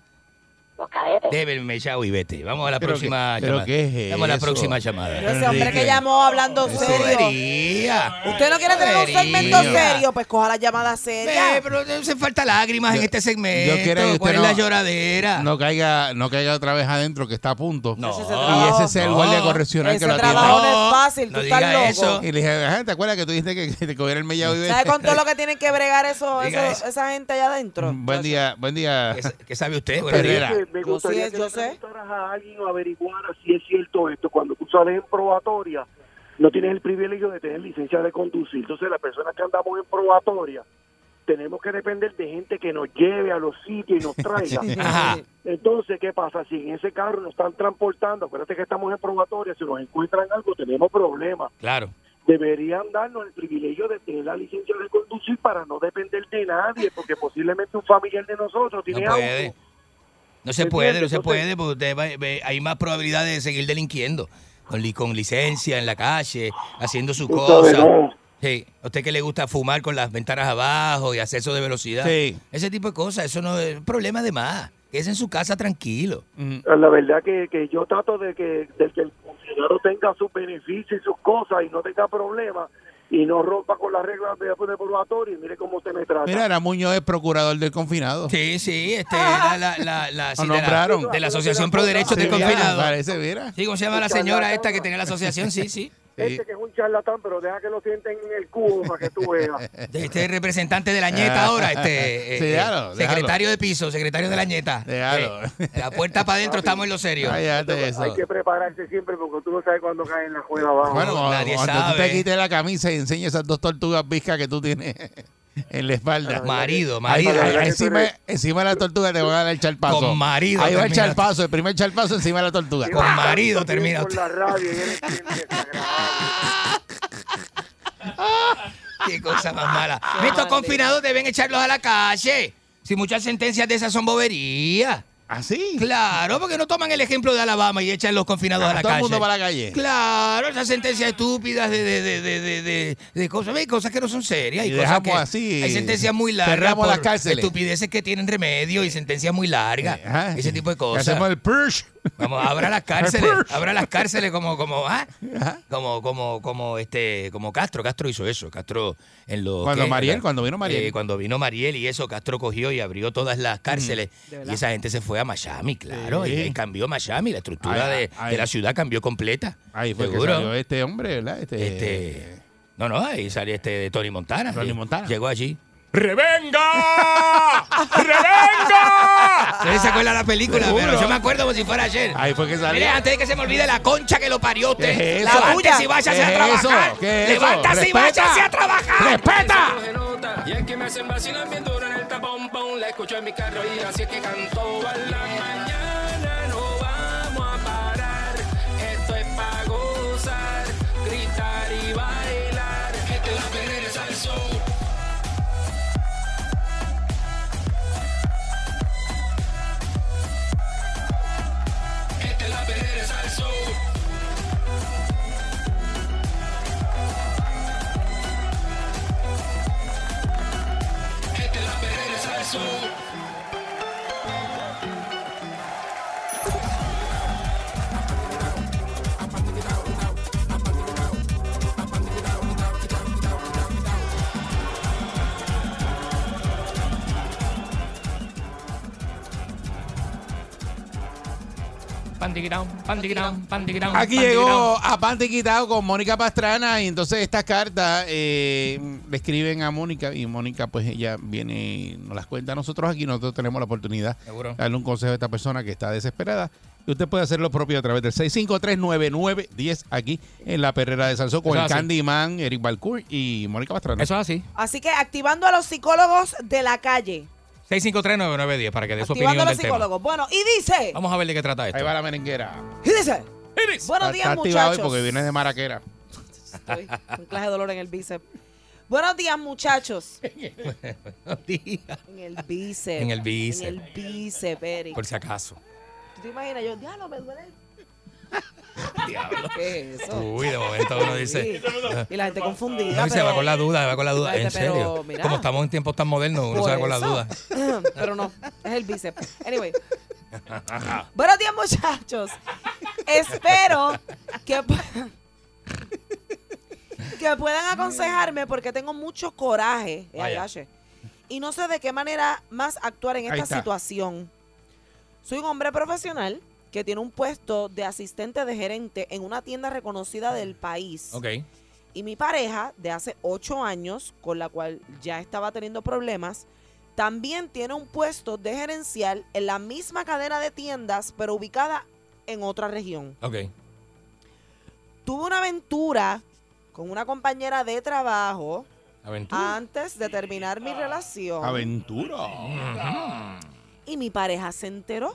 [SPEAKER 8] Los cadetes.
[SPEAKER 4] Déjeme chavo y vete. Vamos a la
[SPEAKER 3] Pero
[SPEAKER 4] próxima
[SPEAKER 3] que- pero
[SPEAKER 4] llamada.
[SPEAKER 3] ¿qué es
[SPEAKER 4] Vamos a la
[SPEAKER 3] eso?
[SPEAKER 4] próxima llamada.
[SPEAKER 5] Pero ese hombre que llamó hablando serio.
[SPEAKER 4] Sería.
[SPEAKER 5] Usted no quiere tener un
[SPEAKER 4] Sería.
[SPEAKER 5] segmento serio, pues coja la llamada
[SPEAKER 4] Eh,
[SPEAKER 5] seria.
[SPEAKER 4] pero no se falta lágrimas en este segmento.
[SPEAKER 3] Yo quiero que
[SPEAKER 4] ¿Cuál
[SPEAKER 3] usted
[SPEAKER 4] es
[SPEAKER 3] no,
[SPEAKER 4] la lloradera?
[SPEAKER 3] no caiga, no caiga otra vez adentro que está a punto.
[SPEAKER 4] No.
[SPEAKER 3] Y ese es el
[SPEAKER 4] No.
[SPEAKER 3] guardia correccional que
[SPEAKER 5] Ese
[SPEAKER 3] lo atiende.
[SPEAKER 5] trabajo no es fácil,
[SPEAKER 3] No
[SPEAKER 5] tú estás
[SPEAKER 3] diga
[SPEAKER 5] loco.
[SPEAKER 3] eso. Y le dije, "Ajá, ¿te acuerdas que tú dijiste que, que te cogiera el mellado y
[SPEAKER 5] ¿Sabes con todo lo que tienen que bregar eso,
[SPEAKER 3] Diga
[SPEAKER 5] eso- esa gente allá adentro?
[SPEAKER 3] Buen día, buen día.
[SPEAKER 4] ¿Qué, sabe usted?
[SPEAKER 3] Buenos Herrera. días.
[SPEAKER 14] Me
[SPEAKER 5] Yo
[SPEAKER 14] gustaría
[SPEAKER 5] sí,
[SPEAKER 14] que
[SPEAKER 5] yo
[SPEAKER 14] le
[SPEAKER 5] sé.
[SPEAKER 14] preguntaras a alguien o averiguaras si es cierto esto. Cuando tú sales en probatoria, no tienes el privilegio de tener licencia de conducir. Entonces, las personas que andamos en probatoria, tenemos que depender de gente que nos lleve a los sitios y nos traiga.
[SPEAKER 4] Ajá.
[SPEAKER 14] Entonces, ¿qué pasa? Si en ese carro nos están transportando, acuérdate que estamos en probatoria, si nos encuentran algo, tenemos problemas.
[SPEAKER 4] Claro.
[SPEAKER 6] deberían darnos el privilegio de tener la licencia de conducir para no depender de nadie, porque posiblemente un familiar de nosotros tiene algo.
[SPEAKER 4] puede. No se puede, no se puede, porque usted va- ve- hay más probabilidad de seguir delinquiendo. Con, li- con licencia, en la calle, haciendo su
[SPEAKER 6] Tú
[SPEAKER 4] cosa.
[SPEAKER 6] sabes, ¿no?
[SPEAKER 4] Sí, a usted que le gusta fumar con las ventanas abajo y acceso de velocidad.
[SPEAKER 6] Sí.
[SPEAKER 4] Ese tipo de cosas, eso no es problema de más. Que es en su casa tranquilo.
[SPEAKER 6] Eh, La verdad que, que yo trato de que, de que el funcionario tenga sus beneficios y sus cosas y no tenga problemas y no rompa con las reglas de, de probatorio y mire cómo usted me trata.
[SPEAKER 3] Mira, era Muñoz es procurador del confinado.
[SPEAKER 4] Sí, sí, este,
[SPEAKER 5] Ah,
[SPEAKER 4] la, la, la, la- sí,
[SPEAKER 3] Lo
[SPEAKER 4] de, la,
[SPEAKER 3] nombraron.
[SPEAKER 4] de la Asociación Pro Derechos
[SPEAKER 3] Sí,
[SPEAKER 4] del
[SPEAKER 3] mira,
[SPEAKER 4] Confinado.
[SPEAKER 3] Parece, mira.
[SPEAKER 4] Sí, ¿cómo se llama la señora esta que tenía la asociación? Sí, sí.
[SPEAKER 6] Este que es un charlatán, pero deja que lo sienten en el cubo para que tú veas.
[SPEAKER 4] Este es representante de la ñeta ahora, este. eh,
[SPEAKER 3] Ah. Sí,
[SPEAKER 4] eh,
[SPEAKER 3] déjalo, déjalo.
[SPEAKER 4] secretario de piso, secretario de la ñeta.
[SPEAKER 3] Déjalo.
[SPEAKER 4] Eh, la puerta para adentro, estamos en lo serio.
[SPEAKER 3] Cállate eso.
[SPEAKER 6] Hay que prepararse siempre porque tú no sabes cuándo cae en la juega abajo.
[SPEAKER 3] Bueno,
[SPEAKER 4] nadie
[SPEAKER 3] cuando tú
[SPEAKER 4] sabe.
[SPEAKER 3] te quites la camisa y enseñes esas dos tortugas bizcas que tú tienes en la espalda.
[SPEAKER 4] Marido,
[SPEAKER 3] Ahí-
[SPEAKER 4] marido.
[SPEAKER 3] ahí-
[SPEAKER 4] La verdad que
[SPEAKER 3] encima,
[SPEAKER 4] tú eres-
[SPEAKER 3] encima de la tortuga te van a dar el charpazo.
[SPEAKER 4] Con marido
[SPEAKER 3] Ahí va el
[SPEAKER 4] terminaste.
[SPEAKER 3] charpazo, el primer charpazo encima de la tortuga.
[SPEAKER 4] Con marido termina.
[SPEAKER 6] Con la rabia y eres
[SPEAKER 4] Qué cosa más mala. Estos confinados deben echarlos a la calle. Si muchas sentencias de esas son boberías.
[SPEAKER 3] ¿Ah, sí?
[SPEAKER 4] Claro, porque no toman el ejemplo de Alabama y echan los confinados
[SPEAKER 3] Ah,
[SPEAKER 4] a la
[SPEAKER 3] todo el
[SPEAKER 4] calle.
[SPEAKER 3] mundo para la calle.
[SPEAKER 4] Claro, esas sentencias estúpidas de, de, de, de, de, de- de cosas, ve, cosas que no son serias. Y
[SPEAKER 3] Y
[SPEAKER 4] cosas
[SPEAKER 3] dejamos
[SPEAKER 4] que,
[SPEAKER 3] así,
[SPEAKER 4] Hay sentencias muy largas.
[SPEAKER 3] cerramos las
[SPEAKER 4] por
[SPEAKER 3] cárceles.
[SPEAKER 4] Estupideces que tienen remedio y sentencias muy largas.
[SPEAKER 3] Ajá.
[SPEAKER 4] Ese tipo de
[SPEAKER 3] Que
[SPEAKER 4] cosas.
[SPEAKER 3] Hacemos el push.
[SPEAKER 4] Vamos, abra las cárceles, abra las cárceles como, como, ah, como, como, como, este, como Castro, Castro hizo eso, Castro en los
[SPEAKER 3] Cuando
[SPEAKER 4] ¿qué?
[SPEAKER 3] Mariel,
[SPEAKER 4] En la-
[SPEAKER 3] cuando vino Mariel.
[SPEAKER 4] eh, cuando vino Mariel y eso, Castro cogió y abrió todas las cárceles
[SPEAKER 3] ¿De verdad?
[SPEAKER 4] y esa gente se fue a Miami, claro,
[SPEAKER 3] Sí.
[SPEAKER 4] y ahí cambió Miami, la estructura
[SPEAKER 3] Ahí-
[SPEAKER 4] de,
[SPEAKER 3] ahí.
[SPEAKER 4] de la ciudad cambió completa.
[SPEAKER 3] Ahí fue que salió este hombre, ¿verdad? Este,
[SPEAKER 4] Este, no, no, ahí salió este de Tony Montana.
[SPEAKER 3] Tony
[SPEAKER 4] Eh,
[SPEAKER 3] Montana.
[SPEAKER 4] Llegó allí.
[SPEAKER 3] ¡Revenga!
[SPEAKER 4] Ustedes se acuerdan la película,
[SPEAKER 3] Seguro.
[SPEAKER 4] pero yo me acuerdo como si fuera ayer.
[SPEAKER 3] Ahí fue que salió.
[SPEAKER 4] Mire, antes de que se me olvide la concha que lo parió usted.
[SPEAKER 3] ¿Qué es eso?
[SPEAKER 4] Levántese y váyase
[SPEAKER 3] ¿Qué
[SPEAKER 4] a
[SPEAKER 3] es
[SPEAKER 4] trabajar.
[SPEAKER 3] eso? ¿Qué es eso?
[SPEAKER 4] Levántese y
[SPEAKER 3] Respeta.
[SPEAKER 4] váyase a trabajar.
[SPEAKER 3] ¡Respeta!
[SPEAKER 2] Y es que me hacen vacilar bien duro en el tapón pon. La escucho en mi carro y así es que canto a la mañana. No vamos a parar. Esto es para gozar, gritar y bailar. Este es la perrera salsón. Este es la perrera salsón. Este es la perrera salsón.
[SPEAKER 15] Pandigrao, pandigrao, pandigrao.
[SPEAKER 3] Aquí llegó a Pante Quitado con Mónica Pastrana y entonces esta carta eh, le escriben a Mónica y Mónica pues ella viene y nos las cuenta a nosotros aquí, nosotros tenemos la oportunidad
[SPEAKER 4] Seguro.
[SPEAKER 3] de darle un consejo a esta persona que está desesperada y usted puede hacer lo propio a través del 6539910 aquí en la perrera de Salsó con
[SPEAKER 5] Eso
[SPEAKER 3] el
[SPEAKER 5] es así.
[SPEAKER 3] Candyman, Eric Balcour y Mónica Pastrana. Eso
[SPEAKER 4] es así.
[SPEAKER 5] Así que activando a los psicólogos de la calle.
[SPEAKER 4] 6539910 para que dé
[SPEAKER 5] Activando
[SPEAKER 4] su opinión
[SPEAKER 5] a los
[SPEAKER 4] del tema.
[SPEAKER 5] psicólogos. Bueno, y dice.
[SPEAKER 4] Vamos a ver de qué trata esto.
[SPEAKER 3] Ahí va la merenguera.
[SPEAKER 5] Y dice. Buenos
[SPEAKER 3] Está-
[SPEAKER 5] días,
[SPEAKER 3] está activado hoy
[SPEAKER 5] muchachos.
[SPEAKER 3] porque viene de Maraquera.
[SPEAKER 5] Un clase de dolor en el bíceps. Buenos días, muchachos. En el bíceps.
[SPEAKER 4] En el bíceps.
[SPEAKER 5] En el bíceps, Eric.
[SPEAKER 4] Por si acaso.
[SPEAKER 5] ¿Tú te imaginas? Yo, diablo, me duele.
[SPEAKER 4] Diablo.
[SPEAKER 5] ¿Qué es eso?
[SPEAKER 4] Uy, de momento uno dice.
[SPEAKER 5] Sí. Y la gente confundida.
[SPEAKER 4] Uno se
[SPEAKER 5] pero-
[SPEAKER 4] va con la duda, va con la duda. En
[SPEAKER 5] Espérate, pero
[SPEAKER 4] serio.
[SPEAKER 5] mira.
[SPEAKER 4] Como estamos en tiempos tan modernos, uno
[SPEAKER 5] Por
[SPEAKER 4] se va con la
[SPEAKER 5] eso.
[SPEAKER 4] duda.
[SPEAKER 5] Pero no, es el bíceps. Anyway. Buenos días, muchachos. Espero que, pu- que puedan aconsejarme porque tengo mucho coraje. eh,
[SPEAKER 11] Vaya.
[SPEAKER 5] agache. Y no sé de qué manera más actuar en
[SPEAKER 11] Ahí
[SPEAKER 5] esta
[SPEAKER 11] está.
[SPEAKER 5] situación. Soy un hombre profesional que tiene un puesto de asistente de gerente en una tienda reconocida del país.
[SPEAKER 4] Ok.
[SPEAKER 5] Y mi pareja de hace ocho años, con la cual ya estaba teniendo problemas, también tiene un puesto de gerencial en la misma cadena de tiendas, pero ubicada en otra región.
[SPEAKER 4] Ok.
[SPEAKER 5] Tuve una aventura con una compañera de trabajo
[SPEAKER 4] Aventura.
[SPEAKER 5] antes de terminar mi relación.
[SPEAKER 3] Aventura.
[SPEAKER 5] y mi pareja se enteró.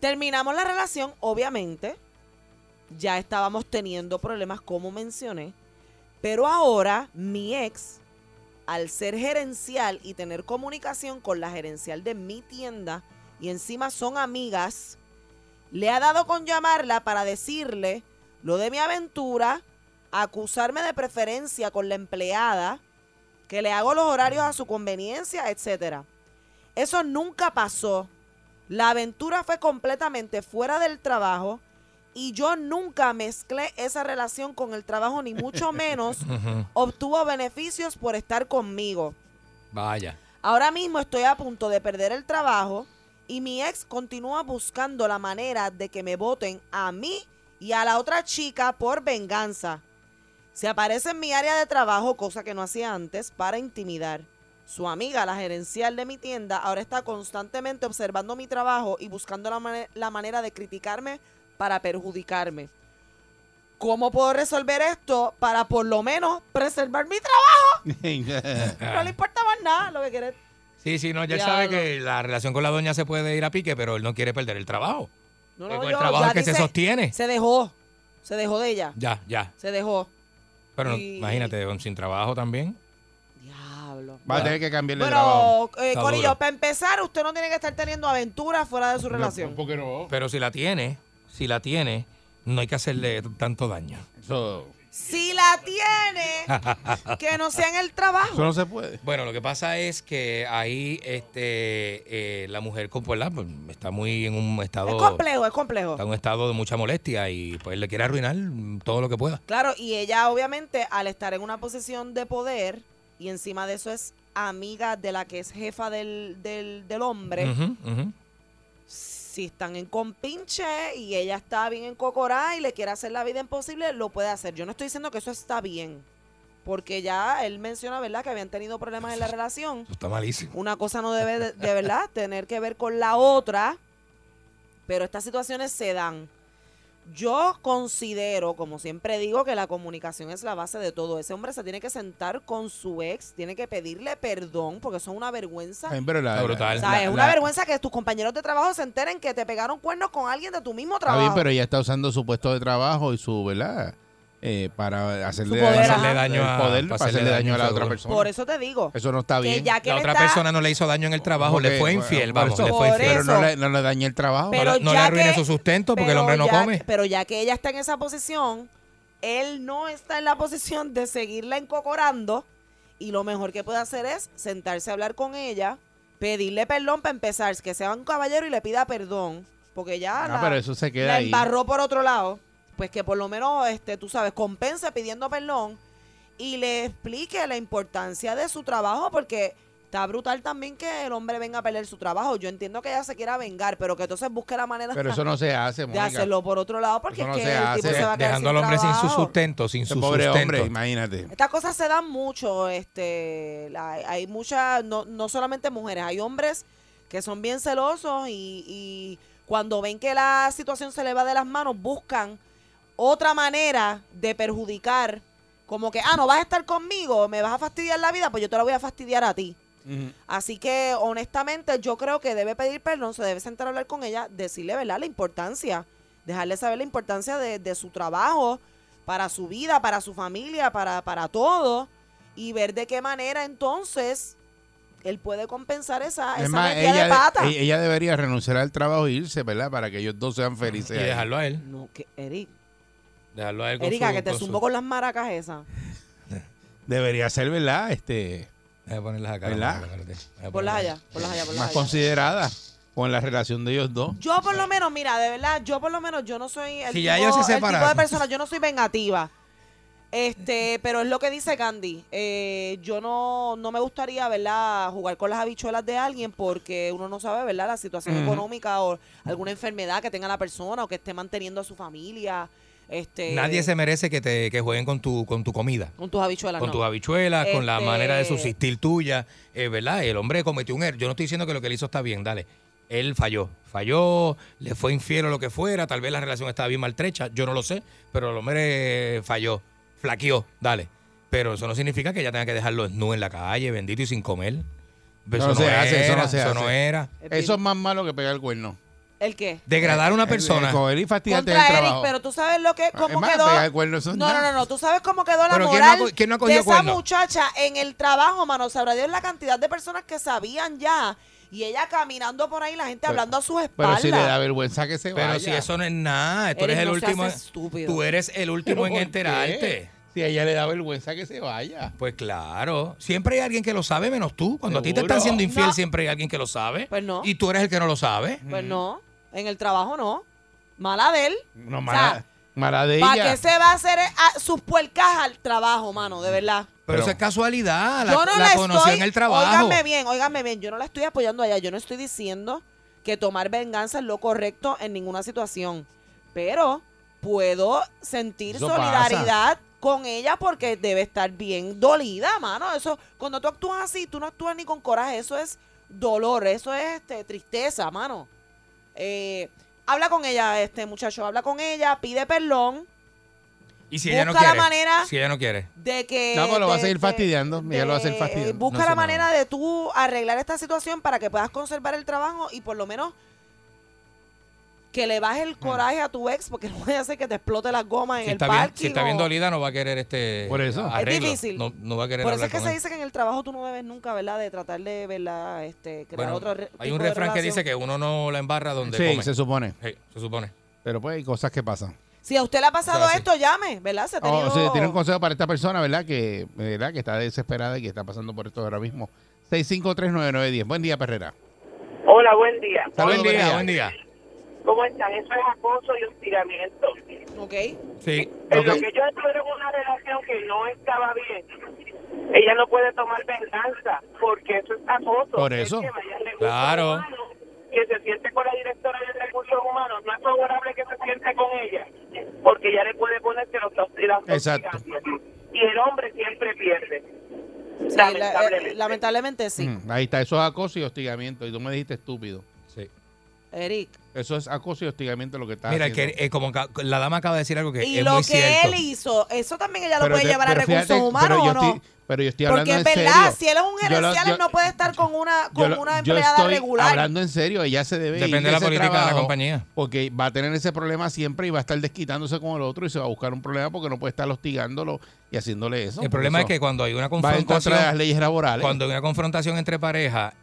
[SPEAKER 5] Terminamos la relación, obviamente. ya estábamos teniendo problemas, como mencioné. Pero ahora mi ex, al ser gerencial y tener comunicación con la gerencial de mi tienda, y encima son amigas, le ha dado con llamarla para decirle lo de mi aventura, acusarme de preferencia con la empleada, que le hago los horarios a su conveniencia, etcétera. Eso nunca pasó. La aventura fue completamente fuera del trabajo y yo nunca mezclé esa relación con el trabajo, ni mucho menos
[SPEAKER 4] Ujú.
[SPEAKER 5] obtuvo beneficios por estar conmigo.
[SPEAKER 4] Vaya.
[SPEAKER 5] Ahora mismo estoy a punto de perder el trabajo y mi ex continúa buscando la manera de que me voten a mí y a la otra chica por venganza. Se aparece en mi área de trabajo, cosa que no hacía antes, para intimidar. Su amiga, la gerencial de mi tienda, ahora está constantemente observando mi trabajo y buscando la, mane- la manera de criticarme para perjudicarme. ¿Cómo puedo resolver esto para por lo menos preservar mi trabajo?
[SPEAKER 4] Ah.
[SPEAKER 5] No le importa más nada lo que quieres.
[SPEAKER 4] Sí, sí, no, ya él
[SPEAKER 5] Diablo.
[SPEAKER 4] sabe que la relación con la doña se puede ir a pique, pero él no quiere perder el trabajo.
[SPEAKER 5] No,
[SPEAKER 4] Que
[SPEAKER 5] no,
[SPEAKER 4] con el
[SPEAKER 5] yo-
[SPEAKER 4] trabajo
[SPEAKER 5] ya
[SPEAKER 4] es que se
[SPEAKER 5] dice-
[SPEAKER 4] sostiene.
[SPEAKER 5] Se dejó. Se dejó de ella.
[SPEAKER 4] Ya, ya.
[SPEAKER 5] Se dejó.
[SPEAKER 4] Pero no,
[SPEAKER 5] Y-
[SPEAKER 4] imagínate, Este, sin trabajo también.
[SPEAKER 5] Diablo.
[SPEAKER 3] Va a tener que cambiarle el
[SPEAKER 5] Pero,
[SPEAKER 4] trabajo.
[SPEAKER 5] eh,
[SPEAKER 4] Está
[SPEAKER 5] Corillo,
[SPEAKER 4] duro.
[SPEAKER 5] para empezar, usted no tiene que estar teniendo aventuras fuera de su relación.
[SPEAKER 4] Pero si la tiene, si la tiene, no hay que hacerle t- tanto daño. Eso,
[SPEAKER 5] Si la tiene, que no sea en el trabajo.
[SPEAKER 3] se puede.
[SPEAKER 4] Bueno, lo que pasa es que ahí este, eh, la mujer con pues, la- pues, está muy en un estado.
[SPEAKER 5] Es complejo, es complejo.
[SPEAKER 4] Está en un estado de mucha molestia y pues le quiere arruinar mm, todo lo que pueda.
[SPEAKER 5] Claro, y ella obviamente al estar en una posición de poder y encima de eso es amiga de la que es jefa del, del, del hombre,
[SPEAKER 4] Ujú, ujú.
[SPEAKER 5] si están en compinche y ella está bien en cocorá y le quiere hacer la vida imposible, lo puede hacer. Yo no estoy diciendo que eso está bien, porque ya él menciona, ¿verdad?, que habían tenido problemas en la relación.
[SPEAKER 4] Está malísimo.
[SPEAKER 5] Una cosa no debe, de, de verdad, tener que ver con la otra, pero estas situaciones se dan. Yo considero, como siempre digo, que la comunicación es la base de todo. Ese hombre se tiene que sentar con su ex, tiene que pedirle perdón, porque eso es una vergüenza.
[SPEAKER 3] Ay, pero la-
[SPEAKER 4] Está
[SPEAKER 3] la-
[SPEAKER 4] brutal.
[SPEAKER 5] O sea, es una vergüenza que tus compañeros de trabajo se enteren que te pegaron cuernos con alguien de tu mismo
[SPEAKER 3] Está
[SPEAKER 5] trabajo.
[SPEAKER 3] bien, pero ella está usando su puesto de trabajo y su, ¿verdad? Eh, para hacerle,
[SPEAKER 5] poder,
[SPEAKER 3] daño-
[SPEAKER 5] ajá.
[SPEAKER 3] el
[SPEAKER 4] Hacerle daño a-
[SPEAKER 3] poder, para hacerle daño a la otra
[SPEAKER 4] seguro.
[SPEAKER 3] persona.
[SPEAKER 5] Por eso te digo.
[SPEAKER 3] Eso no está
[SPEAKER 5] que
[SPEAKER 3] bien.
[SPEAKER 5] ya que
[SPEAKER 4] La
[SPEAKER 5] él
[SPEAKER 4] otra
[SPEAKER 5] está-
[SPEAKER 4] persona no le hizo daño en el trabajo, le
[SPEAKER 3] Porque,
[SPEAKER 4] fue
[SPEAKER 3] bueno,
[SPEAKER 4] infiel,
[SPEAKER 3] por
[SPEAKER 4] vamos,
[SPEAKER 3] eso-
[SPEAKER 4] le fue
[SPEAKER 5] Por
[SPEAKER 4] infiel.
[SPEAKER 3] Pero no le, no le dañe el trabajo.
[SPEAKER 5] Pero
[SPEAKER 4] no, le- no le
[SPEAKER 5] ya
[SPEAKER 4] arruine
[SPEAKER 5] que-
[SPEAKER 4] su sustento porque el
[SPEAKER 5] pero
[SPEAKER 4] hombre no
[SPEAKER 5] ya-
[SPEAKER 4] come.
[SPEAKER 5] Pero ya que ella está en esa posición, él no está en la posición de seguirla encocorando y lo mejor que puede hacer es sentarse a hablar con ella, pedirle perdón para empezar, que sea un caballero y le pida perdón, porque ya
[SPEAKER 3] Ah,
[SPEAKER 5] la,
[SPEAKER 3] pero eso se queda
[SPEAKER 5] la
[SPEAKER 3] ahí.
[SPEAKER 5] embarró por otro lado, pues que por lo menos, este, tú sabes, compense pidiendo perdón y le explique la importancia de su trabajo, porque está brutal también que el hombre venga a perder su trabajo. Yo entiendo que ella se quiera vengar, pero que entonces busque la manera
[SPEAKER 3] Pero eso no se hace,
[SPEAKER 5] de
[SPEAKER 3] Mónica.
[SPEAKER 5] hacerlo por otro lado, porque
[SPEAKER 3] Eso no
[SPEAKER 5] es que
[SPEAKER 3] se
[SPEAKER 5] el tipo
[SPEAKER 3] hace.
[SPEAKER 5] se va a quedar
[SPEAKER 4] Dejando
[SPEAKER 5] sin
[SPEAKER 4] al hombre sin su
[SPEAKER 5] trabajo.
[SPEAKER 4] sustento, sin
[SPEAKER 3] Ese
[SPEAKER 4] su
[SPEAKER 3] pobre
[SPEAKER 4] sustento.
[SPEAKER 3] hombre, imagínate.
[SPEAKER 5] Estas cosas se dan mucho, este, la- hay muchas, no, no solamente mujeres, hay hombres que son bien celosos y, y cuando ven que la situación se le va de las manos, buscan otra manera de perjudicar, como que, ah, no vas a estar conmigo, me vas a fastidiar la vida, pues yo te la voy a fastidiar a ti. Así que honestamente yo creo que debe pedir perdón, se debe sentar a hablar con ella, decirle ¿verdad? la importancia, dejarle saber la importancia de, de su trabajo, para su vida, para su familia, para, para todo, y ver de qué manera entonces él puede compensar esa, esa
[SPEAKER 3] Es más,
[SPEAKER 5] metida
[SPEAKER 3] ella,
[SPEAKER 5] de pata.
[SPEAKER 3] e- ella debería renunciar al trabajo e irse, ¿verdad? Para que ellos dos sean felices.
[SPEAKER 4] Y dejarlo a él.
[SPEAKER 5] No, que Eric.
[SPEAKER 4] Dejarlo a él con
[SPEAKER 5] Erika,
[SPEAKER 4] su-
[SPEAKER 5] que te
[SPEAKER 4] con su-
[SPEAKER 5] zumbo con las maracas esas.
[SPEAKER 3] Debería ser, ¿verdad? Este,
[SPEAKER 4] Déjame ponerlas acá.
[SPEAKER 3] ¿Verdad?
[SPEAKER 4] espérate, espérate.
[SPEAKER 5] Ponlas allá, ponlas allá, ponlas
[SPEAKER 3] más
[SPEAKER 5] allá.
[SPEAKER 3] considerada con la relación de ellos dos.
[SPEAKER 5] Yo por lo menos, mira, de verdad, yo por lo menos, yo no soy el,
[SPEAKER 3] Si
[SPEAKER 5] tipo,
[SPEAKER 3] ya ellos se
[SPEAKER 5] el tipo de
[SPEAKER 3] separaron.
[SPEAKER 5] persona, yo no soy vengativa. Este, pero es lo que dice Candy. Eh, yo no, no me gustaría, ¿verdad?, jugar con las habichuelas de alguien porque uno no sabe, ¿verdad?, la situación
[SPEAKER 4] Ujú.
[SPEAKER 5] económica o alguna enfermedad que tenga la persona o que esté manteniendo a su familia. Este,
[SPEAKER 4] Nadie se merece que te que jueguen con tu con tu comida.
[SPEAKER 5] Con tus habichuelas,
[SPEAKER 4] Con
[SPEAKER 5] Ah, no.
[SPEAKER 4] tus habichuelas, con la
[SPEAKER 5] Este-
[SPEAKER 4] manera de subsistir tuya, eh, ¿verdad? El hombre cometió un error. Yo no estoy diciendo que lo que él hizo está bien, dale. Él falló, falló, le fue infiel o lo que fuera, tal vez la relación estaba bien maltrecha, yo no lo sé, pero el hombre eh, falló, flaqueó, dale. Pero eso no significa que ella tenga que dejarlo desnudo en la calle, bendito y sin comer.
[SPEAKER 3] Eso no se hace, eso no se
[SPEAKER 4] eso no
[SPEAKER 3] hace.
[SPEAKER 4] era.
[SPEAKER 3] Eso es más malo que pegar el cuerno.
[SPEAKER 5] ¿El qué?
[SPEAKER 4] Degradar a una
[SPEAKER 3] El-
[SPEAKER 4] persona.
[SPEAKER 3] el coger y fastidiarte en
[SPEAKER 5] Contra
[SPEAKER 3] el
[SPEAKER 5] Eric,
[SPEAKER 3] trabajo.
[SPEAKER 5] pero tú sabes lo que, cómo
[SPEAKER 3] es más,
[SPEAKER 5] quedó.
[SPEAKER 3] pegar el cuerno, eso es
[SPEAKER 5] no, no,
[SPEAKER 3] nada.
[SPEAKER 5] no, no, tú sabes cómo quedó la
[SPEAKER 3] Pero ¿quién no ha
[SPEAKER 5] moral
[SPEAKER 3] co- quién no ha
[SPEAKER 5] de
[SPEAKER 3] cogido
[SPEAKER 5] esa
[SPEAKER 3] cuerno?
[SPEAKER 5] muchacha en el trabajo, mano. Sabrá Dios la cantidad de personas que sabían ya. Y ella caminando por ahí, la gente hablando a sus
[SPEAKER 3] Pero
[SPEAKER 5] espaldas.
[SPEAKER 3] si le da vergüenza que se vaya.
[SPEAKER 4] Pero si eso no es nada, tú eres,
[SPEAKER 5] Eric,
[SPEAKER 4] el
[SPEAKER 5] no seas
[SPEAKER 4] último.
[SPEAKER 5] estúpido.
[SPEAKER 4] Tú eres el último en
[SPEAKER 3] ¿Por qué?
[SPEAKER 4] enterarte.
[SPEAKER 3] Si a ella le da vergüenza que se vaya.
[SPEAKER 4] Pues claro, siempre hay alguien que lo sabe menos tú. Cuando a ti te
[SPEAKER 3] Seguro.
[SPEAKER 4] están siendo infiel,
[SPEAKER 5] No.
[SPEAKER 4] siempre hay alguien que lo sabe.
[SPEAKER 5] Pues no.
[SPEAKER 4] Y tú eres el que no lo sabe.
[SPEAKER 5] Pues no, en el trabajo no. Mala de él.
[SPEAKER 3] No,
[SPEAKER 5] O
[SPEAKER 3] mala,
[SPEAKER 5] sea,
[SPEAKER 3] mala de
[SPEAKER 5] ¿Para
[SPEAKER 3] ella.
[SPEAKER 5] qué se va a hacer eh, a- sus puercas al trabajo, mano? De verdad.
[SPEAKER 4] Pero eso es
[SPEAKER 3] Ah,
[SPEAKER 4] casualidad. La,
[SPEAKER 5] yo no
[SPEAKER 4] la
[SPEAKER 5] la,
[SPEAKER 4] conoció
[SPEAKER 5] estoy,
[SPEAKER 4] en el trabajo.
[SPEAKER 5] Óiganme bien, óiganme bien. Yo no la estoy apoyando allá. Yo no estoy diciendo que tomar venganza es lo correcto en ninguna situación. Pero puedo sentir
[SPEAKER 16] Eso
[SPEAKER 5] solidaridad con ella porque debe estar bien dolida, mano. Eso, cuando tú actúas así, tú no actúas ni con coraje. Eso es dolor, eso es este, tristeza, mano. Eh, habla con ella, este muchacho, habla con ella, pide perdón
[SPEAKER 4] Y si ella no
[SPEAKER 5] Busca la
[SPEAKER 4] quiere.
[SPEAKER 5] manera-
[SPEAKER 4] si ella no quiere.
[SPEAKER 5] de que.
[SPEAKER 3] No, pero lo va a
[SPEAKER 5] de-
[SPEAKER 3] seguir
[SPEAKER 5] de-
[SPEAKER 3] fastidiando. ella lo va a seguir
[SPEAKER 5] eh,
[SPEAKER 3] fastidiando.
[SPEAKER 5] busca la
[SPEAKER 3] No sé nada.
[SPEAKER 5] manera de tú arreglar esta situación para que puedas conservar el trabajo y por lo menos que le bajes el coraje a tu ex porque no vaya a hacer que te explote las gomas en
[SPEAKER 4] Mm. Si
[SPEAKER 5] el
[SPEAKER 4] está,
[SPEAKER 5] parking.
[SPEAKER 4] bien, si está bien
[SPEAKER 5] o-
[SPEAKER 4] dolida, no va a querer este. Por eso. Arreglo.
[SPEAKER 5] Es difícil.
[SPEAKER 4] No, no va a querer
[SPEAKER 5] por eso
[SPEAKER 4] hablar
[SPEAKER 5] es que
[SPEAKER 4] con
[SPEAKER 5] se
[SPEAKER 4] él.
[SPEAKER 5] dice que en el trabajo tú no debes nunca, ¿verdad? De tratar de, ¿verdad? Este, crear
[SPEAKER 4] Bueno,
[SPEAKER 5] otro re-
[SPEAKER 4] hay
[SPEAKER 5] tipo
[SPEAKER 4] un
[SPEAKER 5] de
[SPEAKER 4] refrán que
[SPEAKER 5] relación.
[SPEAKER 4] dice que uno no la embarra donde
[SPEAKER 3] Sí,
[SPEAKER 4] come.
[SPEAKER 3] se supone.
[SPEAKER 4] Sí, se supone.
[SPEAKER 3] Pero pues hay cosas que pasan.
[SPEAKER 5] Si a usted le ha pasado
[SPEAKER 3] O sea, sí.
[SPEAKER 5] esto, llame, ¿verdad? Se ha
[SPEAKER 3] O,
[SPEAKER 5] tenido...
[SPEAKER 3] sea, tiene un consejo para esta persona, ¿verdad? Que, ¿verdad? que está desesperada y que está pasando por esto ahora mismo. 6539910. Buen día, Perrera.
[SPEAKER 17] Hola, buen día.
[SPEAKER 3] Saludos, Buen día, María. buen día.
[SPEAKER 17] ¿Cómo están? Eso es acoso y hostigamiento.
[SPEAKER 5] Ok.
[SPEAKER 4] Sí.
[SPEAKER 17] En lo que yo estuve en una relación que no estaba bien, ella no puede tomar venganza porque eso es acoso.
[SPEAKER 3] Por
[SPEAKER 17] Es
[SPEAKER 3] eso.
[SPEAKER 17] que vaya de-
[SPEAKER 3] Claro.
[SPEAKER 17] que se siente con la directora de recursos humanos, no es favorable que se siente con ella porque ella le puede poner que los dos y las dos
[SPEAKER 3] Exacto.
[SPEAKER 17] hijas. Y el hombre siempre pierde.
[SPEAKER 5] Sí, la- eh,
[SPEAKER 17] lamentablemente.
[SPEAKER 5] lamentablemente sí.
[SPEAKER 3] Mm, ahí está. Eso es acoso y hostigamiento. Y tú me dijiste estúpido.
[SPEAKER 4] Sí. Mm.
[SPEAKER 5] Eric.
[SPEAKER 3] Eso es acoso y hostigamiento lo que está
[SPEAKER 4] Mira, que,
[SPEAKER 3] haciendo.
[SPEAKER 4] eh, como ca- la dama acaba de decir algo que
[SPEAKER 5] Y
[SPEAKER 4] es
[SPEAKER 5] lo
[SPEAKER 4] muy
[SPEAKER 5] que
[SPEAKER 4] cierto.
[SPEAKER 5] él hizo, eso también ella lo
[SPEAKER 3] Pero
[SPEAKER 5] puede
[SPEAKER 3] te-
[SPEAKER 5] llevar a
[SPEAKER 3] pero
[SPEAKER 5] recursos
[SPEAKER 3] fíjate,
[SPEAKER 5] humanos
[SPEAKER 3] pero yo
[SPEAKER 5] o no.
[SPEAKER 3] estoy- pero yo estoy hablando
[SPEAKER 5] Porque es
[SPEAKER 3] en serio.
[SPEAKER 5] verdad, si él es un
[SPEAKER 3] Yo lo-
[SPEAKER 5] gerencial,
[SPEAKER 3] yo-
[SPEAKER 5] él no puede estar con una,
[SPEAKER 3] Yo
[SPEAKER 5] con
[SPEAKER 3] lo-
[SPEAKER 5] una
[SPEAKER 3] yo
[SPEAKER 5] empleada
[SPEAKER 3] estoy
[SPEAKER 5] regular.
[SPEAKER 3] hablando en serio, ella se debe
[SPEAKER 4] Depende
[SPEAKER 3] ir
[SPEAKER 4] de la
[SPEAKER 3] ese
[SPEAKER 4] política de la
[SPEAKER 3] trabajo,
[SPEAKER 4] compañía.
[SPEAKER 3] Porque va a tener ese problema siempre y va a estar desquitándose con el otro y se va a buscar un problema porque no puede estar hostigándolo y haciéndole eso.
[SPEAKER 4] El problema es
[SPEAKER 3] Eso
[SPEAKER 4] que cuando hay una
[SPEAKER 3] va en
[SPEAKER 4] confrontación.
[SPEAKER 3] contra de las leyes laborales.
[SPEAKER 4] Cuando hay una confrontación entre parejas,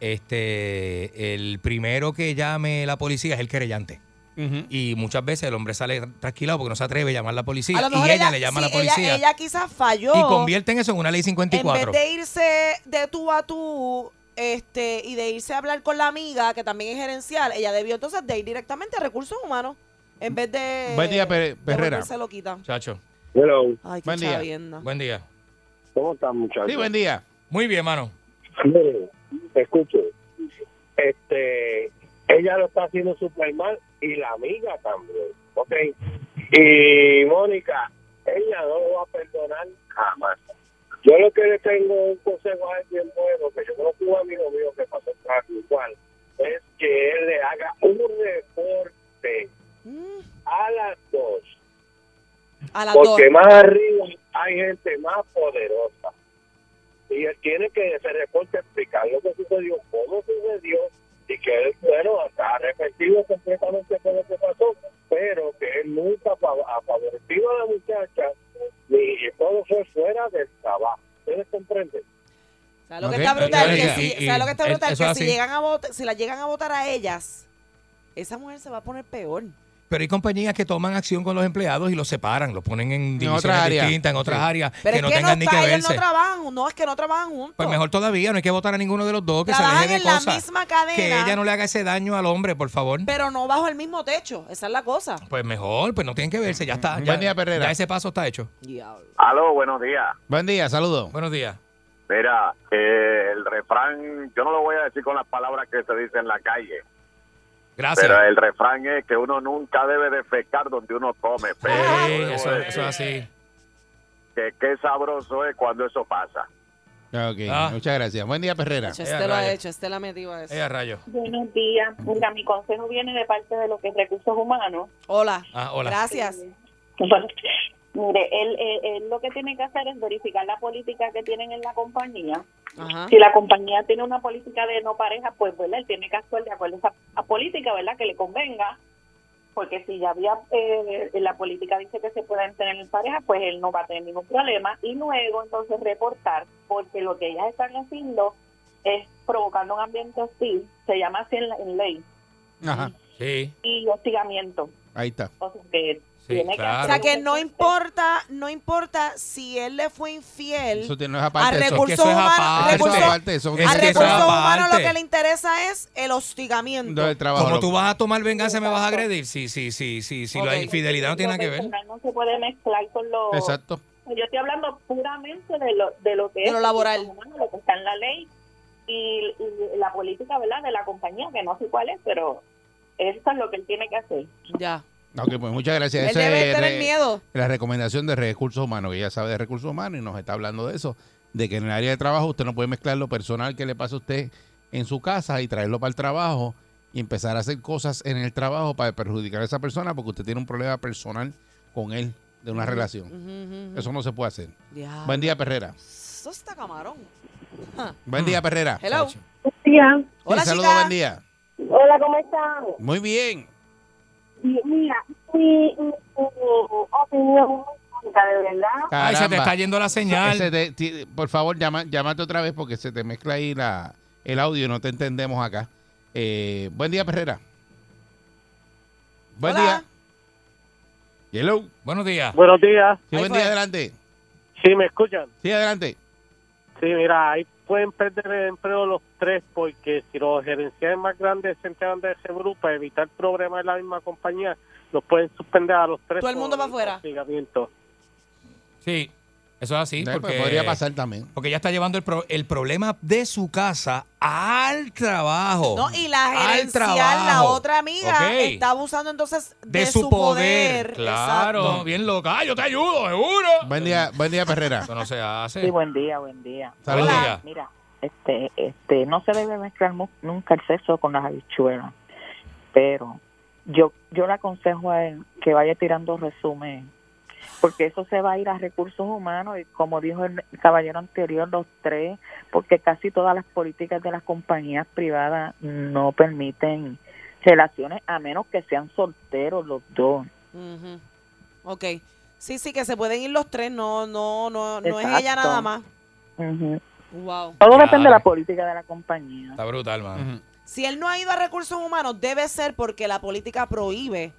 [SPEAKER 4] este, el primero que llame la policía es el querellante. Y muchas veces el hombre sale tranquilado porque no se atreve a llamar a la policía.
[SPEAKER 5] A lo
[SPEAKER 4] Y
[SPEAKER 5] mejor
[SPEAKER 4] ella, le llama a la
[SPEAKER 5] sí, ella-
[SPEAKER 4] policía.
[SPEAKER 5] Ella, quizás falló.
[SPEAKER 4] y convierten eso en una ley
[SPEAKER 5] en
[SPEAKER 4] 54.
[SPEAKER 5] vez de irse de tú a tú este, y de irse a hablar con la amiga, que también es gerencial, ella debió entonces de ir directamente a recursos humanos. En vez de.
[SPEAKER 3] Buen día, Pe-
[SPEAKER 5] de
[SPEAKER 3] Perrera.
[SPEAKER 5] volverse loquita.
[SPEAKER 4] Chacho.
[SPEAKER 6] Hello.
[SPEAKER 5] Ay, qué
[SPEAKER 4] Buen día.
[SPEAKER 5] chavienda.
[SPEAKER 4] Buen día.
[SPEAKER 6] ¿Cómo están, muchachos?
[SPEAKER 4] Sí, buen
[SPEAKER 3] día.
[SPEAKER 4] Muy bien, mano.
[SPEAKER 6] Mire, escuche. Este, ella lo está haciendo súper mal y la amiga también. ¿Ok? Y Mónica, ella no lo va a perdonar jamás. Yo lo que le tengo un consejo a él bien bueno, que yo conozco un amigo mío que pasó por igual, es que él le haga un reporte a las dos.
[SPEAKER 5] A las
[SPEAKER 6] Porque
[SPEAKER 5] dos.
[SPEAKER 6] más arriba hay gente más poderosa. Y él tiene que ese reporte explicar lo que sucedió, cómo sucedió, y que él, bueno, está arrepentido completamente con lo que pasó, pero que él nunca fa- ha favorecido a la muchacha, ni y todo fue fuera del trabajo. ¿Ustedes comprenden?
[SPEAKER 5] ¿Sabes lo que
[SPEAKER 6] Ok.
[SPEAKER 5] está brutal?
[SPEAKER 6] Y-
[SPEAKER 5] Que
[SPEAKER 6] y-
[SPEAKER 5] si- ¿sabes lo que está
[SPEAKER 6] y-
[SPEAKER 5] brutal?
[SPEAKER 6] eso
[SPEAKER 5] Que
[SPEAKER 6] es
[SPEAKER 5] si,
[SPEAKER 6] así.
[SPEAKER 5] llegan a vot- si la llegan a votar a ellas, esa mujer se va a poner peor.
[SPEAKER 4] Pero hay compañías que toman acción con los empleados y los separan, los ponen en divisiones
[SPEAKER 3] otras áreas.
[SPEAKER 4] distintas, en otras
[SPEAKER 3] Sí.
[SPEAKER 4] áreas,
[SPEAKER 5] Pero
[SPEAKER 4] que
[SPEAKER 5] es
[SPEAKER 4] no
[SPEAKER 5] que
[SPEAKER 4] tengan
[SPEAKER 5] no
[SPEAKER 4] ni que
[SPEAKER 5] está, ellos
[SPEAKER 4] verse.
[SPEAKER 5] no trabajan, no, es que no trabajan juntos.
[SPEAKER 4] pues mejor todavía, no hay que votar a ninguno de los dos, que
[SPEAKER 5] Trabajan
[SPEAKER 4] se deje de
[SPEAKER 5] en la
[SPEAKER 4] cosas.
[SPEAKER 5] misma cadena.
[SPEAKER 4] Que ella no le haga ese daño al hombre, por favor.
[SPEAKER 5] Pero no bajo el mismo techo, esa es la cosa.
[SPEAKER 4] Pues mejor, pues no tienen que verse, ya está. Ya, ya ese paso está hecho.
[SPEAKER 2] Aló, buenos días.
[SPEAKER 3] Buen día, saludos.
[SPEAKER 4] Buenos días.
[SPEAKER 2] Mira, eh, el refrán, yo no lo voy a decir con las palabras que se dicen en la calle.
[SPEAKER 4] Gracias.
[SPEAKER 2] Pero el refrán es que uno nunca debe defecar donde uno tome. Pero
[SPEAKER 4] Sí,
[SPEAKER 2] debo
[SPEAKER 4] eso,
[SPEAKER 2] decir
[SPEAKER 4] eso es así.
[SPEAKER 2] que qué sabroso es cuando eso pasa.
[SPEAKER 3] Ah, ok, muchas gracias. Buen día, Perrera.
[SPEAKER 5] Este lo ha hecho, este la ha metido a eso.
[SPEAKER 4] Ella rayo.
[SPEAKER 18] Buenos días. Mira, mi consejo viene de parte de lo que es recursos humanos.
[SPEAKER 5] Hola.
[SPEAKER 4] Ah, hola.
[SPEAKER 5] Gracias.
[SPEAKER 18] Mire, él, él- él lo que tiene que hacer es verificar la política que tienen en la compañía.
[SPEAKER 5] Ajá.
[SPEAKER 18] Si la compañía tiene una política de no pareja, pues ¿verdad? él tiene que actuar de acuerdo a esa a política, ¿verdad? Que le convenga. Porque si ya había, eh, la política dice que se pueden tener en pareja, pues él no va a tener ningún problema. Y luego entonces reportar, porque lo que ellas están haciendo es provocando un ambiente hostil, se llama así en, la- en ley,
[SPEAKER 3] Ajá.
[SPEAKER 4] Sí.
[SPEAKER 18] y hostigamiento.
[SPEAKER 3] Ahí está.
[SPEAKER 18] O sea, que
[SPEAKER 3] Sí,
[SPEAKER 18] tiene
[SPEAKER 3] claro.
[SPEAKER 18] que
[SPEAKER 5] O sea que no importa, no importa si él le fue infiel
[SPEAKER 3] Eso tiene- no es aparte,
[SPEAKER 5] a
[SPEAKER 3] eso-
[SPEAKER 5] recursos
[SPEAKER 3] eso es
[SPEAKER 5] humanos.
[SPEAKER 3] aparte.
[SPEAKER 5] recursos-
[SPEAKER 3] Eso es aparte, eso-
[SPEAKER 5] a
[SPEAKER 3] es que eso es
[SPEAKER 5] recursos humanos lo
[SPEAKER 4] aparte.
[SPEAKER 5] que le interesa es el hostigamiento.
[SPEAKER 4] Como tú vas a tomar venganza, me vas a agredir. Sí, sí, sí, sí, sí. La
[SPEAKER 5] Ok.
[SPEAKER 4] infidelidad no tiene nada que ver.
[SPEAKER 18] personal no se puede mezclar con lo...
[SPEAKER 4] Exacto.
[SPEAKER 18] Yo estoy hablando puramente de lo, de lo que
[SPEAKER 5] De
[SPEAKER 18] es...
[SPEAKER 5] lo laboral.
[SPEAKER 18] Lo que está en la ley y, y la política, ¿verdad? De la compañía, que no sé cuál es, pero eso es lo que él tiene que hacer.
[SPEAKER 5] Ya.
[SPEAKER 3] Ok, pues muchas gracias.
[SPEAKER 18] Él
[SPEAKER 3] Esa
[SPEAKER 18] debe
[SPEAKER 3] es
[SPEAKER 18] tener
[SPEAKER 3] re-
[SPEAKER 18] miedo.
[SPEAKER 3] La recomendación de recursos humanos, que ella sabe de recursos humanos y nos está hablando de eso, de que en el área de trabajo usted no puede mezclar lo personal que le pasa a usted en su casa y traerlo para el trabajo y empezar a hacer cosas en el trabajo para perjudicar a esa persona porque usted tiene un problema personal con él de una relación. Eso no se puede hacer.
[SPEAKER 5] Diablo.
[SPEAKER 3] Buen día, Perrera.
[SPEAKER 5] Eso está camarón. Ja.
[SPEAKER 3] Buen día, Perrera.
[SPEAKER 5] Hello. Hola,
[SPEAKER 3] Sí, saludos,
[SPEAKER 5] chica.
[SPEAKER 3] buen día.
[SPEAKER 18] Hola, ¿cómo están?
[SPEAKER 3] Muy bien.
[SPEAKER 18] Mira, mi, mi, opinión de verdad.
[SPEAKER 19] Ah,
[SPEAKER 4] Ay, se te
[SPEAKER 3] Caramba.
[SPEAKER 4] está yendo la señal.
[SPEAKER 3] Ese te- ti- por favor, llama, llámate otra vez porque se te mezcla ahí la, el audio y no te entendemos acá. Eh, buen día, Perrera. Buen día. Hello.
[SPEAKER 4] Buenos días.
[SPEAKER 3] Buenos días. buen día, adelante.
[SPEAKER 19] Sí, me escuchan.
[SPEAKER 3] Sí, adelante.
[SPEAKER 19] Sí, mira, ahí pueden perder el empleo los tres porque si los gerenciales más grandes se enteran de ese grupo para evitar problemas en la misma compañía, los pueden suspender a los tres.
[SPEAKER 5] Todo el mundo
[SPEAKER 19] por
[SPEAKER 5] pa' afuera.
[SPEAKER 19] hostigamiento.
[SPEAKER 4] Sí, eso es así.
[SPEAKER 3] Pues
[SPEAKER 4] Porque,
[SPEAKER 3] podría pasar también.
[SPEAKER 4] Porque ella está llevando el, pro- el problema de su casa al trabajo.
[SPEAKER 5] No, y la
[SPEAKER 4] Al
[SPEAKER 5] gerencial, la
[SPEAKER 4] trabajo.
[SPEAKER 5] otra amiga,
[SPEAKER 4] Ok.
[SPEAKER 5] está abusando entonces de,
[SPEAKER 4] de, su, poder. Claro,
[SPEAKER 5] Exacto.
[SPEAKER 4] bien loca. Ah, yo te ayudo, seguro.
[SPEAKER 3] Buen día, buen día, Perrera.
[SPEAKER 4] Eso no se hace.
[SPEAKER 18] Sí, buen día, buen día.
[SPEAKER 4] Saludos. Buen día.
[SPEAKER 18] Mira, este, este, no se debe mezclar mu- nunca el sexo con las habichuelas, pero yo, yo le aconsejo a él que vaya tirando resumen, porque eso se va a ir a recursos humanos y como dijo el caballero anterior, los tres, porque casi todas las políticas de las compañías privadas no permiten relaciones a menos que sean solteros los dos.
[SPEAKER 5] Ujú. Ok. Sí, sí, que se pueden ir los tres. No, no, no, no es
[SPEAKER 18] Exacto.
[SPEAKER 5] ella nada más.
[SPEAKER 18] Ujú.
[SPEAKER 5] Wow.
[SPEAKER 18] Todo depende de la política de la compañía.
[SPEAKER 4] Está brutal, man.
[SPEAKER 5] Si él no ha ido a recursos humanos, debe ser porque la política prohíbe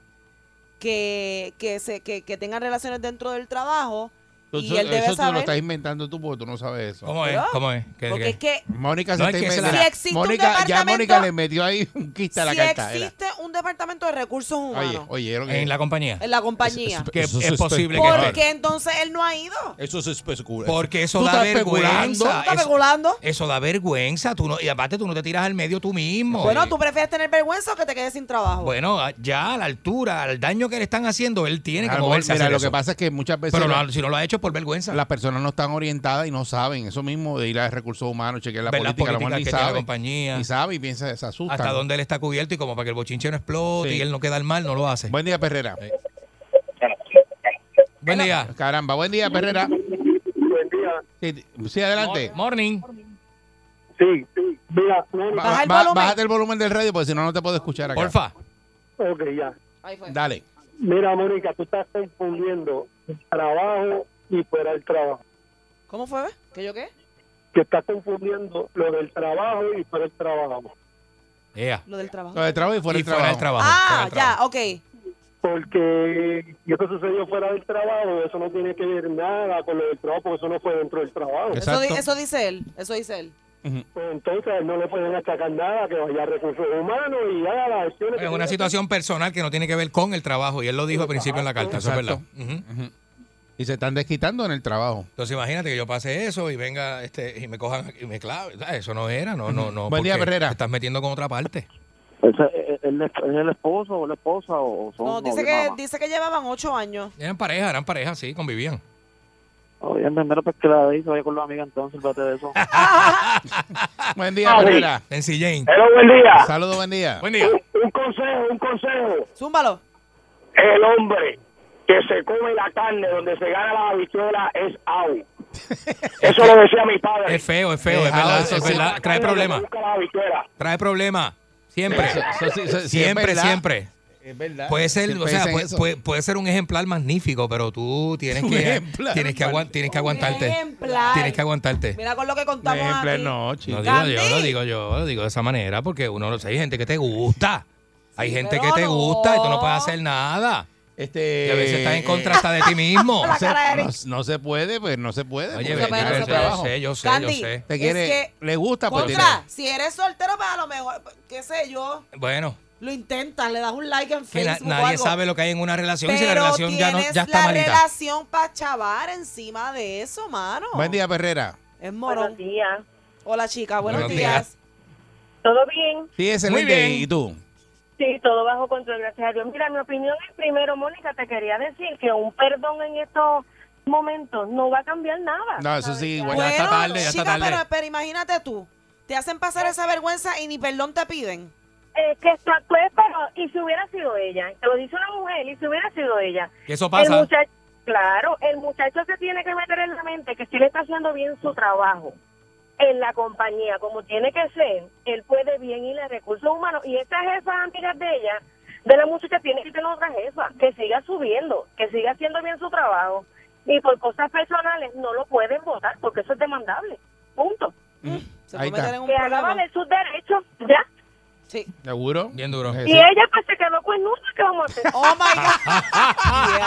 [SPEAKER 5] que, que, se, que, que tengan relaciones dentro del trabajo.
[SPEAKER 3] Tú-
[SPEAKER 5] y
[SPEAKER 3] tú-
[SPEAKER 5] él debe
[SPEAKER 3] eso tú lo
[SPEAKER 5] saber.
[SPEAKER 3] estás inventando tú porque tú no sabes eso.
[SPEAKER 4] ¿Cómo es? ¿Cómo es? ¿Qué-
[SPEAKER 5] Porque
[SPEAKER 4] qué?
[SPEAKER 5] es que
[SPEAKER 3] Mónica
[SPEAKER 4] No,
[SPEAKER 3] se
[SPEAKER 4] es que
[SPEAKER 3] está
[SPEAKER 4] se la-
[SPEAKER 3] inventando.
[SPEAKER 4] Si existe un
[SPEAKER 3] Mónica, ya
[SPEAKER 5] departamento-
[SPEAKER 3] Mónica le metió ahí un quiste a la
[SPEAKER 5] si
[SPEAKER 3] carta. era.
[SPEAKER 5] existe un departamento de recursos humanos
[SPEAKER 3] Oye, oye, era que-
[SPEAKER 4] En la compañía.
[SPEAKER 5] en la compañía,
[SPEAKER 4] Que
[SPEAKER 3] Eso
[SPEAKER 4] es,
[SPEAKER 3] se está
[SPEAKER 4] posible que
[SPEAKER 5] ¿por
[SPEAKER 4] no.
[SPEAKER 5] qué entonces él no ha ido?
[SPEAKER 3] Eso es especulación.
[SPEAKER 4] Porque eso
[SPEAKER 5] ¿Tú
[SPEAKER 4] da
[SPEAKER 5] estás especulando? ¿Tú
[SPEAKER 4] vergüenza.
[SPEAKER 3] Ah,
[SPEAKER 5] estás
[SPEAKER 4] Eso-
[SPEAKER 5] especulando?
[SPEAKER 4] Eso da vergüenza. Tú no, y aparte tú no te tiras al medio tú mismo.
[SPEAKER 5] Bueno, ¿tú prefieres tener vergüenza o que te quedes sin trabajo?
[SPEAKER 4] Bueno, a- ya a la altura, al daño que le están haciendo, él tiene que
[SPEAKER 3] Ah, Amor,
[SPEAKER 4] moverse. a
[SPEAKER 3] mira,
[SPEAKER 4] hacer
[SPEAKER 3] lo
[SPEAKER 4] eso.
[SPEAKER 3] que pasa es que muchas veces
[SPEAKER 4] Pero
[SPEAKER 3] la-
[SPEAKER 4] no- si no lo ha hecho, es por vergüenza.
[SPEAKER 3] las personas no están orientadas y no saben eso mismo de ir a recursos humanos, chequear la
[SPEAKER 4] Ver las
[SPEAKER 3] política, la mujer
[SPEAKER 4] políticas
[SPEAKER 3] ni
[SPEAKER 4] que tiene la
[SPEAKER 3] sabe.
[SPEAKER 4] compañía.
[SPEAKER 3] Ni sabe y piensa, se asusta.
[SPEAKER 4] Hasta
[SPEAKER 3] ¿no?
[SPEAKER 4] donde él está cubierto y como para que el bochinche no explote
[SPEAKER 3] Sí.
[SPEAKER 4] y él no queda al mal, no lo hace.
[SPEAKER 3] Buen día, Perrera.
[SPEAKER 4] Buen día.
[SPEAKER 3] Caramba, buen día, Perrera.
[SPEAKER 4] Buen
[SPEAKER 3] día. Sí, sí, adelante.
[SPEAKER 4] Morning.
[SPEAKER 3] Sí,
[SPEAKER 19] Mira,
[SPEAKER 3] Baja el volumen. Bájate el volumen del radio porque si no, no te puedo escuchar acá.
[SPEAKER 4] Porfa.
[SPEAKER 19] Ok, ya.
[SPEAKER 3] Dale.
[SPEAKER 19] Mira, Mónica, tú estás confundiendo trabajo y fuera del trabajo.
[SPEAKER 5] ¿Cómo fue? ve? ¿Que yo qué?
[SPEAKER 19] Que estás confundiendo lo del trabajo y fuera del trabajo.
[SPEAKER 5] Lo del trabajo.
[SPEAKER 3] Lo de trabajo y fuera
[SPEAKER 19] Y
[SPEAKER 3] del
[SPEAKER 19] fuera
[SPEAKER 3] trabajo.
[SPEAKER 19] del trabajo.
[SPEAKER 5] Ah, ya, ok.
[SPEAKER 19] Porque si eso sucedió fuera del trabajo, eso no tiene que ver nada con lo del trabajo, porque eso no fue dentro del trabajo.
[SPEAKER 5] Eso, di- eso dice él, eso dice él.
[SPEAKER 19] Pues entonces no le pueden achacar nada, que vaya a recursos humanos y haga las acciones. que
[SPEAKER 4] Es una
[SPEAKER 19] tenga que
[SPEAKER 4] situación personal que no tiene que ver con el trabajo y él lo dijo al principio en la carta, eso es verdad.
[SPEAKER 3] Exacto. Ujú. Y se están desquitando en el trabajo.
[SPEAKER 4] Entonces imagínate que yo pase eso y venga este y me cojan y me clave. Ah, Eso no era, no, no, no.
[SPEAKER 3] Buen día,
[SPEAKER 4] porque
[SPEAKER 3] Herrera.
[SPEAKER 4] te Estás metiendo con otra parte.
[SPEAKER 20] ¿Es eh, el, el esposo o la esposa o
[SPEAKER 6] Oh,
[SPEAKER 20] son
[SPEAKER 5] No, dice
[SPEAKER 20] novios
[SPEAKER 5] que,
[SPEAKER 20] nada más?
[SPEAKER 5] dice que llevaban ocho años.
[SPEAKER 4] Eran pareja, eran pareja, sí, convivían.
[SPEAKER 11] Oh,
[SPEAKER 20] Oye, primero pues que la de ahí se vaya con los amigos entonces, olvídate de eso.
[SPEAKER 3] Buen día,
[SPEAKER 20] Ah, sí.
[SPEAKER 3] Perrera.
[SPEAKER 4] Nancy Jane.
[SPEAKER 20] Hello, buen día.
[SPEAKER 3] Saludos, buen día.
[SPEAKER 4] Buen día.
[SPEAKER 20] Un consejo, un consejo.
[SPEAKER 5] Zúmbalo.
[SPEAKER 20] El hombre
[SPEAKER 11] que se come la carne donde se gana la habichuela es au. Eso lo decía mi padre.
[SPEAKER 4] Es feo, es
[SPEAKER 9] Eh,
[SPEAKER 4] feo, es
[SPEAKER 11] Ah,
[SPEAKER 4] verdad,
[SPEAKER 11] eso
[SPEAKER 4] es
[SPEAKER 11] sí.
[SPEAKER 4] verdad. Trae problemas.
[SPEAKER 11] Busca la habichuela.
[SPEAKER 4] Trae problemas. Siempre.
[SPEAKER 11] Eso- eso sí, eso sí, es
[SPEAKER 4] siempre,
[SPEAKER 11] verdad.
[SPEAKER 4] siempre.
[SPEAKER 11] Es verdad.
[SPEAKER 4] Puede ser,
[SPEAKER 11] Siempre
[SPEAKER 4] o sea,
[SPEAKER 11] dicen
[SPEAKER 4] puede,
[SPEAKER 11] eso.
[SPEAKER 4] puede- puede ser un ejemplar magnífico, pero tú tienes
[SPEAKER 3] Un
[SPEAKER 4] que
[SPEAKER 3] ejemplar
[SPEAKER 4] tienes que, aguan- tienes que aguantarte.
[SPEAKER 5] ejemplar.
[SPEAKER 4] Tienes que aguantarte.
[SPEAKER 5] Mira con lo que contamos
[SPEAKER 4] Ejemplar,
[SPEAKER 5] aquí.
[SPEAKER 4] no, chico.
[SPEAKER 5] Gandhi.
[SPEAKER 4] digo, yo lo digo yo, lo digo de esa manera porque uno no sé, hay gente que te gusta. Hay gente que
[SPEAKER 5] pero
[SPEAKER 4] te
[SPEAKER 5] no.
[SPEAKER 4] gusta y tú no puedes hacer nada.
[SPEAKER 3] Este,
[SPEAKER 4] y a veces estás en contra hasta de ti mismo.
[SPEAKER 3] No se, no- no se puede, pues no se puede.
[SPEAKER 4] Oye,
[SPEAKER 3] porque
[SPEAKER 4] Benny,
[SPEAKER 3] gana
[SPEAKER 4] yo
[SPEAKER 3] el
[SPEAKER 4] sé,
[SPEAKER 3] trabajo.
[SPEAKER 4] yo sé, yo sé,
[SPEAKER 5] Candy,
[SPEAKER 4] yo sé.
[SPEAKER 3] Te quiere,
[SPEAKER 5] es que-
[SPEAKER 3] le gusta, pues, pero
[SPEAKER 5] Contra, si eres soltero, pues a lo mejor, qué sé yo,
[SPEAKER 4] Bueno,
[SPEAKER 5] lo intentas, le das un like en
[SPEAKER 4] que na-
[SPEAKER 5] Facebook. o
[SPEAKER 4] nadie
[SPEAKER 5] algo.
[SPEAKER 4] sabe lo que hay en una relación y si la
[SPEAKER 5] Pero
[SPEAKER 4] relación ya no
[SPEAKER 5] tienes
[SPEAKER 4] ya está
[SPEAKER 5] la
[SPEAKER 4] malita.
[SPEAKER 5] relación para chavar encima de eso, mano.
[SPEAKER 3] Buen día, Perrera.
[SPEAKER 5] Es morón. Buenos
[SPEAKER 18] días.
[SPEAKER 5] Hola, chica. Buenos,
[SPEAKER 3] Buenos
[SPEAKER 5] días.
[SPEAKER 18] ¿Todo bien?
[SPEAKER 3] Sí, excelente. ¿Y tú?
[SPEAKER 18] Sí, todo bajo control, gracias a Dios. Mira, mi opinión es primero, Mónica, te quería decir que un perdón en estos momentos no va a cambiar nada.
[SPEAKER 3] No, eso sí, bueno.
[SPEAKER 5] Bueno,
[SPEAKER 3] ya está tarde, ya está
[SPEAKER 5] chica,
[SPEAKER 3] tarde.
[SPEAKER 5] Pero, pero imagínate tú, te hacen pasar esa vergüenza y ni perdón te piden.
[SPEAKER 18] Es que esto actúe, pero y si hubiera sido ella, te lo dice una mujer, y si hubiera sido ella.
[SPEAKER 4] Que eso pasa.
[SPEAKER 18] El muchacho, claro, el muchacho se tiene que meter en la mente que si le está haciendo bien su trabajo en la compañía, como tiene que ser, él puede bien ir a recursos humanos. Y estas jefas amigas de ella, de la muchacha, tiene que tener otra jefa, que siga subiendo, que siga haciendo bien su trabajo. Y por cosas personales no lo pueden votar porque eso es demandable. Punto.
[SPEAKER 3] Ahí está.
[SPEAKER 18] que haga valer sus derechos, ya.
[SPEAKER 5] Sí.
[SPEAKER 3] ¿Seguro? Bien
[SPEAKER 4] duro.
[SPEAKER 18] Y ella pues se quedó con nunca que vamos a hacer.
[SPEAKER 5] Oh my god.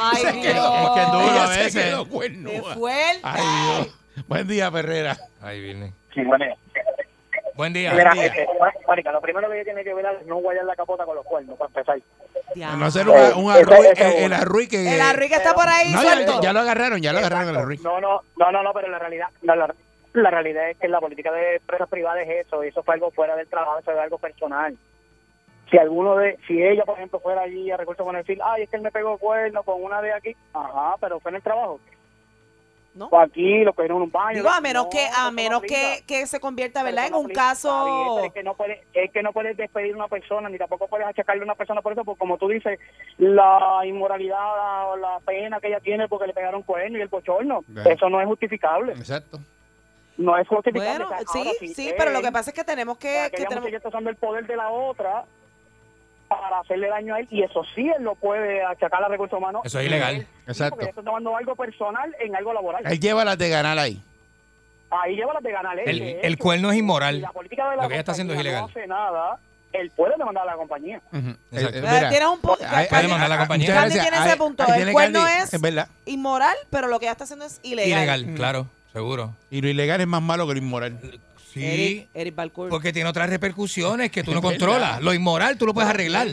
[SPEAKER 5] Ay,
[SPEAKER 3] Se
[SPEAKER 5] Dios.
[SPEAKER 3] quedó- es que es duro a
[SPEAKER 5] Ella se
[SPEAKER 3] veces.
[SPEAKER 5] quedó
[SPEAKER 3] Qué
[SPEAKER 5] fuerte.
[SPEAKER 3] Ay, Dios. Buen día, Perrera.
[SPEAKER 4] Ay, viene.
[SPEAKER 3] Buen
[SPEAKER 11] Mira, eh, eh, Mónica, lo primero que ella tiene que velar es no guayar la capota con los cuernos, para empezar. Eh,
[SPEAKER 3] No hacer un, un arrui, el, el arrui que...
[SPEAKER 11] El arrui que está por ahí
[SPEAKER 3] No, ya- ya,
[SPEAKER 11] suelto.
[SPEAKER 3] lo agarraron, ya lo agarraron el arrui.
[SPEAKER 11] No, no, no, no, no, pero la realidad, la, la- la realidad es que la política de empresas privadas es eso, y eso fue algo fuera del trabajo, eso es algo personal. Si alguno de, si ella, por ejemplo, fuera allí a recursos con el decir, ay, es que él me pegó cuerno con una de aquí, ajá, pero fue en el trabajo.
[SPEAKER 5] No.
[SPEAKER 11] O aquí lo cogieron en un baño.
[SPEAKER 5] Digo, a
[SPEAKER 11] No,
[SPEAKER 5] menos que
[SPEAKER 11] eso
[SPEAKER 5] a
[SPEAKER 11] no
[SPEAKER 5] menos
[SPEAKER 11] aplica.
[SPEAKER 5] que, que se convierta,
[SPEAKER 11] Pero
[SPEAKER 5] ¿verdad?
[SPEAKER 11] eso
[SPEAKER 5] En
[SPEAKER 11] no
[SPEAKER 5] un
[SPEAKER 11] aplica,
[SPEAKER 5] caso.
[SPEAKER 11] David, Es que, no puedes, es que no puedes despedir a una persona, ni tampoco puedes achacarle a una persona por eso, porque como tú dices, la inmoralidad o la pena que ella tiene porque le pegaron cuerno y el bochorno,
[SPEAKER 3] Claro.
[SPEAKER 11] eso no es justificable.
[SPEAKER 3] Exacto.
[SPEAKER 11] No es justificable.
[SPEAKER 5] Bueno,
[SPEAKER 11] O sea,
[SPEAKER 5] sí,
[SPEAKER 11] ahora
[SPEAKER 5] sí,
[SPEAKER 11] él,
[SPEAKER 5] pero lo que pasa es que tenemos que... que
[SPEAKER 11] aquella
[SPEAKER 5] tenemos-
[SPEAKER 11] muchacha está usando el poder de la otra para hacerle daño a él, y eso sí él lo puede achacar a recursos humanos.
[SPEAKER 3] Eso es ilegal. Exacto.
[SPEAKER 11] Porque ella está tomando algo personal en algo laboral.
[SPEAKER 3] Él lleva las de ganar ahí.
[SPEAKER 11] Ahí lleva las de ganar él,
[SPEAKER 4] El-
[SPEAKER 11] de
[SPEAKER 4] el
[SPEAKER 11] hecho.
[SPEAKER 4] cuerno es inmoral.
[SPEAKER 11] Y la política de la
[SPEAKER 4] Lo que ella está haciendo es
[SPEAKER 11] compañía
[SPEAKER 4] ilegal.
[SPEAKER 11] No hace nada, él puede demandar a la compañía.
[SPEAKER 3] Exacto.
[SPEAKER 5] Eh, tienes un punto.
[SPEAKER 3] Ahí-
[SPEAKER 4] Puede mandar la
[SPEAKER 3] ahí-
[SPEAKER 4] compañía.
[SPEAKER 3] muchas
[SPEAKER 5] Candy
[SPEAKER 3] gracias.
[SPEAKER 5] tiene ese
[SPEAKER 3] Ahí-
[SPEAKER 5] punto.
[SPEAKER 3] ahí
[SPEAKER 5] El
[SPEAKER 3] tiene
[SPEAKER 5] cuerno
[SPEAKER 3] Candy.
[SPEAKER 5] es-
[SPEAKER 3] Es verdad. Mm.
[SPEAKER 5] Inmoral, pero lo que ella está haciendo es ilegal. Mm.
[SPEAKER 4] Ilegal, claro, seguro.
[SPEAKER 3] Y lo ilegal es más malo que lo inmoral.
[SPEAKER 4] Sí.
[SPEAKER 5] Eric, Eric Balcourt.
[SPEAKER 4] Porque tiene otras repercusiones que tú no
[SPEAKER 3] Es verdad.
[SPEAKER 4] controlas. Lo inmoral tú lo puedes arreglar.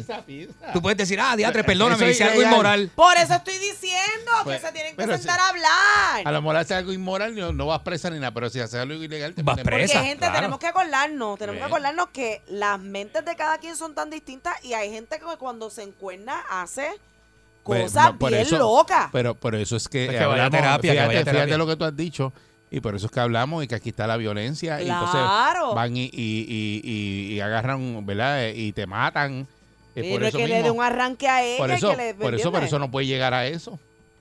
[SPEAKER 4] Tú puedes decir, ah, diatre, perdóname,
[SPEAKER 3] Eso es
[SPEAKER 4] hice algo
[SPEAKER 3] ilegal.
[SPEAKER 4] inmoral.
[SPEAKER 5] Por eso estoy diciendo que
[SPEAKER 3] Pues,
[SPEAKER 5] se tienen que
[SPEAKER 3] pero
[SPEAKER 5] sentar a hablar.
[SPEAKER 3] A lo mejor hace algo inmoral, no, no vas presa ni nada, pero si haces algo ilegal, te vas
[SPEAKER 5] Porque, gente, tenemos que acordarnos, tenemos que
[SPEAKER 3] Bien.
[SPEAKER 5] acordarnos que las mentes de cada quien son tan distintas y hay gente que cuando se encuerna hace
[SPEAKER 3] Pues,
[SPEAKER 5] cosas bien locas.
[SPEAKER 3] Pero por eso es que,
[SPEAKER 4] Pues que vaya a
[SPEAKER 3] hablamos,
[SPEAKER 4] terapia, que
[SPEAKER 3] fíjate,
[SPEAKER 4] vaya a
[SPEAKER 3] fíjate
[SPEAKER 4] terapia.
[SPEAKER 3] lo que tú has dicho. Y por eso es que hablamos y que aquí está la violencia. Y
[SPEAKER 5] Claro.
[SPEAKER 3] entonces van y, y, y- y- y agarran, ¿verdad? Eh, Y te matan. eh,
[SPEAKER 5] Mire
[SPEAKER 3] por eso
[SPEAKER 5] que le
[SPEAKER 3] mismo.
[SPEAKER 5] dé un arranque a ella.
[SPEAKER 3] por
[SPEAKER 5] y
[SPEAKER 3] eso,
[SPEAKER 5] que le,
[SPEAKER 3] por eso, por
[SPEAKER 5] ¿entiendes?
[SPEAKER 3] eso no puedes llegar a eso.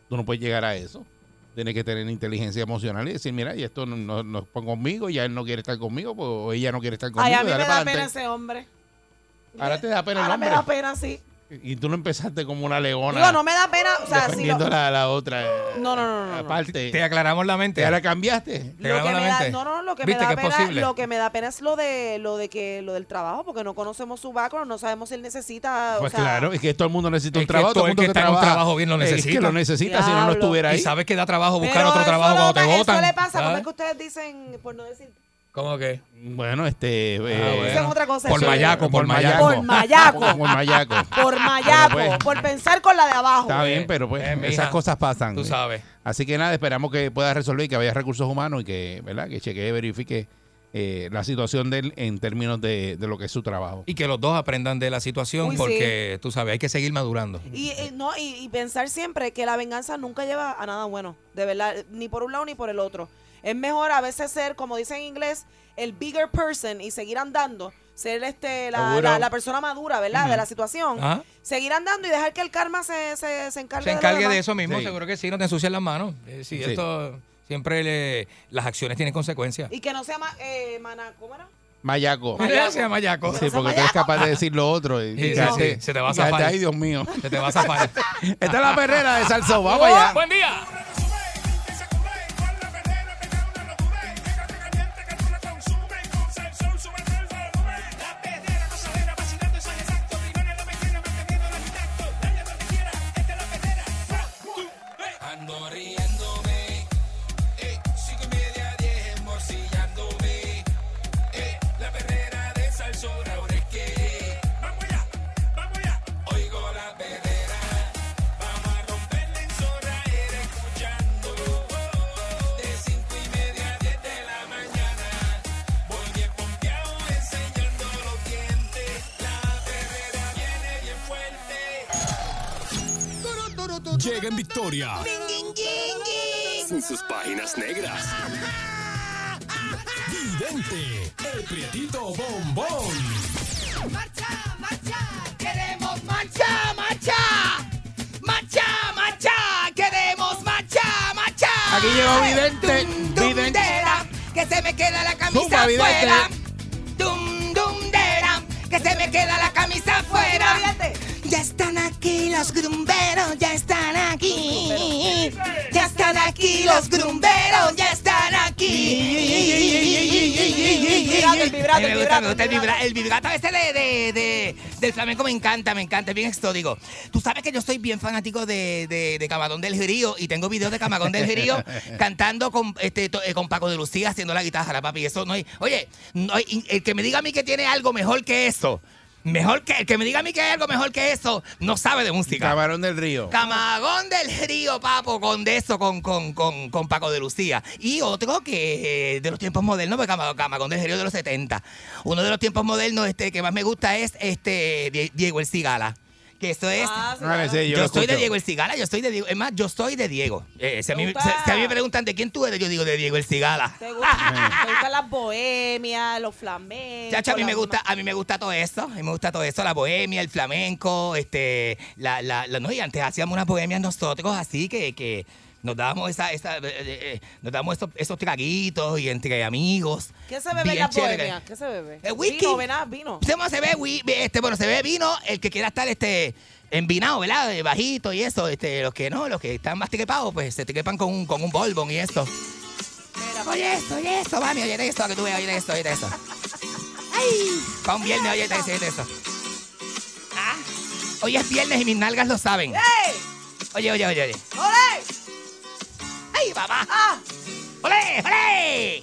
[SPEAKER 3] Tú no puedes llegar a eso. Tienes que tener inteligencia emocional y decir, mira, y esto no, no, no es pa- conmigo, ya él no quiere estar conmigo, pues, o ella no quiere estar conmigo.
[SPEAKER 5] Ay, a mí me
[SPEAKER 3] dale
[SPEAKER 5] da
[SPEAKER 3] pa'lante.
[SPEAKER 5] pena ese hombre.
[SPEAKER 3] Ahora te da pena el
[SPEAKER 5] Ahora me
[SPEAKER 3] hombre.
[SPEAKER 5] da pena, sí.
[SPEAKER 3] Y tú no empezaste como una leona.
[SPEAKER 5] Digo, no me da pena, o sea, si lo,
[SPEAKER 3] defendiendo la, la otra. eh,
[SPEAKER 5] No, no, no, no, no.
[SPEAKER 3] Aparte.
[SPEAKER 4] Te aclaramos la mente.
[SPEAKER 3] Ya la cambiaste.
[SPEAKER 4] Te aclaramos
[SPEAKER 5] que
[SPEAKER 4] la
[SPEAKER 5] me da-
[SPEAKER 4] mente.
[SPEAKER 5] no, no, no, lo que me
[SPEAKER 4] Viste
[SPEAKER 5] da
[SPEAKER 4] que es
[SPEAKER 5] pena,
[SPEAKER 4] posible.
[SPEAKER 5] lo que me da pena es lo de lo de que lo del trabajo, porque no conocemos su background, no sabemos si él necesita, o
[SPEAKER 3] Pues
[SPEAKER 5] sea,
[SPEAKER 3] claro, es que todo el mundo necesita
[SPEAKER 4] Es
[SPEAKER 3] un
[SPEAKER 4] que
[SPEAKER 3] trabajo.
[SPEAKER 4] todo
[SPEAKER 3] el
[SPEAKER 4] el
[SPEAKER 3] mundo
[SPEAKER 4] que está en un
[SPEAKER 3] trabaja,
[SPEAKER 4] trabajo bien lo
[SPEAKER 3] Es que
[SPEAKER 4] necesita.
[SPEAKER 3] lo necesita, si no, no
[SPEAKER 5] Diablo.
[SPEAKER 3] estuviera ahí.
[SPEAKER 4] Y sabes que da trabajo buscar
[SPEAKER 5] Pero
[SPEAKER 4] otro
[SPEAKER 5] eso
[SPEAKER 4] trabajo
[SPEAKER 5] no
[SPEAKER 4] cuando te
[SPEAKER 5] da-
[SPEAKER 4] votan.
[SPEAKER 5] Eso le pasa,
[SPEAKER 4] ¿sabes?
[SPEAKER 5] ¿cómo es que ustedes dicen, por no decir,
[SPEAKER 4] ¿Cómo que?
[SPEAKER 3] Bueno, este. eh,
[SPEAKER 5] dicen otra cosa?
[SPEAKER 4] Por
[SPEAKER 5] Eso-
[SPEAKER 4] mayaco, Ah, por mayaco.
[SPEAKER 5] Por mayaco.
[SPEAKER 3] Por mayaco.
[SPEAKER 5] por mayaco,
[SPEAKER 3] Bueno, pues.
[SPEAKER 5] por pensar con la de abajo.
[SPEAKER 3] Está bien, pero pues
[SPEAKER 4] eh, mija,
[SPEAKER 3] esas cosas pasan.
[SPEAKER 4] tú sabes.
[SPEAKER 3] Así que nada, esperamos que pueda resolver y que vaya a recursos humanos y que, ¿verdad? Que chequee, verifique eh, la situación de él en términos de, de lo que es su trabajo.
[SPEAKER 4] Y que los dos aprendan de la situación
[SPEAKER 5] Uy, sí.
[SPEAKER 4] porque, tú sabes, hay que seguir madurando.
[SPEAKER 5] Y, y no y, y pensar siempre que la venganza nunca lleva a nada bueno, de verdad, ni por un lado ni por el otro. Es mejor a veces ser, como dicen en inglés, el bigger person y seguir andando, ser este la,
[SPEAKER 4] Seguro.
[SPEAKER 5] la- la persona madura, ¿verdad?
[SPEAKER 4] Ujú.
[SPEAKER 5] De la situación.
[SPEAKER 4] Ajá.
[SPEAKER 5] Seguir andando y dejar que el karma se, se, se encargue
[SPEAKER 4] Se
[SPEAKER 5] de lo
[SPEAKER 4] encargue
[SPEAKER 5] demás.
[SPEAKER 4] de eso mismo,
[SPEAKER 5] Sí.
[SPEAKER 4] seguro que sí, no te ensucias las manos. Eh, sí,
[SPEAKER 3] Sí.
[SPEAKER 4] esto siempre le- las acciones tienen consecuencias.
[SPEAKER 5] Y que no sea más, eh, maná, ¿cómo era?
[SPEAKER 3] Mayaco.
[SPEAKER 4] Gracias, Mayaco.
[SPEAKER 3] Sí, porque tú eres capaz de decir lo otro. Y,
[SPEAKER 4] Sí, sí,
[SPEAKER 3] quedaste-
[SPEAKER 4] sí, se te va a
[SPEAKER 3] quedaste
[SPEAKER 4] zafar.
[SPEAKER 3] Ay, Dios mío.
[SPEAKER 4] Se te va a zafar.
[SPEAKER 3] Esta es la perrera de Salsón. Vamos allá.
[SPEAKER 21] Buen día. Ando riéndome, eh, cinco y media, diez, emborcillándome, eh, la perrera de Salsón, ahora es que, vamos allá, vamos allá, oigo la perrera, vamos a romperla en zona, era escuchando, de cinco y media a diez de la mañana, voy bien pompeado enseñando los dientes, la perrera viene bien fuerte.
[SPEAKER 1] Llega en victoria. En sus páginas negras. Vidente, el prietito bombón.
[SPEAKER 21] Marcha, marcha, queremos marcha, marcha. Marcha, marcha, queremos marcha, marcha.
[SPEAKER 3] Aquí llegó Vidente. Vidente.
[SPEAKER 21] Dera, que se me queda la camisa
[SPEAKER 3] Zumba, Vidente.
[SPEAKER 21] afuera. Dum, dum, dera, que se me queda la camisa afuera. Ya están aquí los grumberos, ya están aquí. Ya están aquí los grumberos, ya están aquí.
[SPEAKER 4] Ay, me gusta, me gusta el vibra- el vibrato este de, de- de- del flamenco me encanta, me encanta, es bien exótico. Tú sabes que yo soy bien fanático de, de, de Camarón del Jirío y tengo videos de Camarón del Jirío cantando con, este, to- eh, con Paco de Lucía haciendo la guitarra, papi. Eso no hay. Oye, no hay- y el que me diga a mí que tiene algo mejor que eso, mejor que el que me diga a mí que hay algo mejor que eso, no sabe de música.
[SPEAKER 3] Camarón del Río.
[SPEAKER 4] Camagón del Río, papo, con de eso, con, con, con, con Paco de Lucía. Y otro que eh, de los tiempos modernos, pues, Camagón, Camagón del Río de los 70. Uno de los tiempos modernos este, que más me gusta es este Die- Diego el Cigala. Que eso es.
[SPEAKER 3] Ah, sí, yo
[SPEAKER 4] yo
[SPEAKER 3] lo
[SPEAKER 4] soy de
[SPEAKER 3] escucho.
[SPEAKER 4] Diego el Cigala, yo soy de Diego. Es más, yo soy de Diego. Eh, si, a mí, si- si a mí me preguntan de quién tú eres, yo digo de Diego el Cigala.
[SPEAKER 5] Te gusta- te gustan las bohemias, los flamencos.
[SPEAKER 4] Chacho, a mí
[SPEAKER 5] las
[SPEAKER 4] me gusta, a mí me gusta todo eso, a mí me gusta todo eso, la bohemia, el flamenco, este, la, la, la- no, y antes hacíamos unas bohemias nosotros, así que, que nos dábamos esa, esa, eh, eh, eh, nos dábamos esos, esos traguitos y entre amigos.
[SPEAKER 5] ¿Qué se bebe en
[SPEAKER 4] Bien
[SPEAKER 5] las
[SPEAKER 4] chévere.
[SPEAKER 5] bohemias? ¿Qué se bebe?
[SPEAKER 4] Eh, whisky.
[SPEAKER 5] Vino, vená, vino.
[SPEAKER 4] Se, se ve, wi- este, bueno, se ve vino, el que quiera estar este envinado, ¿verdad? Eh, Bajito y eso, este, los que no, los que están más triquepados, pues se triquepan con un, con un bourbon y esto. Oye esto, oye esto, mami, oye esto, que tú veas, oye esto, oye esto. ¡Ay! Para un viernes, oye, oye esto. Ah, hoy es viernes y mis nalgas lo saben. Oye, oye, oye, oye.
[SPEAKER 21] ¡Olé!
[SPEAKER 4] ¡Ay, papá! ¡Olé, olé!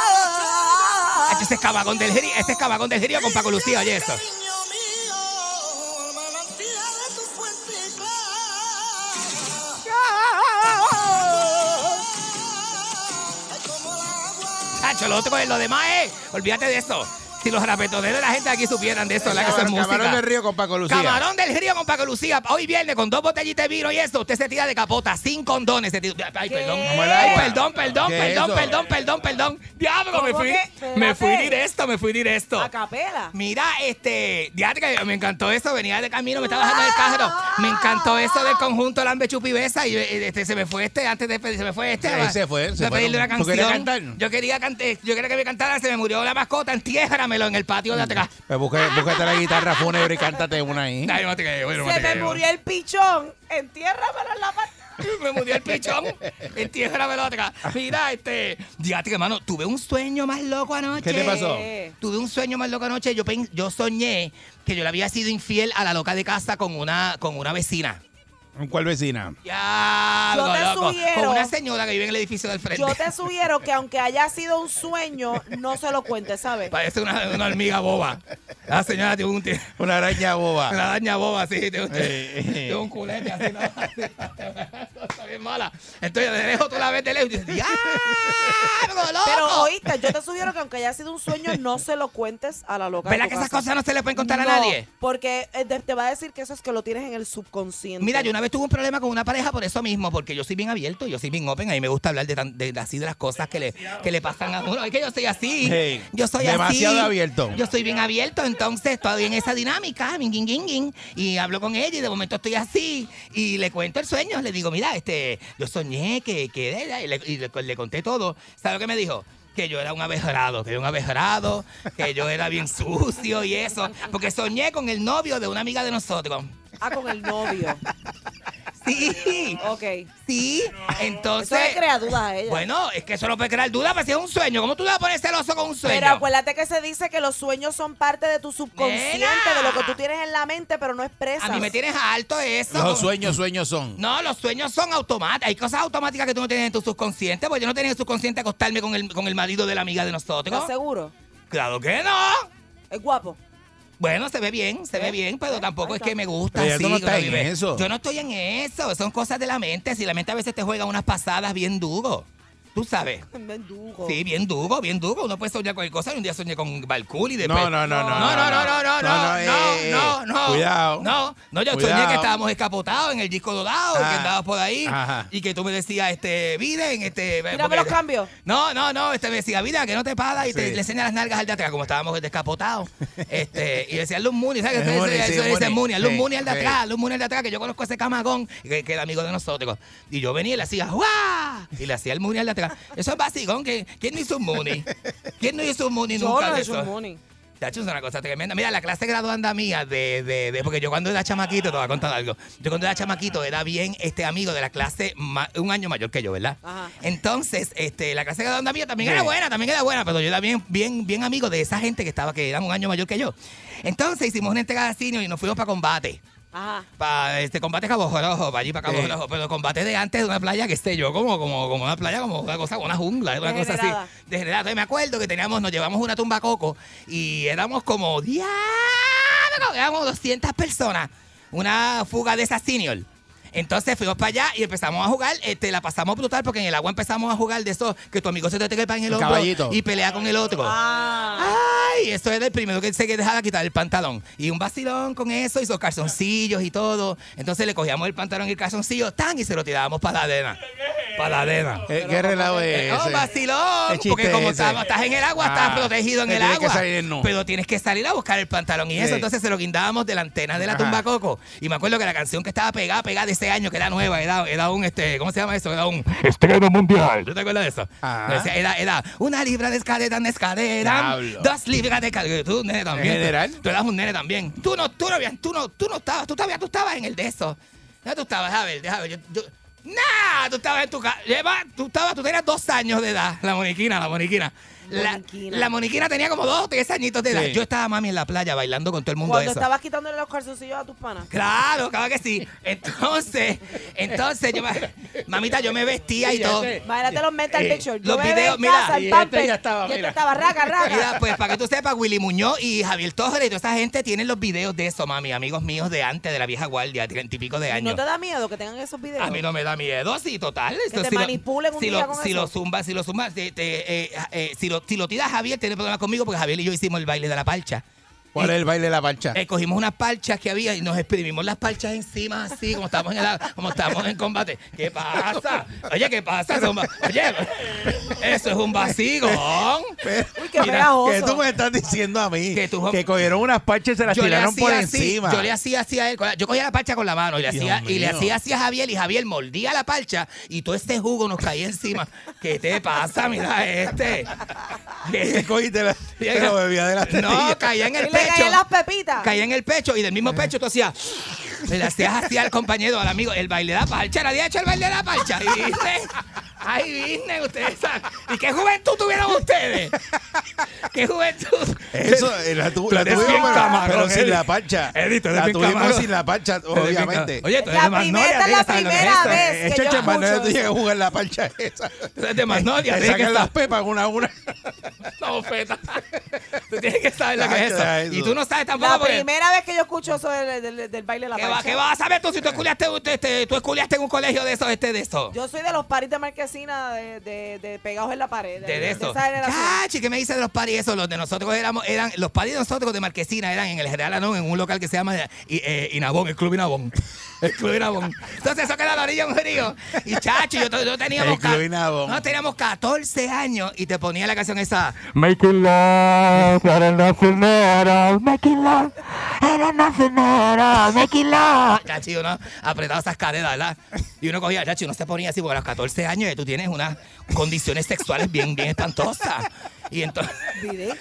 [SPEAKER 4] Ah, Este es cabagón del Jirío, este es cabagón del Jirío con Paco Lucía, oye esto. Chacho, lo otro es lo demás, eh. Olvídate de eso. Si los rapetoneros de la gente aquí supieran de eso, la que eso es
[SPEAKER 3] Camarón, Camarón
[SPEAKER 4] música.
[SPEAKER 3] del Río con Paco Lucía.
[SPEAKER 4] Camarón del Río con Paco Lucía. Hoy viernes con dos botellitas de vino y esto. Usted se tira de capota sin condones. Se tira- Ay, perdón.
[SPEAKER 3] ¿Cómo el
[SPEAKER 4] Ay,
[SPEAKER 3] agua?
[SPEAKER 4] perdón, perdón,
[SPEAKER 3] ¿Qué es
[SPEAKER 4] perdón,
[SPEAKER 3] eso?
[SPEAKER 4] perdón, perdón, perdón. Diablo,
[SPEAKER 5] ¿Cómo
[SPEAKER 4] me fui.
[SPEAKER 5] que? Espérate. Ah,
[SPEAKER 4] Me fui directo, me fui directo.
[SPEAKER 5] A capela.
[SPEAKER 4] Mira, este, diatre, me encantó eso, venía de camino, me estaba bajando del carro. Me encantó eso del conjunto Lambe Chupivesa y eh, este, se me fue este, antes de pedir, se me fue este.
[SPEAKER 3] Sí, se fue, se
[SPEAKER 4] de
[SPEAKER 3] fue.
[SPEAKER 4] pedirle una
[SPEAKER 3] ¿Tú
[SPEAKER 4] canción.
[SPEAKER 3] querías cantar?
[SPEAKER 4] Yo quería cantar, yo quería que me cantara, se me murió la mascota, entiéramelo en el patio de atrás.
[SPEAKER 3] Pues busca- búscate la guitarra fúnebre y cántate una ahí.
[SPEAKER 4] Ay, no te creo, bueno, no
[SPEAKER 5] Se
[SPEAKER 4] te
[SPEAKER 5] me
[SPEAKER 4] creo.
[SPEAKER 5] murió el pichón. Entiérramelo en la parte.
[SPEAKER 4] me murió el pichón. Entiéramelo atrás. Mira, este. Diatre, hermano, tuve un sueño más loco anoche.
[SPEAKER 3] ¿Qué te pasó?
[SPEAKER 4] Tuve un sueño más loco anoche. Yo, pen- yo soñé que yo le había sido infiel a la loca de casa con una, con una vecina.
[SPEAKER 3] ¿Cuál vecina?
[SPEAKER 4] Ya,
[SPEAKER 5] Yo
[SPEAKER 4] algo
[SPEAKER 5] te
[SPEAKER 4] loco.
[SPEAKER 5] sugiero-
[SPEAKER 4] Con una señora que vive en el edificio del frente.
[SPEAKER 5] Yo te sugiero que aunque haya sido un sueño, no se lo cuentes, ¿sabes?
[SPEAKER 4] Parece una, una hormiga boba. La señora tiene un...
[SPEAKER 3] Una araña boba.
[SPEAKER 4] Una araña boba, sí. Tiene un,
[SPEAKER 3] Eh, eh.
[SPEAKER 4] tiene un culete así. ¿no? Está bien mala. Entonces, de lejos tú la ves de lejos y dices, ¡ya!
[SPEAKER 5] Pero oíste, yo te sugiero que aunque haya sido un sueño, no se lo cuentes a la loca. de
[SPEAKER 4] ¿Verdad
[SPEAKER 5] tu
[SPEAKER 4] que esas
[SPEAKER 5] casa.
[SPEAKER 4] cosas no se le pueden contar a nadie?
[SPEAKER 5] Porque eh, te te va a decir que eso es que lo tienes en el subconsciente.
[SPEAKER 4] Mira, yo una vez tuve un problema con una pareja por eso mismo, porque yo soy bien abierto, yo soy bien open, a mí me gusta hablar de, tan- de- de así de las cosas que le, que le pasan a uno. Es que yo soy así.
[SPEAKER 3] Hey,
[SPEAKER 4] yo soy así.
[SPEAKER 3] demasiado abierto.
[SPEAKER 4] Yo soy bien abierto, entonces estoy en esa dinámica, bin, guin, guin, guin, y hablo con ella y de momento estoy así y le cuento el sueño, le digo, mira, este, yo soñé que, que y le, y le- le conté todo. ¿Sabes lo que me dijo? Que yo era un abejorado, que era un abejorado, que yo era bien sucio y eso, porque soñé con el novio de una amiga de nosotros.
[SPEAKER 5] Ah, con el novio.
[SPEAKER 4] Sí.
[SPEAKER 5] Ok.
[SPEAKER 4] Sí. Entonces.
[SPEAKER 5] Eso le crea dudas a ella.
[SPEAKER 4] Bueno, es que eso no puede crear dudas, pero si es un sueño, ¿cómo tú le vas a poner celoso con un sueño?
[SPEAKER 5] Pero acuérdate que se dice que los sueños son parte de tu subconsciente,
[SPEAKER 4] Nena.
[SPEAKER 5] de lo que tú tienes en la mente, pero no expresas.
[SPEAKER 4] a mí me tienes alto eso.
[SPEAKER 3] Los sueños, sueños son.
[SPEAKER 4] No, los sueños son automáticos. Hay cosas automáticas que tú no tienes en tu subconsciente, porque yo no tenía en el subconsciente acostarme con el, con el marido de la amiga de nosotros.
[SPEAKER 5] ¿Estás seguro?
[SPEAKER 4] Claro que no.
[SPEAKER 5] Es guapo. ¿Eh?
[SPEAKER 4] Bueno, se ve bien, se ve bien, pero tampoco es que me gusta.
[SPEAKER 3] Pero ya tú
[SPEAKER 4] así,
[SPEAKER 3] no estás
[SPEAKER 4] como
[SPEAKER 3] en
[SPEAKER 4] vive.
[SPEAKER 3] eso.
[SPEAKER 4] Yo no estoy en eso. Son cosas de la mente. Si la mente a veces te juega unas pasadas bien duro. Tú sabes.
[SPEAKER 5] Mendugo.
[SPEAKER 4] Sí, bien duro, bien duro. Uno puede soñar cualquier cosa y un día soñé con Balcool y después.
[SPEAKER 3] No, no, no, no.
[SPEAKER 4] No, no, no, no, no, no,
[SPEAKER 3] eh,
[SPEAKER 4] no, no.
[SPEAKER 3] Cuidado.
[SPEAKER 4] No, no, yo soñé
[SPEAKER 3] Cuidado.
[SPEAKER 4] que estábamos escapotados en el disco dorado y que
[SPEAKER 3] Ah.
[SPEAKER 4] andabas por ahí
[SPEAKER 3] Ajá.
[SPEAKER 4] y que tú me decías, este, miren, este.
[SPEAKER 5] Mírame los cambios.
[SPEAKER 4] No, no, no, este me decía, mira, que no te paras y te,
[SPEAKER 3] Sí.
[SPEAKER 4] le enseña las nalgas al de atrás, como estábamos descapotados. Este, y decía, Luz Muni, ¿sabes?
[SPEAKER 3] Es
[SPEAKER 4] Eso
[SPEAKER 3] Muni,
[SPEAKER 4] dice-
[SPEAKER 3] sí,
[SPEAKER 4] eso dice
[SPEAKER 3] Muni.
[SPEAKER 4] Muni, Luz
[SPEAKER 3] Sí,
[SPEAKER 4] Muni al de
[SPEAKER 3] sí.
[SPEAKER 4] atrás, Luz Muni al de atrás, que yo conozco ese camagón, que, que era amigo de nosotros. Y yo venía y le hacía, ¡guau! Y le hacía el Muni al de atrás. Eso es vacilón, que ¿quién no hizo un Muni? ¿Quién no hizo un Muni
[SPEAKER 5] Yo
[SPEAKER 4] nunca?
[SPEAKER 5] no
[SPEAKER 4] de
[SPEAKER 5] hice un
[SPEAKER 4] eso?
[SPEAKER 5] Muni.
[SPEAKER 4] Chacho, es una cosa tremenda. Mira, la clase graduanda mía de, de, de- porque yo cuando era chamaquito, te voy a contar algo. Yo cuando era chamaquito era bien este amigo de la clase ma- un año mayor que yo, ¿verdad?
[SPEAKER 5] Ajá.
[SPEAKER 4] Entonces, este, la clase graduanda mía también era
[SPEAKER 5] Sí.
[SPEAKER 4] buena, también era buena, pero yo era bien, bien, bien amigo de esa gente que estaba, que eran un año mayor que yo. Entonces hicimos una entrega de cine y nos fuimos para combate.
[SPEAKER 5] Ajá.
[SPEAKER 4] Para este combate Cabo Jorojo, para allí para Cabo Jorojo, pero combate de antes de una playa que sé yo, como, como, como una playa, como una cosa, una jungla, una cosa así.
[SPEAKER 5] Degenerada.
[SPEAKER 4] Degenerada. Entonces, me acuerdo que teníamos, nos llevamos una tumba coco y éramos como, ¡diablo! Éramos 200 personas. Una fuga de esas senior. Entonces fuimos para allá y empezamos a jugar, este, la pasamos brutal porque en el agua empezamos a jugar de eso que tu amigo se te trepa en el
[SPEAKER 3] El
[SPEAKER 4] hombro
[SPEAKER 3] caballito.
[SPEAKER 4] y pelea con el otro. Ay, eso era el primero que se dejaba quitar el pantalón. Y un vacilón con eso, y sus calzoncillos y todo. Entonces le cogíamos el pantalón y el calzoncillo, tan, y se lo tirábamos para la arena. Para la arena.
[SPEAKER 3] Eh, ¿Qué relajo es
[SPEAKER 4] Eh, no,
[SPEAKER 3] ese?
[SPEAKER 4] vacilón,
[SPEAKER 3] ¿Qué chiste
[SPEAKER 4] porque como
[SPEAKER 3] es ese?
[SPEAKER 4] estaba- estás en el agua,
[SPEAKER 3] Ah,
[SPEAKER 4] estás protegido en
[SPEAKER 3] te
[SPEAKER 4] el
[SPEAKER 3] tienes que
[SPEAKER 4] agua.
[SPEAKER 3] salir en nu.
[SPEAKER 4] Pero tienes que salir a buscar el pantalón y eso.
[SPEAKER 3] Sí.
[SPEAKER 4] Entonces se lo guindábamos de la antena de la
[SPEAKER 3] Ajá.
[SPEAKER 4] tumba coco. Y me acuerdo que la canción que estaba pegada, pegada de ese año, que era nueva, era, era un, este, ¿cómo se llama eso? Era un estreno mundial. ¿Tú te acuerdas de eso? Decía, Era, era una libra de escalera en escalera,
[SPEAKER 3] Diablo.
[SPEAKER 4] dos libras de escalera. Tú, nene, también.
[SPEAKER 3] ¿En general?
[SPEAKER 4] Tú, tú eras un nene también. Tú no, tú no, habías- tú no, tú no estabas, tú estabas, tú estabas en el de eso. No, tú estabas, a ver, déjame ver. Yo, yo, ¡Nah! Tú estabas en tu casa. Tú, estabas, tú tenías dos años de edad, la moniquina, la moniquina. La,
[SPEAKER 5] Moniquina.
[SPEAKER 4] la moniquina tenía como dos o tres añitos de edad.
[SPEAKER 5] Sí.
[SPEAKER 4] Yo estaba mami en la playa bailando con todo el mundo
[SPEAKER 5] Cuando
[SPEAKER 4] eso.
[SPEAKER 5] estabas quitándole los calzoncillos a tus panas.
[SPEAKER 4] Claro, claro que sí. Entonces, entonces yo me- mamita, yo me vestía y todo.
[SPEAKER 5] Imagínate los mental
[SPEAKER 4] Eh,
[SPEAKER 5] pictures. Yo
[SPEAKER 4] los
[SPEAKER 5] me veo en
[SPEAKER 4] videos, mira.
[SPEAKER 5] casa, el
[SPEAKER 4] Y este
[SPEAKER 5] pamper,
[SPEAKER 4] ya estaba,
[SPEAKER 5] y este
[SPEAKER 4] mira.
[SPEAKER 5] estaba raca, raca.
[SPEAKER 4] Mira, pues para que tú sepas, Willy Muñoz y Javier Torres y toda esa gente tienen los videos de eso, mami. Amigos míos de antes, de la vieja guardia, tienen típico de
[SPEAKER 5] ¿No
[SPEAKER 4] años.
[SPEAKER 5] te da miedo que tengan esos videos?
[SPEAKER 4] A mí no me da miedo, sí, total.
[SPEAKER 5] Que
[SPEAKER 4] Eso,
[SPEAKER 5] te
[SPEAKER 4] si lo-
[SPEAKER 5] manipulen un
[SPEAKER 4] si
[SPEAKER 5] día
[SPEAKER 4] lo,
[SPEAKER 5] con
[SPEAKER 4] si
[SPEAKER 5] eso.
[SPEAKER 4] lo zumba, si lo zumba, te- te, eh, eh, si, lo, si lo tiras Javier, tiene problemas conmigo porque Javier y yo hicimos el baile de la parcha.
[SPEAKER 3] ¿Cuál es el baile de la parcha?
[SPEAKER 4] Eh, cogimos unas parchas que había y nos exprimimos las parchas encima así, como estábamos en, el- como estábamos en combate. ¿Qué pasa? Oye, ¿qué pasa? Eso es un va- Oye, eso es un vacigón.
[SPEAKER 5] Uy,
[SPEAKER 4] qué pegajoso.
[SPEAKER 3] Que tú me estás diciendo a mí que, cogieron unas parches y se las
[SPEAKER 4] Yo le
[SPEAKER 3] tiraron por
[SPEAKER 4] hacía así,
[SPEAKER 3] encima.
[SPEAKER 4] Yo le hacía así a él. con la- Yo cogía la parcha con la mano y le,
[SPEAKER 3] Dios
[SPEAKER 4] hacía, y le
[SPEAKER 3] mío.
[SPEAKER 4] hacía así a Javier. Y Javier mordía la parcha y todo este jugo nos caía encima. ¿Qué te pasa? Mira este.
[SPEAKER 3] Te cogiste la, te lo bebía de las
[SPEAKER 4] No,
[SPEAKER 3] tetillas.
[SPEAKER 4] caía en el
[SPEAKER 5] Y le caían
[SPEAKER 4] pecho.
[SPEAKER 5] las pepitas.
[SPEAKER 4] Caía en el pecho y del mismo pecho tú hacías. Le hacías así al compañero, al amigo. El baile de la parcha. Nadie ha hecho el baile de la parcha. Y viste. Ay, viste, ustedes saben. ¿Y qué juventud tuvieron ustedes? ¿Qué juventud?
[SPEAKER 3] Eso, eh, la, tu,
[SPEAKER 4] Tú
[SPEAKER 3] la
[SPEAKER 4] eres
[SPEAKER 3] tuvimos,
[SPEAKER 4] bien
[SPEAKER 3] pero,
[SPEAKER 4] camarón,
[SPEAKER 3] pero sin
[SPEAKER 4] Eddie.
[SPEAKER 3] la parcha.
[SPEAKER 4] Eddie, tú eres
[SPEAKER 3] la
[SPEAKER 4] bien
[SPEAKER 3] tuvimos
[SPEAKER 4] camarón.
[SPEAKER 3] sin la parcha,
[SPEAKER 4] eres bien
[SPEAKER 3] obviamente.
[SPEAKER 4] ca- Oye, tú eres de Magnolia,
[SPEAKER 5] esta es la
[SPEAKER 4] Eddie, ¿sabes lo que es
[SPEAKER 5] primera
[SPEAKER 4] eso?
[SPEAKER 5] vez
[SPEAKER 3] Eh,
[SPEAKER 5] que
[SPEAKER 3] Cheche,
[SPEAKER 5] yo escucho
[SPEAKER 3] Magnolia, tú
[SPEAKER 5] eso.
[SPEAKER 3] llegas a jugar la parcha esa.
[SPEAKER 4] Tú eres de Magnolia,
[SPEAKER 3] Te
[SPEAKER 4] tienes que
[SPEAKER 3] sacan las
[SPEAKER 4] estar-
[SPEAKER 3] pepas una a una.
[SPEAKER 4] La bofeta. tú tienes que saber lo que es
[SPEAKER 3] Ah,
[SPEAKER 4] eso. Y tú no sabes
[SPEAKER 5] La
[SPEAKER 4] tampoco. porque-
[SPEAKER 5] primera vez que yo escucho eso del, del- del baile de la
[SPEAKER 4] ¿Qué, va-
[SPEAKER 5] marcha.
[SPEAKER 4] qué vas a saber tú si tú esculeaste, un- este, tú esculeaste en un colegio de esos, este, de esos?
[SPEAKER 5] Yo soy de los paris de marquesina de, de- de pegados en la pared.
[SPEAKER 4] De, de eso.
[SPEAKER 5] esa generación.
[SPEAKER 4] Cachi, ¿qué me dice de los paris esos? Los de nosotros éramos, eran, los paris de nosotros de Marquesina eran en el General Anón, en un local que se llama I- eh, Inabón, el Club Inabón. El Club Inabón. Entonces eso queda a la orilla de un río. Y chacho, yo, yo teníamos,
[SPEAKER 12] El
[SPEAKER 4] ca-
[SPEAKER 12] Club Inabón.
[SPEAKER 4] no, teníamos 14 años y te ponía la canción esa.
[SPEAKER 12] Making love, eran los primeros. Making love, eran los primeros. Making
[SPEAKER 5] Ah.
[SPEAKER 12] love.
[SPEAKER 4] Chachi, uno apretaba esas caderas, ¿verdad? Y uno cogía, chachi, uno se ponía así porque a los 14 años ya tú tienes unas condiciones sexuales bien, bien espantosas. Y entonces...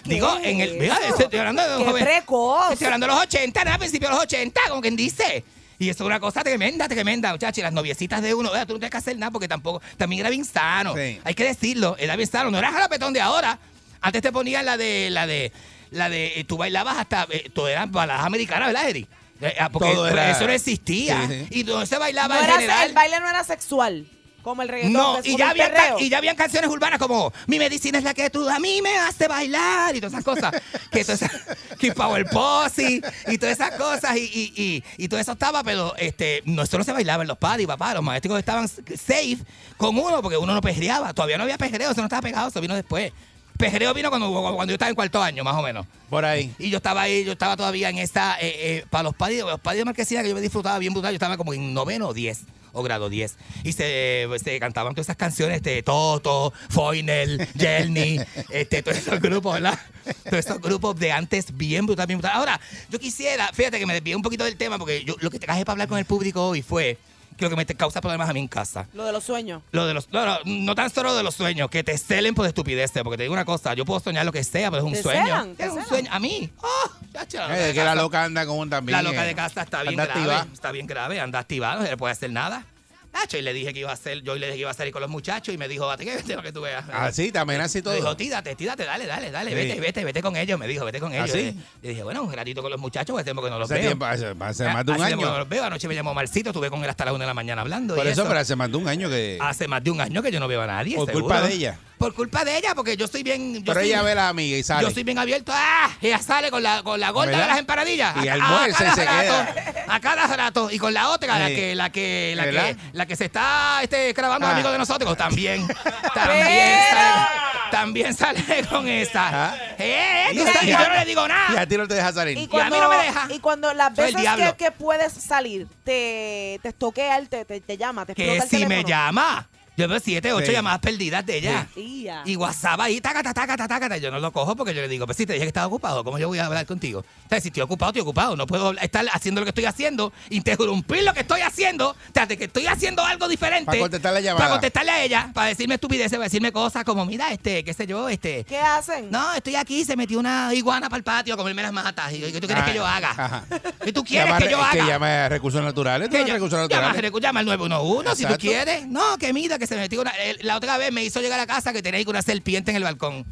[SPEAKER 4] Digo, en el. Mira,
[SPEAKER 12] eso?
[SPEAKER 4] estoy hablando de un
[SPEAKER 12] ¡Qué
[SPEAKER 4] joven-
[SPEAKER 12] precoz!
[SPEAKER 4] Estoy hablando de los 80, nada, principios de los 80, como quien dice. Y eso es una cosa tremenda, tremenda, muchachos. Y las noviecitas de uno, vea, tú no tienes que hacer nada porque tampoco. También era bien sano. Hay que decirlo, era bien sano. No era jalapetón de ahora. Antes te ponían la de. La de la de eh, tú bailabas hasta. eh, todo eran baladas americanas, ¿verdad, Eri? Eh, ah, Porque
[SPEAKER 3] Todo era-
[SPEAKER 4] eso no existía.
[SPEAKER 3] Sí,
[SPEAKER 4] Y no se bailaba
[SPEAKER 5] No
[SPEAKER 4] en
[SPEAKER 5] era-
[SPEAKER 4] general.
[SPEAKER 5] El baile no era sexual, como el reggaetón.
[SPEAKER 4] No,
[SPEAKER 5] que es
[SPEAKER 4] y
[SPEAKER 5] como
[SPEAKER 4] ya,
[SPEAKER 5] el
[SPEAKER 4] había
[SPEAKER 5] perreo.
[SPEAKER 4] ca- y ya habían canciones urbanas como Mi medicina es la que tú a mí me hace bailar y todas esas cosas. que, todas esas- que Power Posse y todas esas cosas y, y, y- y todo eso estaba, pero este, no, eso no se bailaba en los padres, papá. Los maestros estaban s- safe con uno porque uno no pejereaba. Todavía no había pejereo, eso no estaba pegado, eso vino después. Pejereo vino cuando, cuando yo estaba en cuarto año, más o menos.
[SPEAKER 3] Por ahí.
[SPEAKER 4] Y yo estaba ahí, yo estaba todavía en esta, eh, eh, para los padres, los padres de Marquesina que yo me disfrutaba bien brutal, yo estaba como en noveno o diez, o grado diez. Y se, se cantaban todas esas canciones de Toto, Foinel, Jelny, este, todos esos grupos, ¿verdad? Todos esos grupos de antes bien brutal, bien brutal. Ahora, yo quisiera, fíjate que me desvié un poquito del tema, porque yo lo que te traje para hablar con el público hoy fue que lo que me te- causa problemas a mí en casa.
[SPEAKER 5] Lo de los sueños.
[SPEAKER 4] Lo de los, no, no, no tan solo de los sueños, que te celen por estupideces, porque te digo una cosa, yo puedo soñar lo que sea, pero es un
[SPEAKER 5] Te
[SPEAKER 4] sueño.
[SPEAKER 5] celan, te
[SPEAKER 4] es un
[SPEAKER 5] celan.
[SPEAKER 4] sueño. A mí. ¡Ah! chacho,
[SPEAKER 3] Eh, que la loca anda con un también.
[SPEAKER 4] La loca
[SPEAKER 3] eh.
[SPEAKER 4] de casa está bien
[SPEAKER 3] Anda
[SPEAKER 4] grave.
[SPEAKER 3] activada.
[SPEAKER 4] Está bien grave, anda activada, no se le puede hacer nada. Nacho, y le dije que iba a hacer, yo le dije que iba a salir con los muchachos y me dijo, vete, que vete para que tú veas.
[SPEAKER 3] Ah, sí, te amenaza y
[SPEAKER 4] Me
[SPEAKER 3] todo.
[SPEAKER 4] dijo, tírate, tírate, dale, dale, dale,
[SPEAKER 3] Sí.
[SPEAKER 4] vete, vete, vete con ellos. Me dijo, vete con
[SPEAKER 3] ¿Ah,
[SPEAKER 4] ellos. Eh,
[SPEAKER 3] sí?
[SPEAKER 4] Le dije, bueno, un ratito con los muchachos, pues, hace tiempo que no los
[SPEAKER 3] Hace
[SPEAKER 4] veo.
[SPEAKER 3] tiempo, hace- hace más de un
[SPEAKER 4] Hace tiempo
[SPEAKER 3] año.
[SPEAKER 4] que no los veo. Anoche me llamó Marcito, estuve con él hasta la una de la mañana hablando.
[SPEAKER 3] Por
[SPEAKER 4] y
[SPEAKER 3] eso, pero hace más de un año que.
[SPEAKER 4] Hace más de un año que yo no veo a nadie.
[SPEAKER 3] Por
[SPEAKER 4] seguro.
[SPEAKER 3] culpa de ella.
[SPEAKER 4] Por culpa de ella, porque yo estoy bien. yo
[SPEAKER 3] Pero
[SPEAKER 4] soy-
[SPEAKER 3] ella ve a la amiga y sale.
[SPEAKER 4] Yo soy bien abierto. ¡Ah! Ella sale con la, con la gorda
[SPEAKER 3] ¿Verdad?
[SPEAKER 4] de las empanadillas.
[SPEAKER 3] Y
[SPEAKER 4] A- a-
[SPEAKER 3] almuerza y
[SPEAKER 4] a
[SPEAKER 3] se
[SPEAKER 4] cada rato, A cada rato. Y con la otra, la
[SPEAKER 3] Sí.
[SPEAKER 4] que, la que, la
[SPEAKER 3] ¿Verdad?
[SPEAKER 4] que, la que se está este, grabando
[SPEAKER 3] Ah.
[SPEAKER 4] amigos de nosotros. También. También sale, también sale con esa. Eh, eh, tú sabes que yo no le digo nada.
[SPEAKER 3] Y a ti no te deja salir.
[SPEAKER 5] Y cuando,
[SPEAKER 4] no me deja.
[SPEAKER 5] y cuando las
[SPEAKER 4] Soy
[SPEAKER 5] veces
[SPEAKER 4] el
[SPEAKER 5] que,
[SPEAKER 4] diablo.
[SPEAKER 5] que puedes salir, te, te estoquea, el- te, te, te llama, te
[SPEAKER 4] Que
[SPEAKER 5] explota el
[SPEAKER 4] si me
[SPEAKER 5] teléfono.
[SPEAKER 4] llama. Yo veo siete, ocho
[SPEAKER 3] Sí.
[SPEAKER 4] llamadas perdidas de ella.
[SPEAKER 5] Tía.
[SPEAKER 4] Y WhatsApp ahí, taca, taca, taca, taca, taca. Yo no lo cojo porque yo le digo, pues si te dije que estaba ocupado, ¿cómo yo voy a hablar contigo? O sea, si estoy ocupado, estoy ocupado. No puedo hablar- estar haciendo lo que estoy haciendo, interrumpir lo que estoy haciendo. O sea, de que estoy haciendo algo diferente.
[SPEAKER 3] Para contestar la llamada.
[SPEAKER 4] Para contestarle a ella, para decirme estupideces, para decirme cosas como, mira, este, qué sé yo, este.
[SPEAKER 5] ¿Qué hacen?
[SPEAKER 4] No, estoy aquí, se metió una iguana para el patio a comerme las matas. Y yo, ¿qué tú quieres
[SPEAKER 3] Ah,
[SPEAKER 4] que yo haga?
[SPEAKER 3] ajá.
[SPEAKER 4] ¿Qué tú quieres
[SPEAKER 3] Llama
[SPEAKER 4] que
[SPEAKER 3] re-
[SPEAKER 4] yo haga?
[SPEAKER 3] Que llame a recursos naturales. tú no
[SPEAKER 4] Que
[SPEAKER 3] eres
[SPEAKER 4] llama-
[SPEAKER 3] recursos
[SPEAKER 4] llama,
[SPEAKER 3] naturales.
[SPEAKER 4] recu- llama al 911 si tú
[SPEAKER 3] Exacto.
[SPEAKER 4] quieres. No, que mira, que se metió una. eh, La otra vez me hizo llegar a casa que tenía ahí una serpiente en el balcón.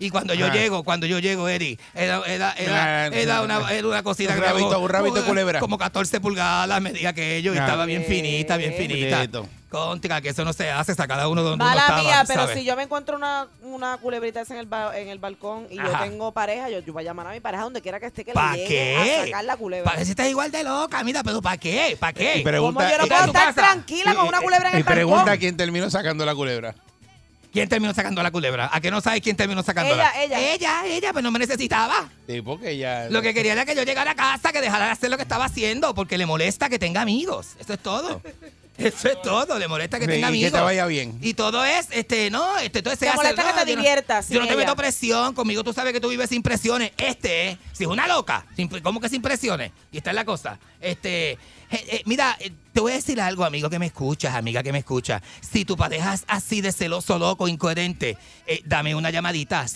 [SPEAKER 4] Y cuando yo
[SPEAKER 3] Ajá.
[SPEAKER 4] llego, cuando yo llego, Eri, era, era, era-
[SPEAKER 3] Una-
[SPEAKER 4] era una, era una cosita
[SPEAKER 3] un
[SPEAKER 4] que tenía
[SPEAKER 3] rabito-
[SPEAKER 4] como-
[SPEAKER 3] un rabito de
[SPEAKER 4] como-
[SPEAKER 3] culebra.
[SPEAKER 4] Como 14 pulgadas, me diga que ellos, y
[SPEAKER 3] Ah.
[SPEAKER 4] estaba bien finita, bien finita.
[SPEAKER 3] Poquito.
[SPEAKER 4] Contra, que eso no se hace, saca cada uno donde uno
[SPEAKER 5] Mala
[SPEAKER 4] estaba.
[SPEAKER 5] mía,
[SPEAKER 4] tú
[SPEAKER 5] pero
[SPEAKER 4] sabes.
[SPEAKER 5] si yo me encuentro una, una culebrita esa en el, ba- en el balcón y yo
[SPEAKER 4] Ajá.
[SPEAKER 5] tengo pareja, yo, yo voy a llamar a mi pareja donde quiera que esté que le
[SPEAKER 4] ¿Pa'
[SPEAKER 5] llegue
[SPEAKER 4] qué?
[SPEAKER 5] a sacar la culebra.
[SPEAKER 4] ¿Para qué si estás igual de loca? Mira, pero ¿para qué? ¿Para qué?
[SPEAKER 3] Y pregunta-
[SPEAKER 5] Como yo no
[SPEAKER 3] ¿Y
[SPEAKER 5] puedo
[SPEAKER 3] en tu
[SPEAKER 5] estar
[SPEAKER 3] casa?
[SPEAKER 5] tranquila con una culebra en
[SPEAKER 3] Y
[SPEAKER 5] el balcón.
[SPEAKER 3] pregunta quién terminó sacando la culebra.
[SPEAKER 4] ¿Quién terminó sacando la culebra? ¿A que no sabes quién terminó sacándola?
[SPEAKER 5] Ella, ella.
[SPEAKER 4] Ella, ella, pues no me necesitaba.
[SPEAKER 3] Sí, porque ya.
[SPEAKER 4] Lo que quería era que yo llegara a casa, que dejara de hacer lo que estaba haciendo, porque le molesta que tenga amigos. Eso es todo. Eso es todo. Le molesta que
[SPEAKER 3] Sí,
[SPEAKER 4] tenga
[SPEAKER 3] y
[SPEAKER 4] amigos.
[SPEAKER 3] que te vaya bien.
[SPEAKER 4] Y todo es, este, no, este, todo es
[SPEAKER 5] Te
[SPEAKER 4] hacer-
[SPEAKER 5] molesta
[SPEAKER 4] no,
[SPEAKER 5] que te
[SPEAKER 4] yo no-
[SPEAKER 5] diviertas
[SPEAKER 4] Yo no
[SPEAKER 5] sin
[SPEAKER 4] te meto
[SPEAKER 5] ella.
[SPEAKER 4] presión. Conmigo tú sabes que tú vives sin presiones. Este es, si es una loca, sin- ¿cómo que sin presiones? Y esta es la cosa. Este, eh, eh, mira, eh, te voy a decir algo, amigo que me escuchas, amiga que me escuchas. Si tu pareja es así de celoso, loco, incoherente, eh, dame una llamadita,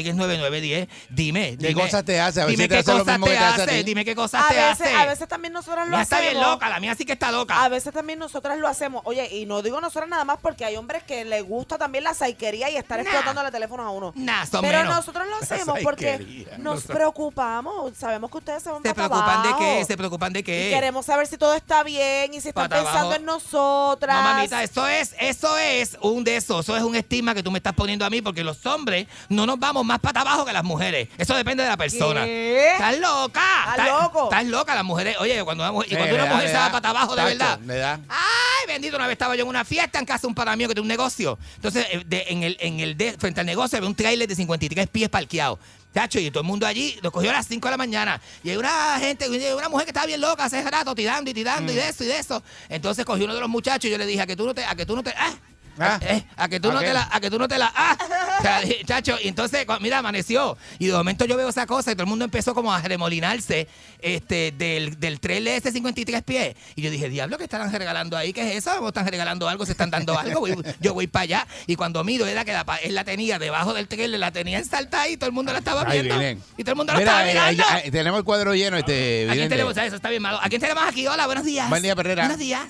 [SPEAKER 4] 6539910. Dime,
[SPEAKER 3] ¿Qué
[SPEAKER 4] dime,
[SPEAKER 3] cosas te hace? A ver
[SPEAKER 4] dime
[SPEAKER 3] si te
[SPEAKER 4] qué
[SPEAKER 3] hace lo
[SPEAKER 4] cosas
[SPEAKER 3] mismo que te hace a ti.
[SPEAKER 4] Dime qué cosas
[SPEAKER 5] A
[SPEAKER 4] te
[SPEAKER 5] veces,
[SPEAKER 4] hace.
[SPEAKER 5] a veces también nosotras lo
[SPEAKER 4] La mía está
[SPEAKER 5] hacemos.
[SPEAKER 4] bien loca, la mía sí que está loca.
[SPEAKER 5] A veces también nosotras lo hacemos. Oye, y no digo nosotras nada más porque hay hombres que les gusta también la saiquería y estar explotándole teléfonos a uno.
[SPEAKER 4] Nah, son
[SPEAKER 5] Pero
[SPEAKER 4] menos.
[SPEAKER 5] nosotros lo
[SPEAKER 4] La
[SPEAKER 5] hacemos porque
[SPEAKER 4] saiquería.
[SPEAKER 5] nos
[SPEAKER 4] Nosotros-
[SPEAKER 5] preocupamos. Sabemos que ustedes se van
[SPEAKER 4] ¿Se
[SPEAKER 5] para
[SPEAKER 4] preocupan de
[SPEAKER 5] abajo.
[SPEAKER 4] qué? ¿Se preocupan de
[SPEAKER 5] Y
[SPEAKER 4] qué?
[SPEAKER 5] queremos saber si todo está bien y si están
[SPEAKER 4] Pata abajo.
[SPEAKER 5] pensando en nosotras.
[SPEAKER 4] No, mamita, eso es, eso es un de esos, eso es un estigma que tú me estás poniendo a mí porque los hombres no nos vamos más para abajo que las mujeres. Eso depende de la persona.
[SPEAKER 5] ¿Qué?
[SPEAKER 4] ¿Estás loca? ¿Estás loco? Estás loca las mujeres. Oye, cuando una mujer, y cuando
[SPEAKER 3] Eh, le
[SPEAKER 4] una
[SPEAKER 3] da,
[SPEAKER 4] mujer
[SPEAKER 3] le
[SPEAKER 4] se va
[SPEAKER 3] da.
[SPEAKER 4] para abajo de
[SPEAKER 3] Tacho,
[SPEAKER 4] verdad.
[SPEAKER 3] Le da.
[SPEAKER 4] Ay, bendito, una vez estaba yo en una fiesta en casa de un pana mío que tiene un negocio. Entonces, eh, de- en el, en el de- frente al negocio había un trailer de 53 pies parqueado. Chacho, y todo el mundo allí lo cogió a las 5 de la mañana. Y hay una Ah, gente, una mujer que estaba bien loca hace rato, tirando y
[SPEAKER 10] Mm.
[SPEAKER 4] tirando
[SPEAKER 3] Mm.
[SPEAKER 4] y de eso y de eso. Entonces cogió uno de los muchachos y yo le dije, a que tú no te, a que tú no te. ah,
[SPEAKER 3] Ah.
[SPEAKER 4] eh, a que tú
[SPEAKER 3] ¿A
[SPEAKER 4] no
[SPEAKER 3] qué?
[SPEAKER 4] te la, a que tú no te la, ah, O sea, dije, chacho, y entonces, cua- mira, amaneció, y de momento yo veo esa cosa y todo el mundo empezó como a remolinarse, este, del, del trailer ese 53 pies, y yo dije, diablo, ¿qué estarán regalando ahí? ¿Qué es eso? ¿O están regalando algo? ¿Se están dando algo? Voy- yo voy para allá, y cuando miro, era que la, pa- él la tenía debajo del trailer, la tenía ensaltada y todo el mundo la estaba
[SPEAKER 3] Ahí
[SPEAKER 4] viendo,
[SPEAKER 3] vienen.
[SPEAKER 4] y todo el mundo la
[SPEAKER 3] Mira,
[SPEAKER 4] estaba
[SPEAKER 3] eh,
[SPEAKER 4] mirando.
[SPEAKER 3] ya, eh, tenemos el cuadro lleno. Este,
[SPEAKER 4] Aquí
[SPEAKER 3] Vidente.
[SPEAKER 4] tenemos, ¿sabes? eso está bien malo. ¿A quién tenemos aquí? Hola, buenos días.
[SPEAKER 3] Buen día, Perrera.
[SPEAKER 4] Buenos días.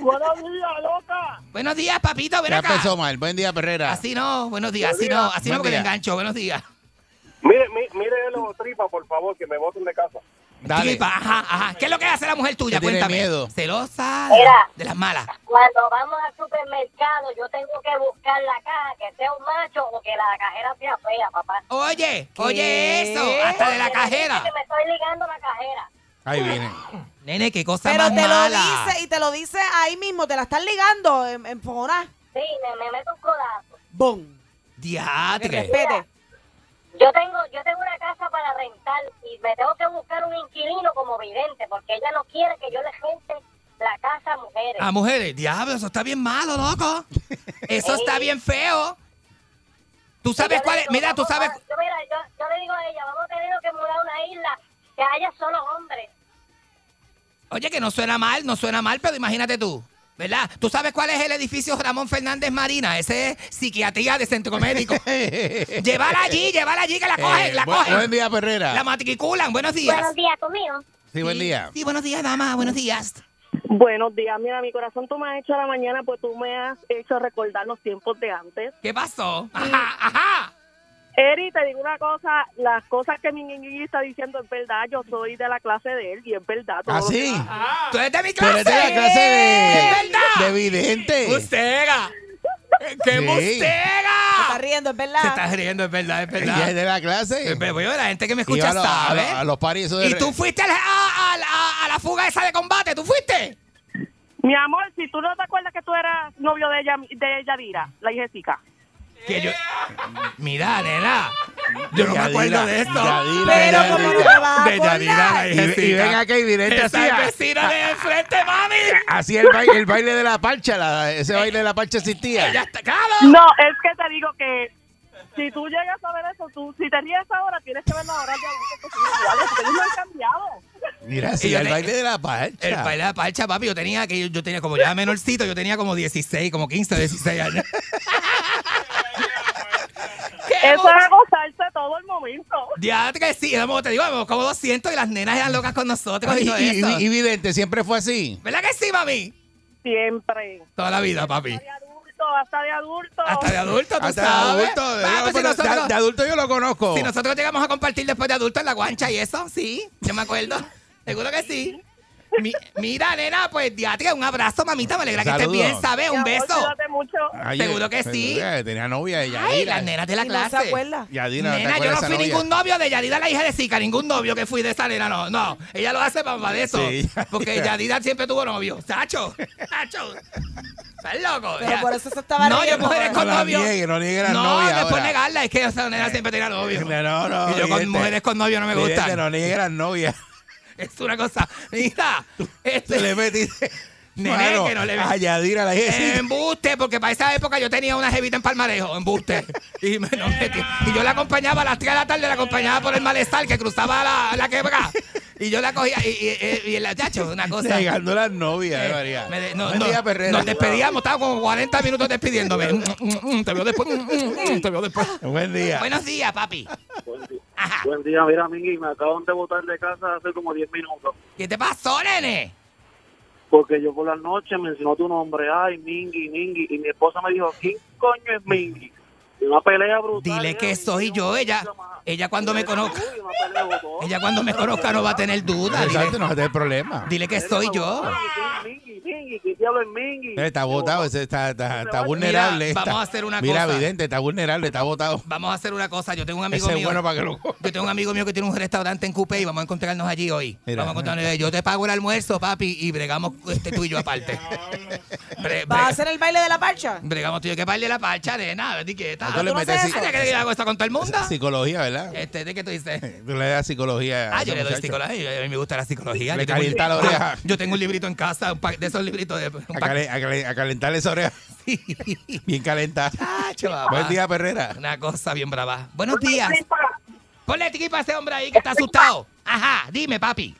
[SPEAKER 4] Buenos días, loca. Buenos días, papito, ven
[SPEAKER 3] Ya
[SPEAKER 4] acá.
[SPEAKER 3] empezó mal. Buen día, Perrera.
[SPEAKER 4] Así no, buenos
[SPEAKER 3] Buen
[SPEAKER 4] días, así
[SPEAKER 3] día. Eh,
[SPEAKER 4] no, así
[SPEAKER 3] Buen
[SPEAKER 4] no porque le
[SPEAKER 3] día.
[SPEAKER 4] engancho, buenos días.
[SPEAKER 22] Mire, mi- mire los tripas, por favor, que me boten de casa.
[SPEAKER 3] Dale.
[SPEAKER 4] Tripa, ajá, ajá. ¿Qué es lo que hace la mujer tuya?
[SPEAKER 3] Que tiene
[SPEAKER 4] Cuéntame.
[SPEAKER 3] miedo.
[SPEAKER 4] Celosa,
[SPEAKER 8] Mira.
[SPEAKER 4] de las malas.
[SPEAKER 8] Cuando vamos al supermercado, yo tengo que buscar la caja que sea un macho o que la cajera sea fea, papá.
[SPEAKER 4] Oye, oye eso, hasta de la
[SPEAKER 8] Porque me dice
[SPEAKER 4] cajera.
[SPEAKER 8] Que me estoy ligando a la cajera.
[SPEAKER 3] Ahí viene.
[SPEAKER 4] Nene, qué cosa
[SPEAKER 5] Pero
[SPEAKER 4] más
[SPEAKER 5] te lo
[SPEAKER 4] mala.
[SPEAKER 5] dice y te lo dice ahí mismo, te la están ligando en, en fojoná.
[SPEAKER 8] Sí, me, me meto un codazo.
[SPEAKER 5] ¡Bum! Que
[SPEAKER 4] Diatre.
[SPEAKER 5] respete.
[SPEAKER 8] Yo tengo, yo tengo una casa para rentar y me tengo que buscar un inquilino como vidente porque ella no quiere que yo le gente la casa a mujeres.
[SPEAKER 4] A mujeres, diablo, eso está bien malo, loco. Eso está bien feo. Tú sabes
[SPEAKER 8] Yo le
[SPEAKER 4] cuál es,
[SPEAKER 8] digo,
[SPEAKER 4] mira, tú
[SPEAKER 8] vamos
[SPEAKER 4] sabes,
[SPEAKER 8] a- yo, mira, yo, yo le digo a ella, vamos a tener que mudar a una isla que haya solo hombres.
[SPEAKER 4] Oye, que no suena mal, no suena mal, pero imagínate tú. ¿Verdad? ¿Tú sabes cuál es el edificio Ramón Fernández Marina? Ese es psiquiatría de centro médico. llévala allí, llévala allí, que la cogen,
[SPEAKER 3] Eh,
[SPEAKER 4] la
[SPEAKER 3] buen-
[SPEAKER 4] cogen.
[SPEAKER 3] Buen día, Perrera.
[SPEAKER 4] La matriculan. Buenos días.
[SPEAKER 8] días, conmigo.
[SPEAKER 3] Sí, buen día.
[SPEAKER 4] Sí, buenos días, dama. Buenos días.
[SPEAKER 23] Buenos días, mira, mi corazón tú me has hecho a la mañana, pues tú me has hecho recordar los tiempos de antes.
[SPEAKER 4] ¿Qué pasó?
[SPEAKER 23] Eri, te digo una cosa, las cosas que mi niño está diciendo es verdad, yo soy de la clase de él y es verdad. todo
[SPEAKER 3] ¿Ah,
[SPEAKER 23] lo que
[SPEAKER 3] sí?
[SPEAKER 23] hace.
[SPEAKER 4] Tú eres de mi
[SPEAKER 3] Tú
[SPEAKER 4] clase.
[SPEAKER 3] eres de la clase
[SPEAKER 4] Es
[SPEAKER 3] de, de
[SPEAKER 4] verdad.
[SPEAKER 3] vidente.
[SPEAKER 4] Mustera. ¡Qué
[SPEAKER 3] Sí.
[SPEAKER 4] mustera!
[SPEAKER 5] Se está riendo, es
[SPEAKER 4] Se
[SPEAKER 5] verdad.
[SPEAKER 4] está Ah, riendo, es verdad, es verdad. Eh,
[SPEAKER 3] Ella es de la clase.
[SPEAKER 4] Pero, pero, la gente que me
[SPEAKER 3] Iba
[SPEAKER 4] escucha
[SPEAKER 3] a los- a
[SPEAKER 4] sabe.
[SPEAKER 3] los- a los paris eso de
[SPEAKER 4] y tú fuiste a la, a- a- a- a la fuga esa de combate, ¿tú fuiste?
[SPEAKER 23] Mi amor, si tú no te acuerdas que tú eras novio de ella, de Yadira, la hijesica.
[SPEAKER 4] Que yo. Mira, nena. Yo no me
[SPEAKER 3] Yadira,
[SPEAKER 4] acuerdo de esto.
[SPEAKER 3] Yadira, Pero Yadira.
[SPEAKER 5] ¿cómo no te vas a
[SPEAKER 4] De Yadira, la
[SPEAKER 3] acordar? Y- y ven acá y vidente
[SPEAKER 4] Esa
[SPEAKER 3] así,
[SPEAKER 4] es vecina de al frente, mami.
[SPEAKER 3] Así el baile, el baile de la parcha, la- ese baile de la parcha existía.
[SPEAKER 4] Ya está, claro.
[SPEAKER 23] No, es que te digo que si tú llegas a ver eso, tú, si te ríes ahora, tienes que ver la hora de adulto, porque son iguales, porque ellos no han cambiado.
[SPEAKER 3] Mira,
[SPEAKER 4] Y
[SPEAKER 3] sí,
[SPEAKER 4] yo
[SPEAKER 3] el
[SPEAKER 4] te-
[SPEAKER 3] baile de la parcha.
[SPEAKER 4] El baile de la parcha, papi, yo tenía que yo, yo tenía como ya menorcito, yo tenía como 16, como 15, 16 años.
[SPEAKER 23] Eso es gozarse todo el momento.
[SPEAKER 4] Ya que sí, éramos, te digo, éramos como 200 y las nenas eran locas con nosotros y, todo
[SPEAKER 3] Y- y,
[SPEAKER 4] eso.
[SPEAKER 3] y vidente, siempre fue así.
[SPEAKER 4] ¿Verdad que sí, mami?
[SPEAKER 23] Siempre.
[SPEAKER 4] Toda la vida, papi.
[SPEAKER 23] Adulto, hasta de adulto.
[SPEAKER 4] Hasta de adulto, tú
[SPEAKER 3] Hasta de
[SPEAKER 4] sabes.
[SPEAKER 3] adulto, de-
[SPEAKER 4] Papi, si
[SPEAKER 3] bueno, de-
[SPEAKER 4] nosotros-
[SPEAKER 3] de adulto yo lo conozco.
[SPEAKER 4] Si nosotros llegamos a compartir después de adultos en la guancha y eso, sí, yo me acuerdo. Seguro que sí. Mi- mira, nena, pues diatria, un abrazo, mamita, me alegra
[SPEAKER 3] Saludos.
[SPEAKER 4] que estés bien, ¿sabes? Un
[SPEAKER 23] Mi amor,
[SPEAKER 4] beso.
[SPEAKER 23] cuídate mucho.
[SPEAKER 3] Ay,
[SPEAKER 4] Seguro que
[SPEAKER 3] pero,
[SPEAKER 4] sí.
[SPEAKER 3] eh, Tenía novia ella.
[SPEAKER 4] Ay, las nenas de la
[SPEAKER 5] Y no se
[SPEAKER 4] clase.
[SPEAKER 5] acuerda.
[SPEAKER 3] Yadira, ¿te
[SPEAKER 4] Nena, yo no
[SPEAKER 3] acuerdas de
[SPEAKER 4] fui
[SPEAKER 3] esa novia?
[SPEAKER 4] ningún novio de Yadira, la hija de Zika, ningún novio que fui de esa nena, no, no. Ella lo hace para de eso.
[SPEAKER 3] Sí.
[SPEAKER 4] Porque Yadira siempre tuvo novio. Sacho, Sacho. Estás loco.
[SPEAKER 5] Pero
[SPEAKER 4] Ya.
[SPEAKER 5] por eso se estaba
[SPEAKER 4] No, yo
[SPEAKER 5] riendo,
[SPEAKER 4] mujeres
[SPEAKER 5] por
[SPEAKER 4] con
[SPEAKER 3] No la
[SPEAKER 4] novio.
[SPEAKER 3] niegue, no niegue las
[SPEAKER 4] no,
[SPEAKER 3] novias
[SPEAKER 4] no es por
[SPEAKER 3] ahora. Eh.
[SPEAKER 4] negarla, es que esa nena siempre tenía novio.
[SPEAKER 3] No, no, no,
[SPEAKER 4] Y yo con
[SPEAKER 3] vidente.
[SPEAKER 4] mujeres con novio no me
[SPEAKER 3] Vidente,
[SPEAKER 4] gustan.
[SPEAKER 3] No niegue las novias.
[SPEAKER 4] Es una cosa. Mira,
[SPEAKER 3] Se
[SPEAKER 4] este.
[SPEAKER 3] le metiste.
[SPEAKER 4] Nene,
[SPEAKER 3] mano,
[SPEAKER 4] que no le
[SPEAKER 3] A Yadira, la hija. de-
[SPEAKER 4] Embuste, porque para esa época yo tenía una jevita en Palmarejo, embuste. Y, me- no, me- y yo la acompañaba a las 3 de la tarde, la acompañaba por el malestar que cruzaba la, la quebrada. Y yo la cogía, y, y, y- y el muchacho, una cosa.
[SPEAKER 3] Negando las novias, eh, María.
[SPEAKER 4] Me de- no,
[SPEAKER 3] Buen
[SPEAKER 4] no,
[SPEAKER 3] día, Perrera.
[SPEAKER 4] nos despedíamos, estaba como 40 minutos despidiéndome. Mm, mm, mm, te veo después, mm, mm, mm, te veo después.
[SPEAKER 3] Buen día.
[SPEAKER 4] Buenos días, papi.
[SPEAKER 11] Buen día, mira, Mingui, me acaban de botar de casa hace como 10 minutos.
[SPEAKER 4] ¿Qué te pasó, nene?
[SPEAKER 11] Porque yo por la noche mencionó tu nombre, ay, Mingui, Mingui, y mi esposa me dijo, ¿quién coño es Mingui? Y una pelea brutal.
[SPEAKER 4] Dile que soy yo, ella. Ella cuando me conozca,
[SPEAKER 11] Uy, una pelea brutal.
[SPEAKER 4] ella cuando me conozca no va a tener duda. Dile,
[SPEAKER 3] Exacto, no es el problema.
[SPEAKER 4] dile que soy yo.
[SPEAKER 11] Ay, ¿quién es Mingui? Mingui, que diablo es Mingui.
[SPEAKER 3] Eh, Está botado, ese está, está, está vulnerable.
[SPEAKER 4] Mira,
[SPEAKER 3] está-
[SPEAKER 4] vamos a hacer una
[SPEAKER 3] Mira,
[SPEAKER 4] cosa.
[SPEAKER 3] evidente, está vulnerable, está botado.
[SPEAKER 4] Vamos a hacer una cosa. Yo tengo un amigo
[SPEAKER 3] Ese es
[SPEAKER 4] mío.
[SPEAKER 3] bueno para que lo
[SPEAKER 4] Yo tengo un amigo mío que tiene un restaurante en Coupé y vamos a encontrarnos allí hoy.
[SPEAKER 3] Mira.
[SPEAKER 4] vamos a encontrarnos. Yo te pago el almuerzo, papi, y bregamos este, tú y yo aparte. Bre-
[SPEAKER 5] ¿Vas a
[SPEAKER 4] brega-
[SPEAKER 5] hacer el baile de la parcha?
[SPEAKER 4] bregamos tú y yo que baile la parcha, nena. ¿verdad? ¿Y qué tal?
[SPEAKER 3] Ah, tú le
[SPEAKER 4] ¿Tú no
[SPEAKER 3] metes
[SPEAKER 4] sabes
[SPEAKER 3] psico-
[SPEAKER 4] eso? ¿Que le hago esto con todo el mundo?
[SPEAKER 3] Psicología, ¿verdad?
[SPEAKER 4] Este, ¿De qué tú dices?
[SPEAKER 3] Tú le das psicología. a
[SPEAKER 4] Ah,
[SPEAKER 3] ese
[SPEAKER 4] yo le doy
[SPEAKER 3] muchacho.
[SPEAKER 4] psicología. A mí me gusta la psicología.
[SPEAKER 3] Le
[SPEAKER 4] Yo tengo un-
[SPEAKER 3] calienta la oreja.
[SPEAKER 4] Yo tengo un librito en casa, un pack de esos libritos de. un
[SPEAKER 3] A,
[SPEAKER 4] pack-
[SPEAKER 3] calen- a calen- a calentarle esa oreja. Bien calentada.
[SPEAKER 4] Chacho, papá.
[SPEAKER 3] Buen día, Perrera.
[SPEAKER 4] Una cosa bien brava. Buenos días. Ponle tiquipa a ese hombre ahí que está asustado. Ajá, dime, papi.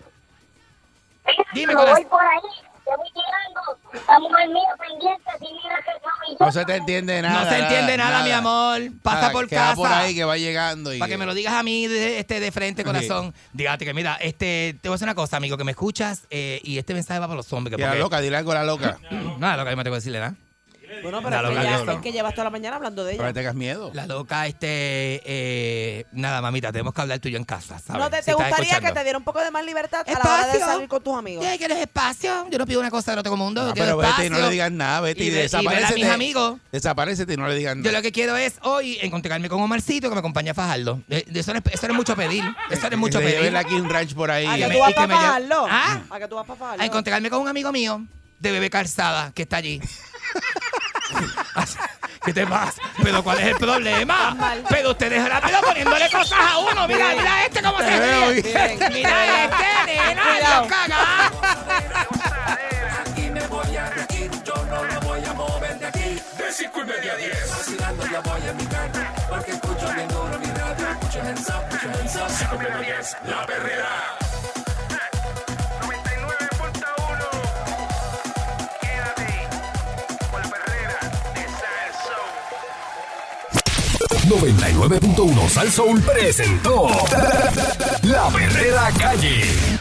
[SPEAKER 4] Dime
[SPEAKER 6] Yo
[SPEAKER 4] con
[SPEAKER 6] voy
[SPEAKER 4] las...
[SPEAKER 6] por ahí, yo voy tirando. La mujer mía pendiente, si mira que no, y yo
[SPEAKER 3] No se te entiende nada.
[SPEAKER 4] no se entiende nada, mi amor. Pasa
[SPEAKER 3] Nada,
[SPEAKER 4] por
[SPEAKER 3] que va
[SPEAKER 4] casa.
[SPEAKER 3] por ahí que va llegando. Y
[SPEAKER 4] Para que me lo digas a mí de, este, de frente, corazón. Dígate que, mira, este, te voy a decir una cosa, amigo, que me escuchas eh, y este mensaje va para los hombres.
[SPEAKER 3] Que la loca, dile algo a la loca.
[SPEAKER 4] No, loca, yo me tengo que decirle nada.
[SPEAKER 5] Bueno,
[SPEAKER 4] La
[SPEAKER 5] pero es que
[SPEAKER 4] loca
[SPEAKER 5] ya
[SPEAKER 4] yo, ¿no?
[SPEAKER 5] es que llevas toda la mañana hablando de ella.
[SPEAKER 3] tengas miedo.
[SPEAKER 4] La loca, este. eh, nada, mamita, tenemos que hablar tú y yo en casa, ¿sabes?
[SPEAKER 5] ¿No te,
[SPEAKER 4] Si
[SPEAKER 5] te
[SPEAKER 4] estás
[SPEAKER 5] gustaría que
[SPEAKER 4] escuchando.
[SPEAKER 5] te diera un poco de más libertad a la hora de
[SPEAKER 4] Espacio.
[SPEAKER 5] salir con tus amigos?
[SPEAKER 4] Sí, ¿Quieres espacio? Yo no pido una cosa del otro mundo. yo
[SPEAKER 3] Ah,
[SPEAKER 4] quiero
[SPEAKER 3] pero vete y
[SPEAKER 4] espacio.
[SPEAKER 3] no le digas nada, vete y,
[SPEAKER 4] Y ve- y ver a mis
[SPEAKER 3] desaparece. Mm.
[SPEAKER 4] amigos.
[SPEAKER 3] Desaparecete y no le digas nada.
[SPEAKER 4] Yo lo que quiero es hoy encontrarme con Omarcito que me acompaña a Fajardo. Eh, Eso no es, eso no es mucho pedir. Eso no es mucho
[SPEAKER 3] Le llevé
[SPEAKER 4] pedir.
[SPEAKER 3] aquí un ranch por ahí.
[SPEAKER 4] Ah,
[SPEAKER 5] ¿A
[SPEAKER 4] Y
[SPEAKER 5] que
[SPEAKER 4] me-
[SPEAKER 5] tú vas
[SPEAKER 4] y que
[SPEAKER 5] para
[SPEAKER 4] me lleve-
[SPEAKER 5] Fajardo?
[SPEAKER 4] ¿Ah?
[SPEAKER 5] ¿A que tú vas para Fajardo?
[SPEAKER 4] a encontrarme con un amigo mío de Bebé Calzada que está allí. ¿Qué te pasa? ¿Pero cuál es el problema? Pero usted dejará pero poniéndole cosas a uno. Mira, mira este cómo se
[SPEAKER 12] Te veo
[SPEAKER 4] ríe.
[SPEAKER 12] bien.
[SPEAKER 4] Mira este, nena,
[SPEAKER 12] Cuidado.
[SPEAKER 4] Dios caga.
[SPEAKER 21] Aquí me voy a reír, yo no me voy a mover de aquí. De cinco y media a diez. Vacilando ya voy en mi carro, porque escucho bien duro mi radio. Escucho hands up, escucho hands up. Cinco y media a diez, la perrera.
[SPEAKER 1] Salsoul. 99.1 Sal Soul presentó La Perrera Calle.